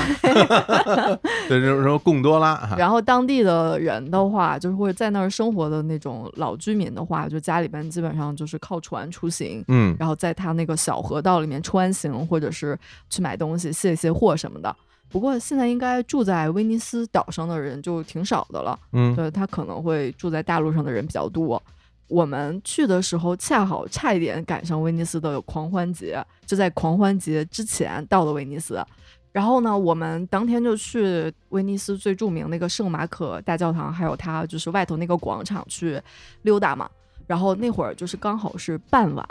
[SPEAKER 1] 对，什么什么贡多拉啊，
[SPEAKER 3] 然后当地的人的话，就是会在那儿生活的那种老居民的话，就家里边基本上就是靠船出行，
[SPEAKER 1] 嗯
[SPEAKER 3] 然后在他那个小河道里面穿行，或者是去买东西、卸卸货什么的。不过现在应该住在威尼斯岛上的人就挺少的了，
[SPEAKER 1] 嗯，
[SPEAKER 3] 对他可能会住在大陆上的人比较多。我们去的时候恰好差一点赶上威尼斯的狂欢节，就在狂欢节之前到了威尼斯。然后呢，我们当天就去威尼斯最著名那个圣马可大教堂，还有它就是外头那个广场去溜达嘛。然后那会儿就是刚好是傍晚，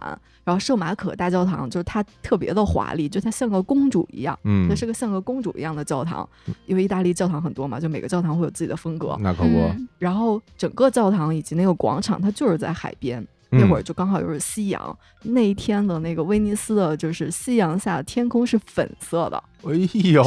[SPEAKER 3] 然后圣马可大教堂就是它特别的华丽，就它像个公主一样，
[SPEAKER 1] 嗯
[SPEAKER 3] 它，是个像个公主一样的教堂。因为意大利教堂很多嘛，就每个教堂会有自己的风格。
[SPEAKER 1] 那可不，
[SPEAKER 2] 嗯
[SPEAKER 3] 然后整个教堂以及那个广场，它就是在海边。那会
[SPEAKER 1] 嗯
[SPEAKER 3] 儿就刚好又是夕阳，那一天的那个威尼斯的，就是夕阳下天空是粉色的，
[SPEAKER 1] 哎
[SPEAKER 3] [laughs]
[SPEAKER 1] 呦，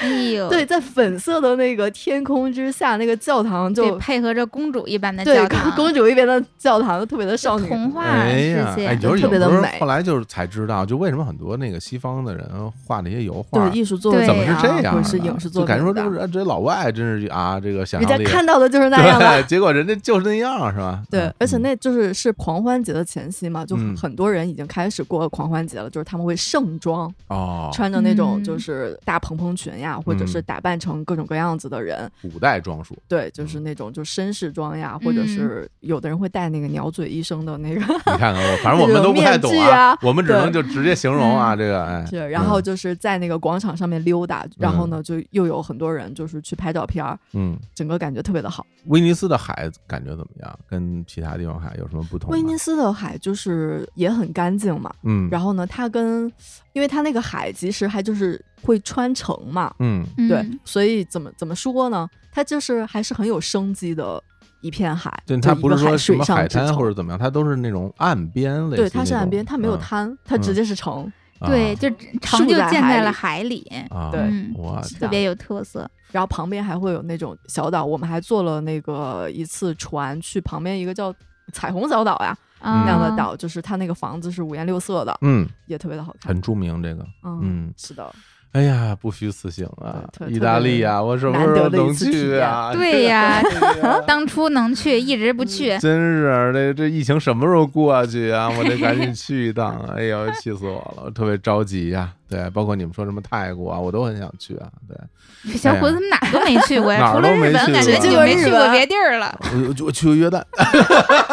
[SPEAKER 2] 哎呦，
[SPEAKER 3] 对，在粉色的那个天空之下，那个教堂
[SPEAKER 2] 对，
[SPEAKER 3] 就
[SPEAKER 2] 配合着公主一般的啊
[SPEAKER 3] 对
[SPEAKER 2] 教
[SPEAKER 3] 公
[SPEAKER 2] 堂，
[SPEAKER 3] 公主一边的教堂就特别的少女，
[SPEAKER 2] 童话
[SPEAKER 1] 哎
[SPEAKER 2] 世
[SPEAKER 1] 呀，
[SPEAKER 2] 界，
[SPEAKER 1] 哎，就是
[SPEAKER 3] 特
[SPEAKER 1] 有
[SPEAKER 3] 别
[SPEAKER 1] 时
[SPEAKER 3] 地
[SPEAKER 1] 候
[SPEAKER 3] 美
[SPEAKER 1] 后来就是才知道，就为什么很多那个西方的人画那些油画
[SPEAKER 3] 对，艺术作品
[SPEAKER 2] 对
[SPEAKER 1] 怎么是
[SPEAKER 3] 啊
[SPEAKER 1] 这样
[SPEAKER 3] 或
[SPEAKER 1] 的？
[SPEAKER 3] 者是影视作
[SPEAKER 1] 就
[SPEAKER 3] 品
[SPEAKER 1] 感觉
[SPEAKER 3] 的，
[SPEAKER 1] 说这个这老外真是啊，这个想
[SPEAKER 3] 人
[SPEAKER 1] 象力，
[SPEAKER 3] 家
[SPEAKER 1] [laughs]
[SPEAKER 3] 看到的就是那样的。 [laughs]
[SPEAKER 1] 对，结果人家就是那样，是吧？
[SPEAKER 3] 对
[SPEAKER 1] 嗯，
[SPEAKER 3] 而且
[SPEAKER 1] 嗯
[SPEAKER 3] 那就是是狂欢节的前夕嘛，就
[SPEAKER 1] 嗯
[SPEAKER 3] 很多人已经开始过狂欢节了，就是他们会盛装，
[SPEAKER 1] 哦，
[SPEAKER 3] 穿着那种
[SPEAKER 2] 嗯
[SPEAKER 3] 就是大蓬蓬裙呀，或者是
[SPEAKER 1] 嗯
[SPEAKER 3] 打扮成各种各样子的人，
[SPEAKER 1] 古代装束，
[SPEAKER 3] 对，就是
[SPEAKER 1] 嗯
[SPEAKER 3] 那种就绅士装呀，或者是有的人会戴那个鸟嘴医生的那个，
[SPEAKER 1] 你看看我，反正我们都不太懂
[SPEAKER 3] 那种面具
[SPEAKER 1] 啊
[SPEAKER 3] 啊，嗯
[SPEAKER 1] 我们只能就直接形容啊，这个哎，
[SPEAKER 3] 是，然后就是在那个广场上面溜达，然后呢就又有很多人就是去拍照片儿，
[SPEAKER 1] 嗯，
[SPEAKER 3] 整个感觉特别的好。
[SPEAKER 1] 威尼斯的海感觉怎么样？跟其他地方海有什么不同吗？
[SPEAKER 3] 威尼斯的海就是也很干净嘛，
[SPEAKER 1] 嗯，
[SPEAKER 3] 然后呢，它跟因为它那个海其实还就是会穿城嘛，
[SPEAKER 1] 嗯，
[SPEAKER 2] 嗯
[SPEAKER 3] 对，所以怎么怎么说呢？它就是还是很有生机的一片海，
[SPEAKER 1] 对，
[SPEAKER 3] 就
[SPEAKER 1] 它
[SPEAKER 3] 一
[SPEAKER 1] 不
[SPEAKER 3] 个
[SPEAKER 1] 是说
[SPEAKER 3] 海
[SPEAKER 1] 什
[SPEAKER 3] 水
[SPEAKER 1] 么
[SPEAKER 3] 上
[SPEAKER 1] 海
[SPEAKER 3] 之
[SPEAKER 1] 滩
[SPEAKER 3] 城
[SPEAKER 1] 或者怎么样，它都是那种岸边类似那种。
[SPEAKER 3] 对，它是岸边，它没有
[SPEAKER 1] 嗯
[SPEAKER 3] 滩，它直
[SPEAKER 1] 嗯
[SPEAKER 3] 接是城。
[SPEAKER 1] 啊
[SPEAKER 2] 对，就城
[SPEAKER 3] 树
[SPEAKER 2] 就
[SPEAKER 3] 在
[SPEAKER 2] 建嗯
[SPEAKER 3] 海
[SPEAKER 2] 在
[SPEAKER 3] 里
[SPEAKER 2] 了海里，
[SPEAKER 1] 啊，
[SPEAKER 3] 对
[SPEAKER 2] 嗯
[SPEAKER 1] 我
[SPEAKER 2] 特别有特色。
[SPEAKER 3] 然后旁边还会有那种小岛，我们还坐了那个一次船去旁边一个叫彩虹小岛呀
[SPEAKER 1] 嗯
[SPEAKER 3] 那样的
[SPEAKER 2] 啊，
[SPEAKER 3] 岛，就是它那个房子是五颜六色的，
[SPEAKER 1] 嗯，
[SPEAKER 3] 也特别的好看
[SPEAKER 1] 很。著名这个，
[SPEAKER 3] 嗯，
[SPEAKER 1] 嗯，
[SPEAKER 3] 是的，
[SPEAKER 1] 哎呀，不虚此行啊
[SPEAKER 3] 对，特
[SPEAKER 1] 意大利啊，我什么时候
[SPEAKER 3] 难得的
[SPEAKER 1] 能
[SPEAKER 3] 一次体
[SPEAKER 1] 去啊？
[SPEAKER 2] 对
[SPEAKER 1] [laughs]
[SPEAKER 2] 呀
[SPEAKER 1] 哎呀
[SPEAKER 2] [laughs] 当初能去，一直不去。
[SPEAKER 1] 真是这这疫情什么时候过去啊？我得赶紧去一趟！哎呦，气死我了，我特别着急呀、对，包括你们说什么泰国啊，我都很想去啊。对，
[SPEAKER 2] 小伙子们哪儿都没去
[SPEAKER 1] [laughs]
[SPEAKER 2] 过
[SPEAKER 1] 哪
[SPEAKER 2] 呀，
[SPEAKER 1] 儿
[SPEAKER 2] 除了
[SPEAKER 1] 都没
[SPEAKER 2] 日本，
[SPEAKER 1] 去
[SPEAKER 2] 感觉
[SPEAKER 1] 过
[SPEAKER 2] 就没去
[SPEAKER 3] 只有日
[SPEAKER 2] 过
[SPEAKER 3] 本
[SPEAKER 2] 别地儿了。
[SPEAKER 1] 我我我去过约旦， [laughs]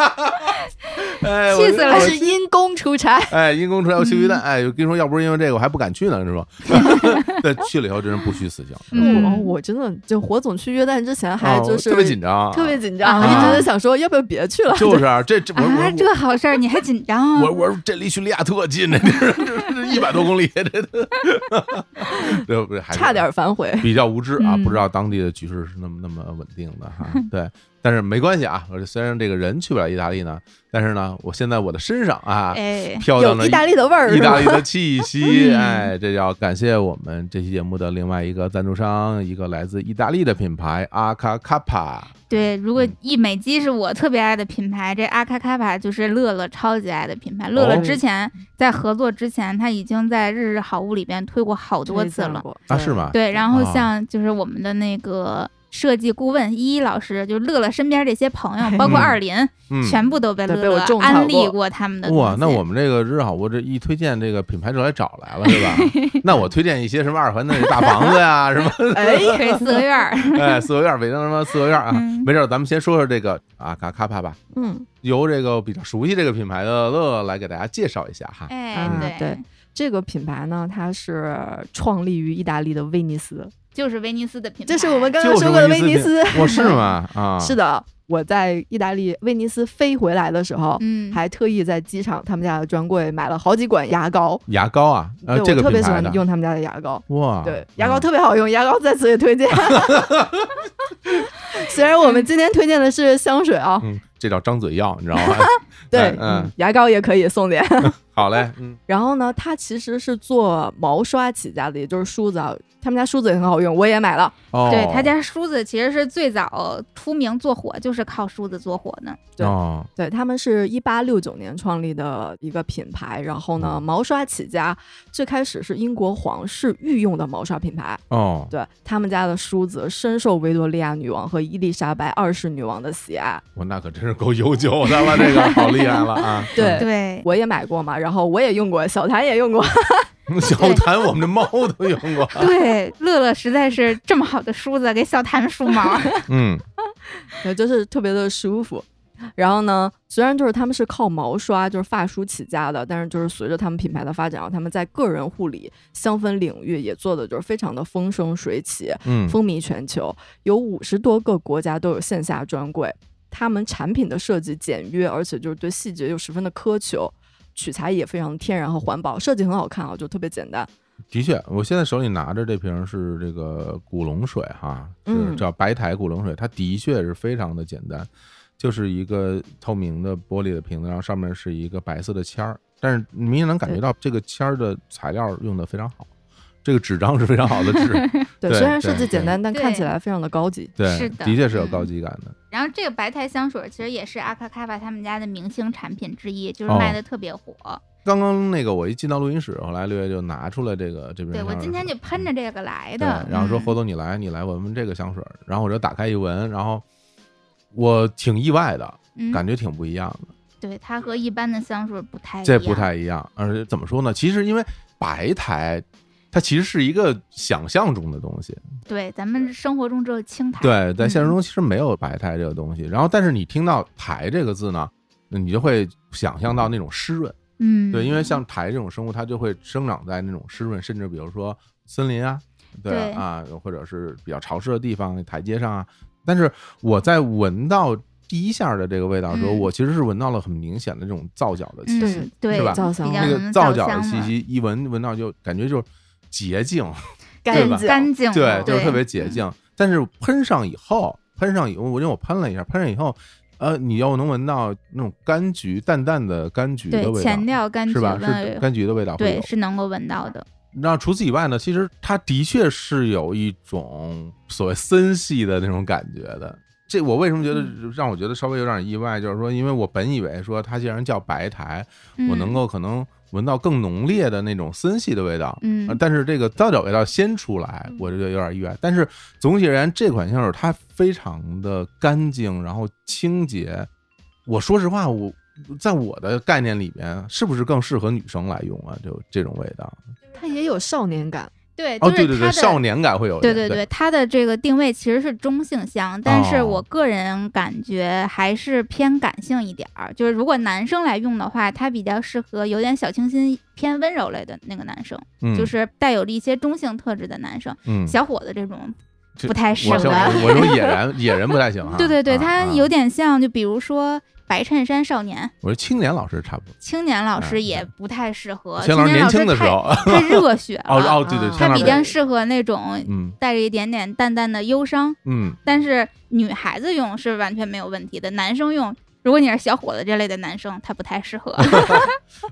[SPEAKER 1] 哎、
[SPEAKER 2] 气死了
[SPEAKER 1] 我
[SPEAKER 3] 它
[SPEAKER 1] 我
[SPEAKER 3] 是因公出差，
[SPEAKER 1] 哎，因公出来我去约旦，
[SPEAKER 3] 嗯
[SPEAKER 1] 哎，我跟你说，要不是因为这个，我还不敢去呢。你
[SPEAKER 3] [laughs]
[SPEAKER 1] 说，对，去了以后真是不虚此行，
[SPEAKER 2] 嗯
[SPEAKER 3] 我我真的就火总去约旦之前还
[SPEAKER 1] 啊
[SPEAKER 3] 就是
[SPEAKER 1] 特别紧张，
[SPEAKER 3] 特别紧张，
[SPEAKER 2] 啊
[SPEAKER 3] 一直在想说要不要别去了。
[SPEAKER 1] [laughs] 就是
[SPEAKER 3] [laughs]
[SPEAKER 1] 啊这这我
[SPEAKER 2] 啊，
[SPEAKER 1] 我
[SPEAKER 2] 这好事儿你还紧张啊？
[SPEAKER 1] 我我这离叙利亚特近，这地儿这 [laughs] 这一百多公里，这 [laughs] 这，对不对？还是
[SPEAKER 3] 差点反悔，
[SPEAKER 1] 比较无知啊，
[SPEAKER 2] 嗯
[SPEAKER 1] 不知道当地的局势是那么那么稳定的哈。
[SPEAKER 3] [laughs]
[SPEAKER 1] 对，但是没关系啊，我虽然这个人去不了意大利呢，但是呢，我现在我的身上啊， [laughs]
[SPEAKER 2] 哎，
[SPEAKER 1] 飘荡
[SPEAKER 3] 有
[SPEAKER 1] 着
[SPEAKER 3] 意大利的味儿，
[SPEAKER 1] 意
[SPEAKER 3] 是
[SPEAKER 1] 大
[SPEAKER 3] 吧
[SPEAKER 1] 利？的气息，
[SPEAKER 2] 嗯
[SPEAKER 1] 哎，这要感谢我们这期节目的另外一个赞助商，一个来自意大利的品牌阿卡卡帕。
[SPEAKER 2] 对，如果
[SPEAKER 1] 嗯
[SPEAKER 2] 一美肌是我特别爱的品牌，这阿卡卡帕就是乐乐超级爱的品牌。乐乐
[SPEAKER 1] 哦
[SPEAKER 2] 之前在合作之前，他已经在日日好物里边推过好 [laughs] 多次了。
[SPEAKER 1] 啊，是？吗？
[SPEAKER 3] 嗯
[SPEAKER 2] 对，然后
[SPEAKER 1] 啊
[SPEAKER 2] 像就是我们的那个设计顾问依依老师，就乐乐身边这些朋友，包括
[SPEAKER 1] 嗯
[SPEAKER 2] 二林，
[SPEAKER 1] 嗯，
[SPEAKER 2] 全部都被
[SPEAKER 3] 哎对
[SPEAKER 2] 乐
[SPEAKER 3] 被我
[SPEAKER 2] 乐
[SPEAKER 3] 种草
[SPEAKER 2] 安利
[SPEAKER 3] 过
[SPEAKER 2] 过他们的东西。
[SPEAKER 1] 哇，那我们这个日好，我这一推荐这个品牌就来找来了，是
[SPEAKER 3] [laughs]
[SPEAKER 1] 吧？那我推荐一些什么二环的大房子呀，什么
[SPEAKER 3] 哎，
[SPEAKER 2] 可以四合院
[SPEAKER 3] [laughs]
[SPEAKER 2] 儿，
[SPEAKER 1] 哎四合院，北京什么四合院啊？
[SPEAKER 2] 嗯
[SPEAKER 1] 没事儿，咱们先说说这个阿卡卡帕吧，
[SPEAKER 3] 嗯，
[SPEAKER 1] 由这个比较熟悉这个品牌的乐乐来给大家介绍一下哈。
[SPEAKER 2] 哎
[SPEAKER 3] 啊，
[SPEAKER 2] 对
[SPEAKER 3] 对这个品牌呢，它是创立于意大利的威尼斯，
[SPEAKER 2] 就是威尼斯的品牌，
[SPEAKER 3] 这是我们刚
[SPEAKER 1] 就
[SPEAKER 3] 刚
[SPEAKER 1] 是
[SPEAKER 3] 说过的
[SPEAKER 1] 威
[SPEAKER 3] 威尼斯。
[SPEAKER 1] 我是吗？啊，
[SPEAKER 3] 是的，我在意大利威尼斯飞回来的时候，
[SPEAKER 2] 嗯，
[SPEAKER 3] 还特意在机场他们家的专柜买了好几管牙膏。
[SPEAKER 1] 牙膏啊，呃，
[SPEAKER 3] 对
[SPEAKER 1] 这个
[SPEAKER 3] 我特别
[SPEAKER 1] 品
[SPEAKER 3] 喜
[SPEAKER 1] 牌的
[SPEAKER 3] 欢用他们家的牙膏，
[SPEAKER 1] 哇，
[SPEAKER 3] 对，牙膏
[SPEAKER 1] 嗯
[SPEAKER 3] 特别好用，牙膏在此也推荐。 [laughs] 虽然我们今天推荐的是香水啊，
[SPEAKER 1] 嗯，这叫张嘴药，你知道
[SPEAKER 3] [laughs]
[SPEAKER 1] 吗？
[SPEAKER 3] 对
[SPEAKER 1] 嗯，嗯
[SPEAKER 3] 嗯牙膏也可以送点。
[SPEAKER 1] 好嘞，嗯，
[SPEAKER 3] 然后呢，它其实是做毛刷起家的，也就是梳子啊，他们家梳子也很好用，我也买了。
[SPEAKER 1] 哦，
[SPEAKER 2] 对他家梳子其实是最早出名做火，就是靠梳子做火的。
[SPEAKER 3] 对
[SPEAKER 1] 哦，
[SPEAKER 3] 对他们是一八六九年创立的一个品牌，然后呢，
[SPEAKER 1] 嗯
[SPEAKER 3] 毛刷起家，最开始是英国皇室御用的毛刷品牌。
[SPEAKER 1] 哦，
[SPEAKER 3] 对他们家的梳子深受维多利亚女王和伊丽莎白二世女王的喜爱，
[SPEAKER 1] 我那可真是够悠久的了，这个好厉害了啊！
[SPEAKER 3] 对
[SPEAKER 2] 对，
[SPEAKER 3] 我也买过嘛，然后我也用过，小谭也用过，
[SPEAKER 1] 嗯小谭，我们这猫都用过，
[SPEAKER 2] 对，乐乐实在是这么好的梳子给小谭梳毛，
[SPEAKER 1] 嗯，
[SPEAKER 3] 对，就是特别的舒服。然后呢，虽然就是他们是靠毛刷，就是发梳起家的，但是就是随着他们品牌的发展，然后他们在个人护理、香氛领域也做的就是非常的风生水起，
[SPEAKER 1] 嗯，
[SPEAKER 3] 风靡全球，有五十多个国家都有线下专柜。他们产品的设计简约，而且就是对细节又十分的苛求，取材也非常天然和环保，设计很好看啊，就特别简单。
[SPEAKER 1] 的确，我现在手里拿着这瓶是这个古龙水哈，是
[SPEAKER 3] 嗯
[SPEAKER 1] 叫白苔古龙水，它的确是非常的简单，就是一个透明的玻璃的瓶子，然后上面是一个白色的签儿，但是明显能感觉到这个签儿的材料用的非常好，这个纸张是非常好的
[SPEAKER 2] [laughs]
[SPEAKER 1] 纸，
[SPEAKER 3] 对，
[SPEAKER 1] 对
[SPEAKER 3] 虽
[SPEAKER 1] 对
[SPEAKER 3] 然设计简
[SPEAKER 1] 对
[SPEAKER 3] 单，但看起
[SPEAKER 2] 对
[SPEAKER 3] 来非常的高级。
[SPEAKER 1] 对，
[SPEAKER 2] 是的
[SPEAKER 1] 的确是有
[SPEAKER 2] 嗯
[SPEAKER 1] 高级感的。
[SPEAKER 2] [laughs] 然后这个白苔香水其实也是阿卡卡巴他们家的明星产品之一，就是
[SPEAKER 1] 哦
[SPEAKER 2] 卖的特别火。
[SPEAKER 1] 刚刚那个我一进到录音室，后来六月就拿出来这个这瓶
[SPEAKER 2] 对
[SPEAKER 1] 香水
[SPEAKER 2] 我
[SPEAKER 1] 儿，
[SPEAKER 2] 今天就喷着这个来
[SPEAKER 1] 嗯对
[SPEAKER 2] 的，，
[SPEAKER 1] 然后说
[SPEAKER 2] 嗯
[SPEAKER 1] 侯总你来，你来闻闻这个香水儿，然后我就打开一闻，然后我挺意外的，
[SPEAKER 2] 嗯
[SPEAKER 1] 感觉挺不一样的，
[SPEAKER 2] 对它和一般的香水不太一样，
[SPEAKER 1] 这不太一样。而且怎么说呢？其实因为白苔，它其实是一个想象中的东西，
[SPEAKER 2] 对，咱们生活中只有青苔，
[SPEAKER 1] 对，在现实
[SPEAKER 2] 嗯
[SPEAKER 1] 中其实没有白苔这个东西。然后，但是你听到“苔”这个字呢，你就会想象到那种湿润，
[SPEAKER 2] 嗯，
[SPEAKER 1] 对，因为像苔这种生物，它就会生长在那种湿润，甚至比如说森林啊，
[SPEAKER 2] 对
[SPEAKER 1] 啊，或者是比较潮湿的地方、台阶上啊。但是我在闻到第一下的这个味道的时候，
[SPEAKER 2] 嗯
[SPEAKER 1] 我其实是闻到了很明显的这种皂角的气
[SPEAKER 2] 嗯
[SPEAKER 1] 息，
[SPEAKER 3] 是
[SPEAKER 2] 对
[SPEAKER 1] 是吧
[SPEAKER 3] 皂香
[SPEAKER 2] 比较
[SPEAKER 1] 那
[SPEAKER 2] 能
[SPEAKER 1] 个皂
[SPEAKER 2] 皂
[SPEAKER 1] 角的
[SPEAKER 2] 香
[SPEAKER 1] 气
[SPEAKER 2] 味儿
[SPEAKER 1] 息一闻闻到就感觉就是洁净，
[SPEAKER 3] 干
[SPEAKER 1] 吧
[SPEAKER 3] 净，
[SPEAKER 2] 干净，
[SPEAKER 1] [laughs] 对，就是特别洁
[SPEAKER 2] 嗯
[SPEAKER 1] 净。但是喷上以后，喷上以后，我因为我喷了一下，喷上以后，呃，你又能闻到那种柑橘淡淡的柑橘的
[SPEAKER 2] 对
[SPEAKER 1] 味道，
[SPEAKER 2] 前调柑橘
[SPEAKER 1] 是吧？
[SPEAKER 2] 味
[SPEAKER 1] 是
[SPEAKER 2] 儿
[SPEAKER 1] 柑橘的味道会
[SPEAKER 2] 对
[SPEAKER 1] 有。
[SPEAKER 2] 是能够闻到的，
[SPEAKER 1] 那除此以外呢，其实它的确是有一种所谓森系的那种感觉的。这我为什么觉得
[SPEAKER 2] 嗯
[SPEAKER 1] 让我觉得稍微有点意外，就是说，因为我本以为说它既然叫白苔，我能
[SPEAKER 2] 嗯
[SPEAKER 1] 够可能闻到更浓烈的那种森系的味道，
[SPEAKER 2] 嗯
[SPEAKER 1] 呃但是这个皂角味道先出来
[SPEAKER 3] 嗯，
[SPEAKER 1] 我就觉得有点意外。但是总体而言，这款香水它非常的干净，然后清洁。我说实话，我在我的概念里面，是不是更适合女生来用啊？就这种味道，
[SPEAKER 3] 它也有少年感。
[SPEAKER 2] 对，
[SPEAKER 1] 哦，
[SPEAKER 2] 就
[SPEAKER 1] 对
[SPEAKER 2] 是
[SPEAKER 1] 对
[SPEAKER 2] 它
[SPEAKER 1] 对，
[SPEAKER 2] 的
[SPEAKER 1] 少年感会有一
[SPEAKER 2] 对
[SPEAKER 1] 点，
[SPEAKER 2] 对
[SPEAKER 1] 对
[SPEAKER 2] 对，它的这个定位其实是中性香，但是
[SPEAKER 1] 哦
[SPEAKER 2] 我个人感觉还是偏感性一点儿。就是如果男生来用的话，它比较适合有点小清新、偏温柔类的那个男生，
[SPEAKER 1] 嗯，
[SPEAKER 2] 就是带有了一些中性特质的男生，
[SPEAKER 1] 嗯，
[SPEAKER 2] 小伙子这种
[SPEAKER 1] 这
[SPEAKER 2] 不太适
[SPEAKER 1] 我说
[SPEAKER 2] 合。
[SPEAKER 1] 我说野人，野人不太行啊。
[SPEAKER 2] [laughs] 对对对，
[SPEAKER 1] 啊
[SPEAKER 2] 他
[SPEAKER 1] 啊
[SPEAKER 2] 有点像，就比如说白衬衫少年、
[SPEAKER 1] 我说青年老师差不多，
[SPEAKER 2] 青年老
[SPEAKER 1] 啊
[SPEAKER 2] 师也不太适合。
[SPEAKER 1] 青年老师年轻的时候，
[SPEAKER 2] 太，太热血
[SPEAKER 1] 哦
[SPEAKER 2] 了，
[SPEAKER 1] 哦，对对，
[SPEAKER 3] 啊
[SPEAKER 1] 青
[SPEAKER 2] 他
[SPEAKER 1] 年老
[SPEAKER 2] 比
[SPEAKER 1] 师
[SPEAKER 2] 较适合那种
[SPEAKER 1] 嗯
[SPEAKER 2] 带着一点点淡淡的忧伤。
[SPEAKER 1] 嗯，
[SPEAKER 2] 但是女孩子用是完全没有问题的，男生用，如果你是小伙子这类的男生，他不太
[SPEAKER 1] [laughs]
[SPEAKER 2] 适合。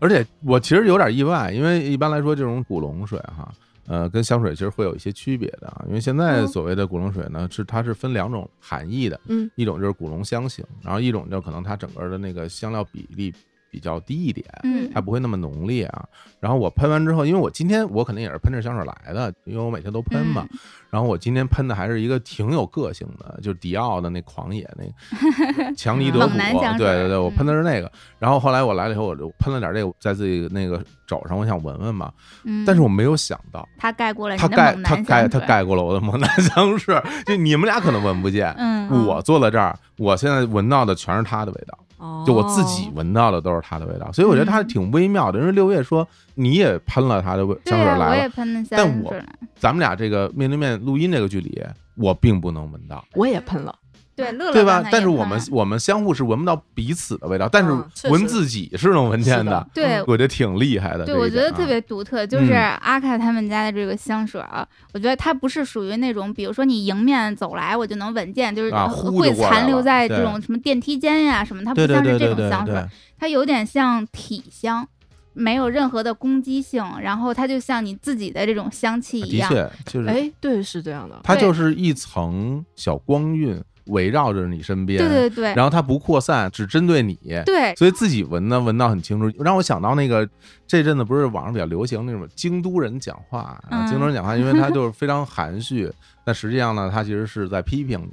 [SPEAKER 1] 而且我其实有点意外，因为一般来说这种古龙水哈，呃，跟香水其实会有一些区别的啊。因为现在
[SPEAKER 3] 嗯
[SPEAKER 1] 所谓的古龙水呢，是它是分两种含义的，
[SPEAKER 3] 嗯，
[SPEAKER 1] 一种就是古龙香型，然后一种就可能它整个的那个香料比例比较低一点。
[SPEAKER 2] 嗯
[SPEAKER 1] 它不会那么浓烈啊，然后我喷完之后，因为我今天我肯定也是喷着香水来的，因为我每天都喷嘛。然后我今天喷的还是一个挺有个性的，就是迪奥的那狂野那
[SPEAKER 2] [laughs]
[SPEAKER 1] 个强尼德普，
[SPEAKER 2] 猛男香
[SPEAKER 1] 对
[SPEAKER 2] 水
[SPEAKER 1] 对对，我
[SPEAKER 2] 嗯
[SPEAKER 1] 喷的是那个。然后后来我来了以后，我就喷了点这个在自己那个肘上，我想闻闻嘛。
[SPEAKER 2] 嗯，
[SPEAKER 1] 但是我没有想到，
[SPEAKER 2] 他盖过了你
[SPEAKER 1] 它
[SPEAKER 2] 的
[SPEAKER 1] 盖
[SPEAKER 2] 猛
[SPEAKER 1] 它
[SPEAKER 2] 男
[SPEAKER 1] 盖
[SPEAKER 2] 香
[SPEAKER 1] 它
[SPEAKER 2] 水，
[SPEAKER 1] 盖过了我的猛男香
[SPEAKER 2] [laughs]
[SPEAKER 1] 水，就你们俩可能闻不见。
[SPEAKER 2] 嗯，
[SPEAKER 1] 我坐在这儿，我现在闻到的全是它的味道，
[SPEAKER 3] 哦
[SPEAKER 1] 就我自己闻到的都是它的味道，所以我觉得它
[SPEAKER 2] 嗯
[SPEAKER 1] 挺微妙的。因为六月说你也喷了它的味
[SPEAKER 2] 对
[SPEAKER 1] 香水
[SPEAKER 2] 呀、我
[SPEAKER 1] 来了，
[SPEAKER 2] 也喷的香
[SPEAKER 1] 但我
[SPEAKER 2] 水来，
[SPEAKER 1] 咱们俩这个面对面录音这个距离，我并不能闻到，
[SPEAKER 3] 我也喷了，
[SPEAKER 2] 对乐乐
[SPEAKER 1] 对
[SPEAKER 2] 刚
[SPEAKER 1] 吧
[SPEAKER 2] 才？
[SPEAKER 1] 但
[SPEAKER 2] 也
[SPEAKER 1] 是我
[SPEAKER 2] 喷
[SPEAKER 1] 们
[SPEAKER 2] 了
[SPEAKER 1] 我们相互是闻不到彼此的味道，但
[SPEAKER 3] 嗯确
[SPEAKER 1] 是
[SPEAKER 3] 实
[SPEAKER 1] 闻自己是能闻见的，
[SPEAKER 2] 对。
[SPEAKER 1] 我觉得挺厉害的。
[SPEAKER 2] 对，
[SPEAKER 1] 这一
[SPEAKER 2] 我觉得
[SPEAKER 1] 点啊
[SPEAKER 2] 特别独特，就是
[SPEAKER 1] 嗯
[SPEAKER 2] 阿卡他们家的这个香水啊，我觉得它不是属于那种，比如说你迎面走来，我就能闻见，就是
[SPEAKER 1] 啊呼
[SPEAKER 2] 会
[SPEAKER 1] 就过来
[SPEAKER 2] 残留
[SPEAKER 1] 了
[SPEAKER 2] 在
[SPEAKER 1] 对
[SPEAKER 2] 这种什么电梯间呀、什么，它不
[SPEAKER 1] 对对
[SPEAKER 2] 像是
[SPEAKER 1] 对
[SPEAKER 2] 这
[SPEAKER 1] 对
[SPEAKER 2] 种
[SPEAKER 1] 对
[SPEAKER 2] 香水，
[SPEAKER 1] 对，
[SPEAKER 2] 它有点像体香，没有任何的攻击性，然后它就像你自己的这种香气一
[SPEAKER 1] 啊的
[SPEAKER 2] 样。
[SPEAKER 1] 确就是
[SPEAKER 3] 哎，对，是
[SPEAKER 1] [laughs]
[SPEAKER 3] 这样的。
[SPEAKER 1] 它
[SPEAKER 2] 对
[SPEAKER 1] 就是一层小光晕围绕着你身边，
[SPEAKER 2] 对对对
[SPEAKER 1] 然后它不扩散，只针对你。
[SPEAKER 2] 对，
[SPEAKER 1] 所以自己闻呢，闻到很清楚，让我想到那个这阵子不是网上比较流行那种京都人讲话，啊，
[SPEAKER 2] 嗯
[SPEAKER 1] 京都人讲话，因为他就是非常含蓄，但实际上呢，他其实是在批评你。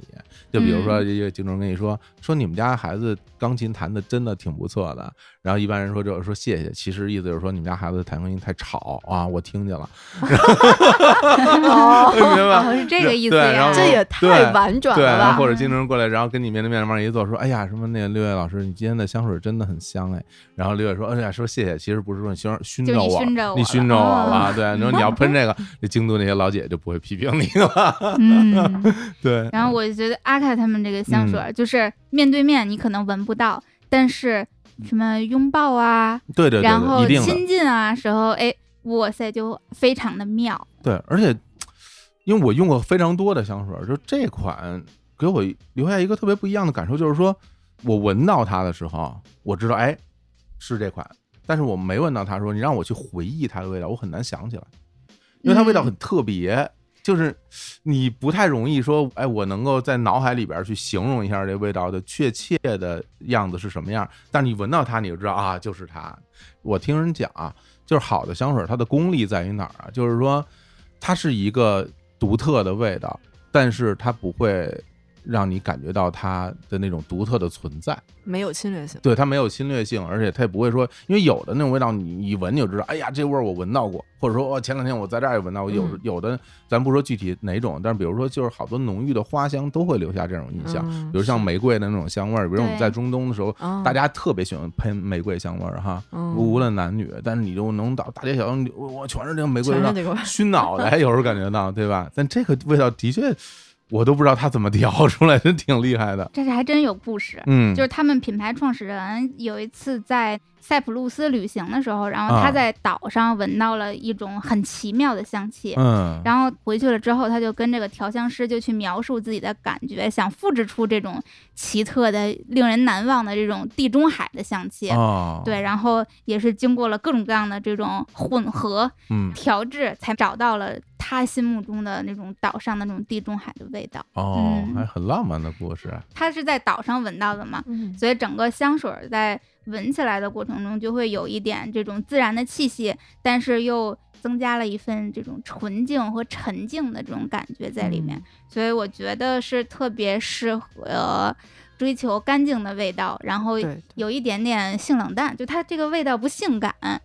[SPEAKER 1] 就比如说一个京都人跟你说说你们家孩子钢琴弹的真的挺不错的，然后一般人说就是说谢谢，其实意思就是说你们家孩子弹钢琴太吵啊，我听见了，
[SPEAKER 3] 哦，
[SPEAKER 1] 明白吧？
[SPEAKER 2] 哦是这个意思
[SPEAKER 1] 对然
[SPEAKER 2] 呀
[SPEAKER 1] 后。 [laughs]
[SPEAKER 3] 这也
[SPEAKER 1] 对
[SPEAKER 3] 太婉转
[SPEAKER 1] 对，
[SPEAKER 3] 了
[SPEAKER 1] 然后
[SPEAKER 3] 吧？
[SPEAKER 1] 或者经常人过来，然后跟你面对面往一坐，说：“哎呀，什么那个六月老师，你今天的香水真的很香哎。”然后六月说：“哎呀，说谢谢，其实不是说你熏熏
[SPEAKER 2] 就
[SPEAKER 1] 着
[SPEAKER 2] 你
[SPEAKER 1] 我，
[SPEAKER 2] 熏着我
[SPEAKER 1] 你
[SPEAKER 2] 了
[SPEAKER 1] 熏着我了。
[SPEAKER 2] 哦
[SPEAKER 1] 对，你说你要喷这个， [laughs] 那京都那些老姐就不会批评你了。
[SPEAKER 2] 嗯，
[SPEAKER 1] 对，
[SPEAKER 2] 然后我就觉得阿卡他们这个香
[SPEAKER 1] 嗯
[SPEAKER 2] 水儿，就是面对面你可能闻不到，但是什么拥抱啊，
[SPEAKER 1] 对对对
[SPEAKER 2] 然
[SPEAKER 1] 对，
[SPEAKER 2] 后
[SPEAKER 1] 一定的
[SPEAKER 2] 亲近啊时候，哎，哇塞，就非常的妙。
[SPEAKER 1] 对，而且因为我用过非常多的香水，就这款给我留下一个特别不一样的感受，就是说我闻到它的时候，我知道哎是这款，但是我没闻到它的时候，你让我去回忆它的味道，我很难想起来。因为它味道很特别，就是你不太容易说，哎，我能够在脑海里边去形容一下这味道的确切的样子是什么样，但是你闻到它你就知道啊，就是它。我听人讲啊，就是好的香水它的功力在于哪儿啊？就是说它是一个独特的味道，但是它不会让你感觉到它的那种独特的存在。
[SPEAKER 3] 没有侵略性。
[SPEAKER 1] 对，它没有侵略性，而且它也不会说，因为有的那种味道，你一闻就知道，哎呀，这味儿我闻到过，或者说，哦，前两天我在这儿也闻到过。有
[SPEAKER 3] 嗯
[SPEAKER 1] 有的，咱不说具体哪种，但是比如说，就是好多浓郁的花香都会留下这种印象，
[SPEAKER 3] 嗯
[SPEAKER 1] 比如像玫瑰的那种香味儿，比如我们
[SPEAKER 2] 对
[SPEAKER 1] 在中东的时候，
[SPEAKER 3] 啊，
[SPEAKER 1] 大家特别喜欢喷玫瑰香味儿哈，
[SPEAKER 3] 嗯
[SPEAKER 1] 无论男女，但是你就能到大街小巷里，我我全是这个玫瑰味
[SPEAKER 3] 全
[SPEAKER 1] 道，
[SPEAKER 3] 是那
[SPEAKER 1] [laughs]
[SPEAKER 3] 个味儿
[SPEAKER 2] 嗯
[SPEAKER 1] 熏脑袋，有时候感觉到，对吧？但这个味道的确，我都不知道它怎么调出来，真挺厉害的。
[SPEAKER 2] 这是还真有故事。
[SPEAKER 1] 嗯，
[SPEAKER 2] 就是他们品牌创始人有一次在塞浦路斯旅行的时候，然后
[SPEAKER 1] 啊
[SPEAKER 2] 他在岛上闻到了一种很奇妙的香气，
[SPEAKER 1] 嗯，
[SPEAKER 2] 然后回去了之后，他就跟这个调香师就去描述自己的感觉，想复制出这种奇特的、令人难忘的这种地中海的香气。
[SPEAKER 1] 哦，
[SPEAKER 2] 对，，然后也是经过了各种各样的这种混合
[SPEAKER 1] 嗯，
[SPEAKER 2] 调制，才找到了他心目中的那种岛上的那种地中海的味道。
[SPEAKER 1] 哦，
[SPEAKER 2] 嗯
[SPEAKER 1] 还很浪漫的故事，
[SPEAKER 2] 他是在岛上闻到的嘛，
[SPEAKER 3] 嗯
[SPEAKER 2] 所以整个香水儿在闻起来的过程中，就会有一点这种自然的气息，但是又增加了一份这种纯净和沉静的这种感觉在里
[SPEAKER 3] 嗯
[SPEAKER 2] 面。所以我觉得是特别适合追求干净的味道，然后
[SPEAKER 3] 对，对
[SPEAKER 2] 有一点点性冷淡，就它这个味道不性感，
[SPEAKER 3] 嗯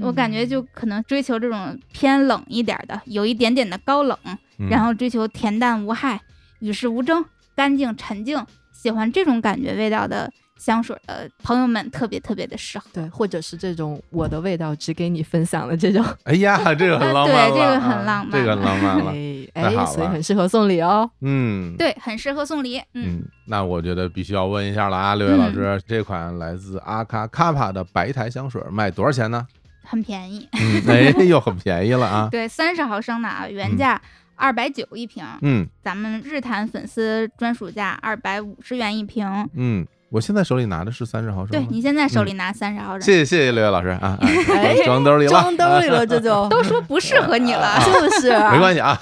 [SPEAKER 2] 我感觉就可能追求这种偏冷一点儿的，有一点点的高冷，
[SPEAKER 1] 嗯
[SPEAKER 2] 然后追求恬淡无害、与世无争、干净沉静，喜欢这种感觉味道的香水的朋友们特别特别的适合。
[SPEAKER 3] 对，或者是这种我的味道只给你分享的这种，
[SPEAKER 1] 哎呀，这个很浪漫了，
[SPEAKER 2] [laughs] 对这个
[SPEAKER 1] 啊
[SPEAKER 2] 很浪漫
[SPEAKER 1] 这个很浪漫了，
[SPEAKER 3] 哎
[SPEAKER 1] 太 [laughs] 好
[SPEAKER 3] 哎，所以
[SPEAKER 1] 了
[SPEAKER 3] 很适合送
[SPEAKER 1] [laughs]
[SPEAKER 3] 礼哦。
[SPEAKER 1] 嗯，
[SPEAKER 2] 对，很适合送礼。嗯，
[SPEAKER 1] 嗯，那我觉得必须要问一下了啊，六月老
[SPEAKER 2] 嗯
[SPEAKER 1] 师，这款来自阿卡卡帕的白苔香水卖多少钱呢？
[SPEAKER 2] 很便宜。 [laughs]
[SPEAKER 1] 嗯，哎，又很便宜了啊，
[SPEAKER 2] 对，三十毫升的啊，原价二百九一瓶，
[SPEAKER 1] 嗯
[SPEAKER 2] 咱们日坛粉丝专属价二百五十元一瓶。
[SPEAKER 1] 嗯，我现在手里拿的是三十毫升
[SPEAKER 2] 对
[SPEAKER 1] 吗，
[SPEAKER 2] 你现在手里拿三十毫升，
[SPEAKER 1] 谢谢谢谢六月老师啊，啊
[SPEAKER 2] [laughs]
[SPEAKER 3] 哎
[SPEAKER 1] 装兜里了，
[SPEAKER 3] 装兜里了，这
[SPEAKER 1] [laughs]
[SPEAKER 3] 就
[SPEAKER 2] 都说不适合你了。
[SPEAKER 3] 就是啊
[SPEAKER 1] 没关
[SPEAKER 2] [laughs]
[SPEAKER 1] 系啊，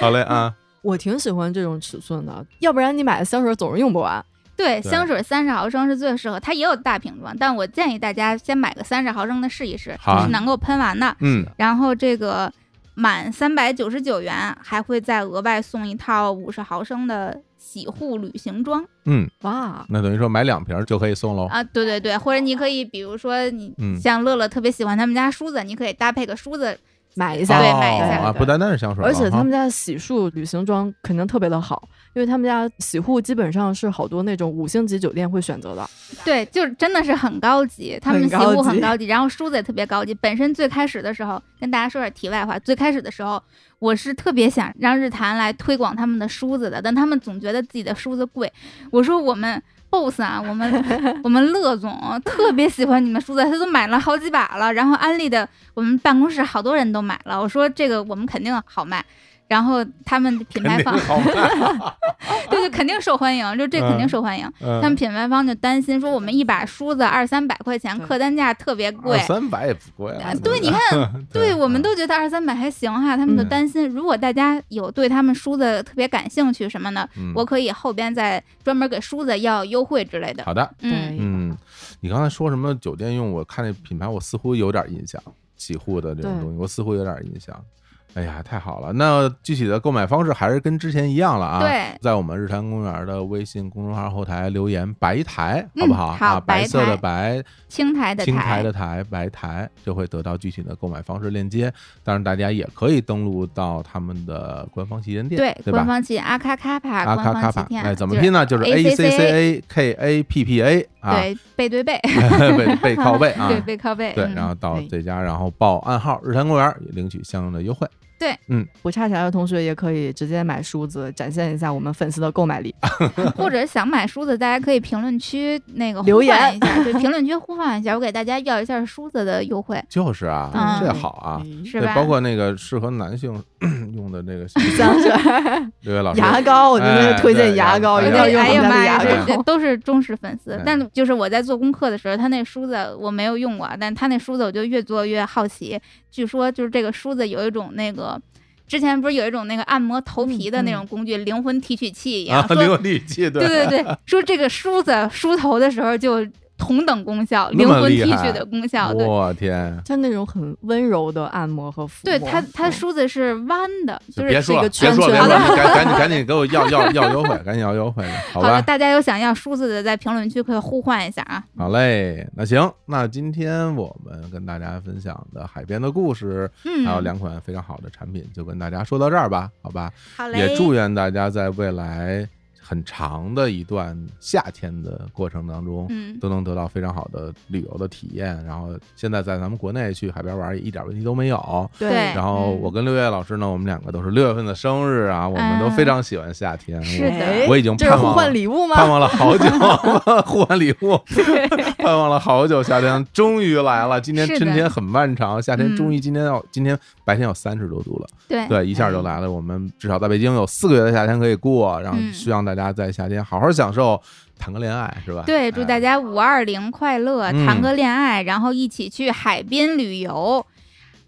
[SPEAKER 1] 好嘞啊，
[SPEAKER 3] 我挺喜欢这种尺寸的，要不然你买的香水总是用不完。
[SPEAKER 2] 对，
[SPEAKER 1] 对
[SPEAKER 2] 香水三十毫升是最适合，它也有大瓶装，但我建议大家先买个三十毫升的试一试，
[SPEAKER 1] 好啊
[SPEAKER 2] 是能够喷完的。
[SPEAKER 1] 嗯，
[SPEAKER 2] 然后这个满三百九十九元还会再额外送一套五十毫升的洗护旅行装
[SPEAKER 1] 嗯，
[SPEAKER 3] 哇，
[SPEAKER 1] 那等于说买两瓶儿就可以送喽，
[SPEAKER 2] 啊，对对对，或者你可以比如说你
[SPEAKER 1] 哦嗯
[SPEAKER 2] 像乐乐特别喜欢他们家梳子，你可以搭配个梳子，
[SPEAKER 3] 买一
[SPEAKER 2] 对
[SPEAKER 3] 下，
[SPEAKER 1] 哦
[SPEAKER 2] 买一下
[SPEAKER 1] 啊，不单单是香水了
[SPEAKER 3] 而
[SPEAKER 1] 哈，
[SPEAKER 3] 且他们家的洗漱旅行装肯定特别的好，因为他们家洗护基本上是好多那种五星级酒店会选择的。
[SPEAKER 2] 对，就是真的是很高级，他们
[SPEAKER 3] 很
[SPEAKER 2] 洗
[SPEAKER 3] 高
[SPEAKER 2] 护很
[SPEAKER 3] 级
[SPEAKER 2] 高级，然后梳子也特别高级。本身最开始的时候，跟大家说点题外话，最开始的时候，我是特别想让日坛来推广他们的梳子的，但他们总觉得自己的梳子贵。我说我们 boss 啊，我们
[SPEAKER 3] [laughs]
[SPEAKER 2] 我们乐总特别喜欢你们梳子，他都买了好几把了，然后安利的我们办公室好多人都买了。我说这个我们肯定好卖。然后他们品牌
[SPEAKER 3] [laughs]
[SPEAKER 2] 方，
[SPEAKER 1] 好
[SPEAKER 2] [laughs]
[SPEAKER 1] 卖，
[SPEAKER 2] 对对，肯定受欢迎，就这肯定
[SPEAKER 1] 嗯
[SPEAKER 2] 受欢迎。他们
[SPEAKER 1] 嗯，
[SPEAKER 2] 品牌方就担心说，我们一把梳子二三百块钱，
[SPEAKER 3] 对
[SPEAKER 2] 客单价特别贵
[SPEAKER 1] 二。三百也不贵啊
[SPEAKER 2] 啊，对，你看，对我们
[SPEAKER 1] 都。
[SPEAKER 2] 都觉得二三百还行哈，他们就
[SPEAKER 1] 嗯
[SPEAKER 2] 担心，如果大家有对他们梳子特别感兴趣什么的，
[SPEAKER 1] 嗯
[SPEAKER 2] 我可以后边再专门给梳子要优惠之类的。
[SPEAKER 1] 好的，
[SPEAKER 2] 嗯，
[SPEAKER 1] 嗯，你刚才说什么酒店用？我看那品牌，我似乎有点印象，洗护的这种
[SPEAKER 3] 对
[SPEAKER 1] 东西，我似乎有点印象。哎呀，太好了！那具体的购买方式还是跟之前一样了啊。，
[SPEAKER 2] 对，
[SPEAKER 1] 在我们日坛公园的微信公众号后台留言“白台”，好不
[SPEAKER 2] 嗯
[SPEAKER 1] 好？
[SPEAKER 2] 好
[SPEAKER 1] 啊，白
[SPEAKER 2] 白
[SPEAKER 1] 色的
[SPEAKER 2] 台
[SPEAKER 1] 白，
[SPEAKER 2] 青苔的
[SPEAKER 1] 青苔
[SPEAKER 2] 苔，
[SPEAKER 1] 的苔，白苔就会得到具体的购买方式链接。当然，大家也可以登录到他们的官方旗舰店，
[SPEAKER 2] 对
[SPEAKER 1] 对，吧
[SPEAKER 2] 官？方旗阿卡卡帕，
[SPEAKER 1] 阿卡
[SPEAKER 2] 官
[SPEAKER 1] 卡
[SPEAKER 2] 方旗
[SPEAKER 1] 帕，
[SPEAKER 2] 舰，啊
[SPEAKER 1] 哎，怎么
[SPEAKER 2] 就是
[SPEAKER 1] 拼呢？就是 A C C A
[SPEAKER 2] ACCA
[SPEAKER 1] K A P P A 啊， [laughs]
[SPEAKER 2] 对，背对背，
[SPEAKER 1] 背
[SPEAKER 2] [laughs]
[SPEAKER 1] 背靠背啊，
[SPEAKER 2] 对，背靠背。
[SPEAKER 1] 对，
[SPEAKER 2] 嗯
[SPEAKER 1] 然后到
[SPEAKER 3] 对
[SPEAKER 1] 这家，然后报暗号“日坛公园”，领取相应的优惠。
[SPEAKER 2] 对，
[SPEAKER 1] 嗯，
[SPEAKER 3] 不差钱的同学也可以直接买梳子，展现一下我们粉丝的购买力。
[SPEAKER 2] 或者想买梳子，大家可以评论区那个
[SPEAKER 3] 留
[SPEAKER 2] 呼唤
[SPEAKER 3] 言
[SPEAKER 2] 一下，对，评论区呼唤一下，我给大家要一下梳子的优惠，
[SPEAKER 1] 就是啊，
[SPEAKER 2] 嗯
[SPEAKER 1] 这好啊，
[SPEAKER 2] 是
[SPEAKER 1] 对，
[SPEAKER 2] 吧？
[SPEAKER 1] 包括那个适合男性 [coughs] 用的那个
[SPEAKER 3] 香水、
[SPEAKER 1] 刘烨老师，
[SPEAKER 3] [laughs] 牙膏，我真的
[SPEAKER 1] 啊哎
[SPEAKER 3] 是推
[SPEAKER 1] 对
[SPEAKER 3] 荐牙膏，
[SPEAKER 1] 牙
[SPEAKER 3] 一
[SPEAKER 2] 对
[SPEAKER 3] 定
[SPEAKER 1] 膏
[SPEAKER 3] 要用
[SPEAKER 2] 哎
[SPEAKER 3] 我
[SPEAKER 2] 呀
[SPEAKER 3] 们
[SPEAKER 2] 妈
[SPEAKER 3] 家
[SPEAKER 2] 呀，
[SPEAKER 3] 的牙
[SPEAKER 2] 这
[SPEAKER 3] [laughs]
[SPEAKER 2] 这
[SPEAKER 3] 膏。
[SPEAKER 2] 都是忠实粉丝
[SPEAKER 1] 嗯。
[SPEAKER 2] 但就是我在做功课的时候，他那梳子我没有用过，但他那梳子我就越做越好奇。据说就是这个梳子有一种那个，之前不是有一种那个按摩头皮的那种工具，灵魂提取器一
[SPEAKER 1] 嗯
[SPEAKER 2] 样，
[SPEAKER 1] 啊，
[SPEAKER 2] 说
[SPEAKER 1] 灵魂提取器，
[SPEAKER 2] 对对对，说这个梳子梳头的时候就同等功效，
[SPEAKER 1] 那
[SPEAKER 2] 灵
[SPEAKER 1] 么
[SPEAKER 2] 魂
[SPEAKER 1] 厉
[SPEAKER 2] 提
[SPEAKER 1] 害
[SPEAKER 2] 取的功效，对。
[SPEAKER 1] 我天，
[SPEAKER 3] 像那种很温柔的按摩和抚摸，
[SPEAKER 2] 对它，它
[SPEAKER 3] 嗯
[SPEAKER 2] 梳子是弯的，就是
[SPEAKER 1] 别说了，
[SPEAKER 3] 是一
[SPEAKER 1] 别
[SPEAKER 3] 个
[SPEAKER 1] 说了，别
[SPEAKER 3] 圈
[SPEAKER 1] 说
[SPEAKER 2] [laughs]
[SPEAKER 3] 圈
[SPEAKER 1] 了，赶赶紧赶紧给我要要要优惠，赶紧要优惠，好
[SPEAKER 2] 好了，
[SPEAKER 1] 吧？
[SPEAKER 2] 大家有想要梳子的，在评论区可以互换一下啊。
[SPEAKER 1] 好嘞，那行，那今天我们跟大家分享的海边的故事，
[SPEAKER 2] 嗯，
[SPEAKER 1] 还有两款非常好的产品，就跟大家说到这儿吧，好吧？
[SPEAKER 2] 好嘞，
[SPEAKER 1] 也祝愿大家在未来很长的一段夏天的过程当中，
[SPEAKER 2] 嗯，
[SPEAKER 1] 都能得到非常好的旅游的体验。然后现在在咱们国内去海边玩一点问题都没有。
[SPEAKER 2] 对
[SPEAKER 1] 然后我跟六月老师呢，我们两个都是六月份的生日啊，我们都非常喜欢夏天。
[SPEAKER 2] 嗯是的
[SPEAKER 1] 我
[SPEAKER 3] 哎
[SPEAKER 1] 我已经
[SPEAKER 3] 这是
[SPEAKER 1] 盼
[SPEAKER 3] 互
[SPEAKER 1] 望
[SPEAKER 3] 换礼物
[SPEAKER 1] 盼
[SPEAKER 3] 吗？
[SPEAKER 1] 望了好
[SPEAKER 2] [laughs]
[SPEAKER 1] 久， [laughs] 互换礼物，盼望了好久，夏天终于来了。今天
[SPEAKER 2] 是的
[SPEAKER 1] 春天很漫长，夏天
[SPEAKER 2] 嗯哎
[SPEAKER 1] 终于今天要、今天白天有三十多度了，
[SPEAKER 2] 对，
[SPEAKER 1] 对，一下就来了。我们至少在北京有四个月的夏天可以过，然后
[SPEAKER 2] 嗯
[SPEAKER 1] 希望大家在夏天好好享受，谈个恋爱是吧？哎
[SPEAKER 2] 对，祝大
[SPEAKER 1] 家、
[SPEAKER 2] 家五二零快乐，
[SPEAKER 1] 嗯
[SPEAKER 2] 谈个恋爱，然后一起去海边旅游。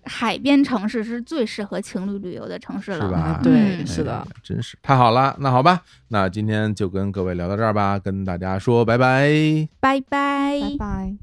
[SPEAKER 2] 海边城市是最适合情侣旅游的城市
[SPEAKER 1] 是
[SPEAKER 2] 了。
[SPEAKER 1] 吧？
[SPEAKER 3] 对，
[SPEAKER 2] 嗯
[SPEAKER 3] 是的
[SPEAKER 1] 哎，，真是太好了。那好吧，那今天就跟各位聊到这儿吧，跟大家说拜拜。
[SPEAKER 2] 拜拜。
[SPEAKER 3] 拜拜。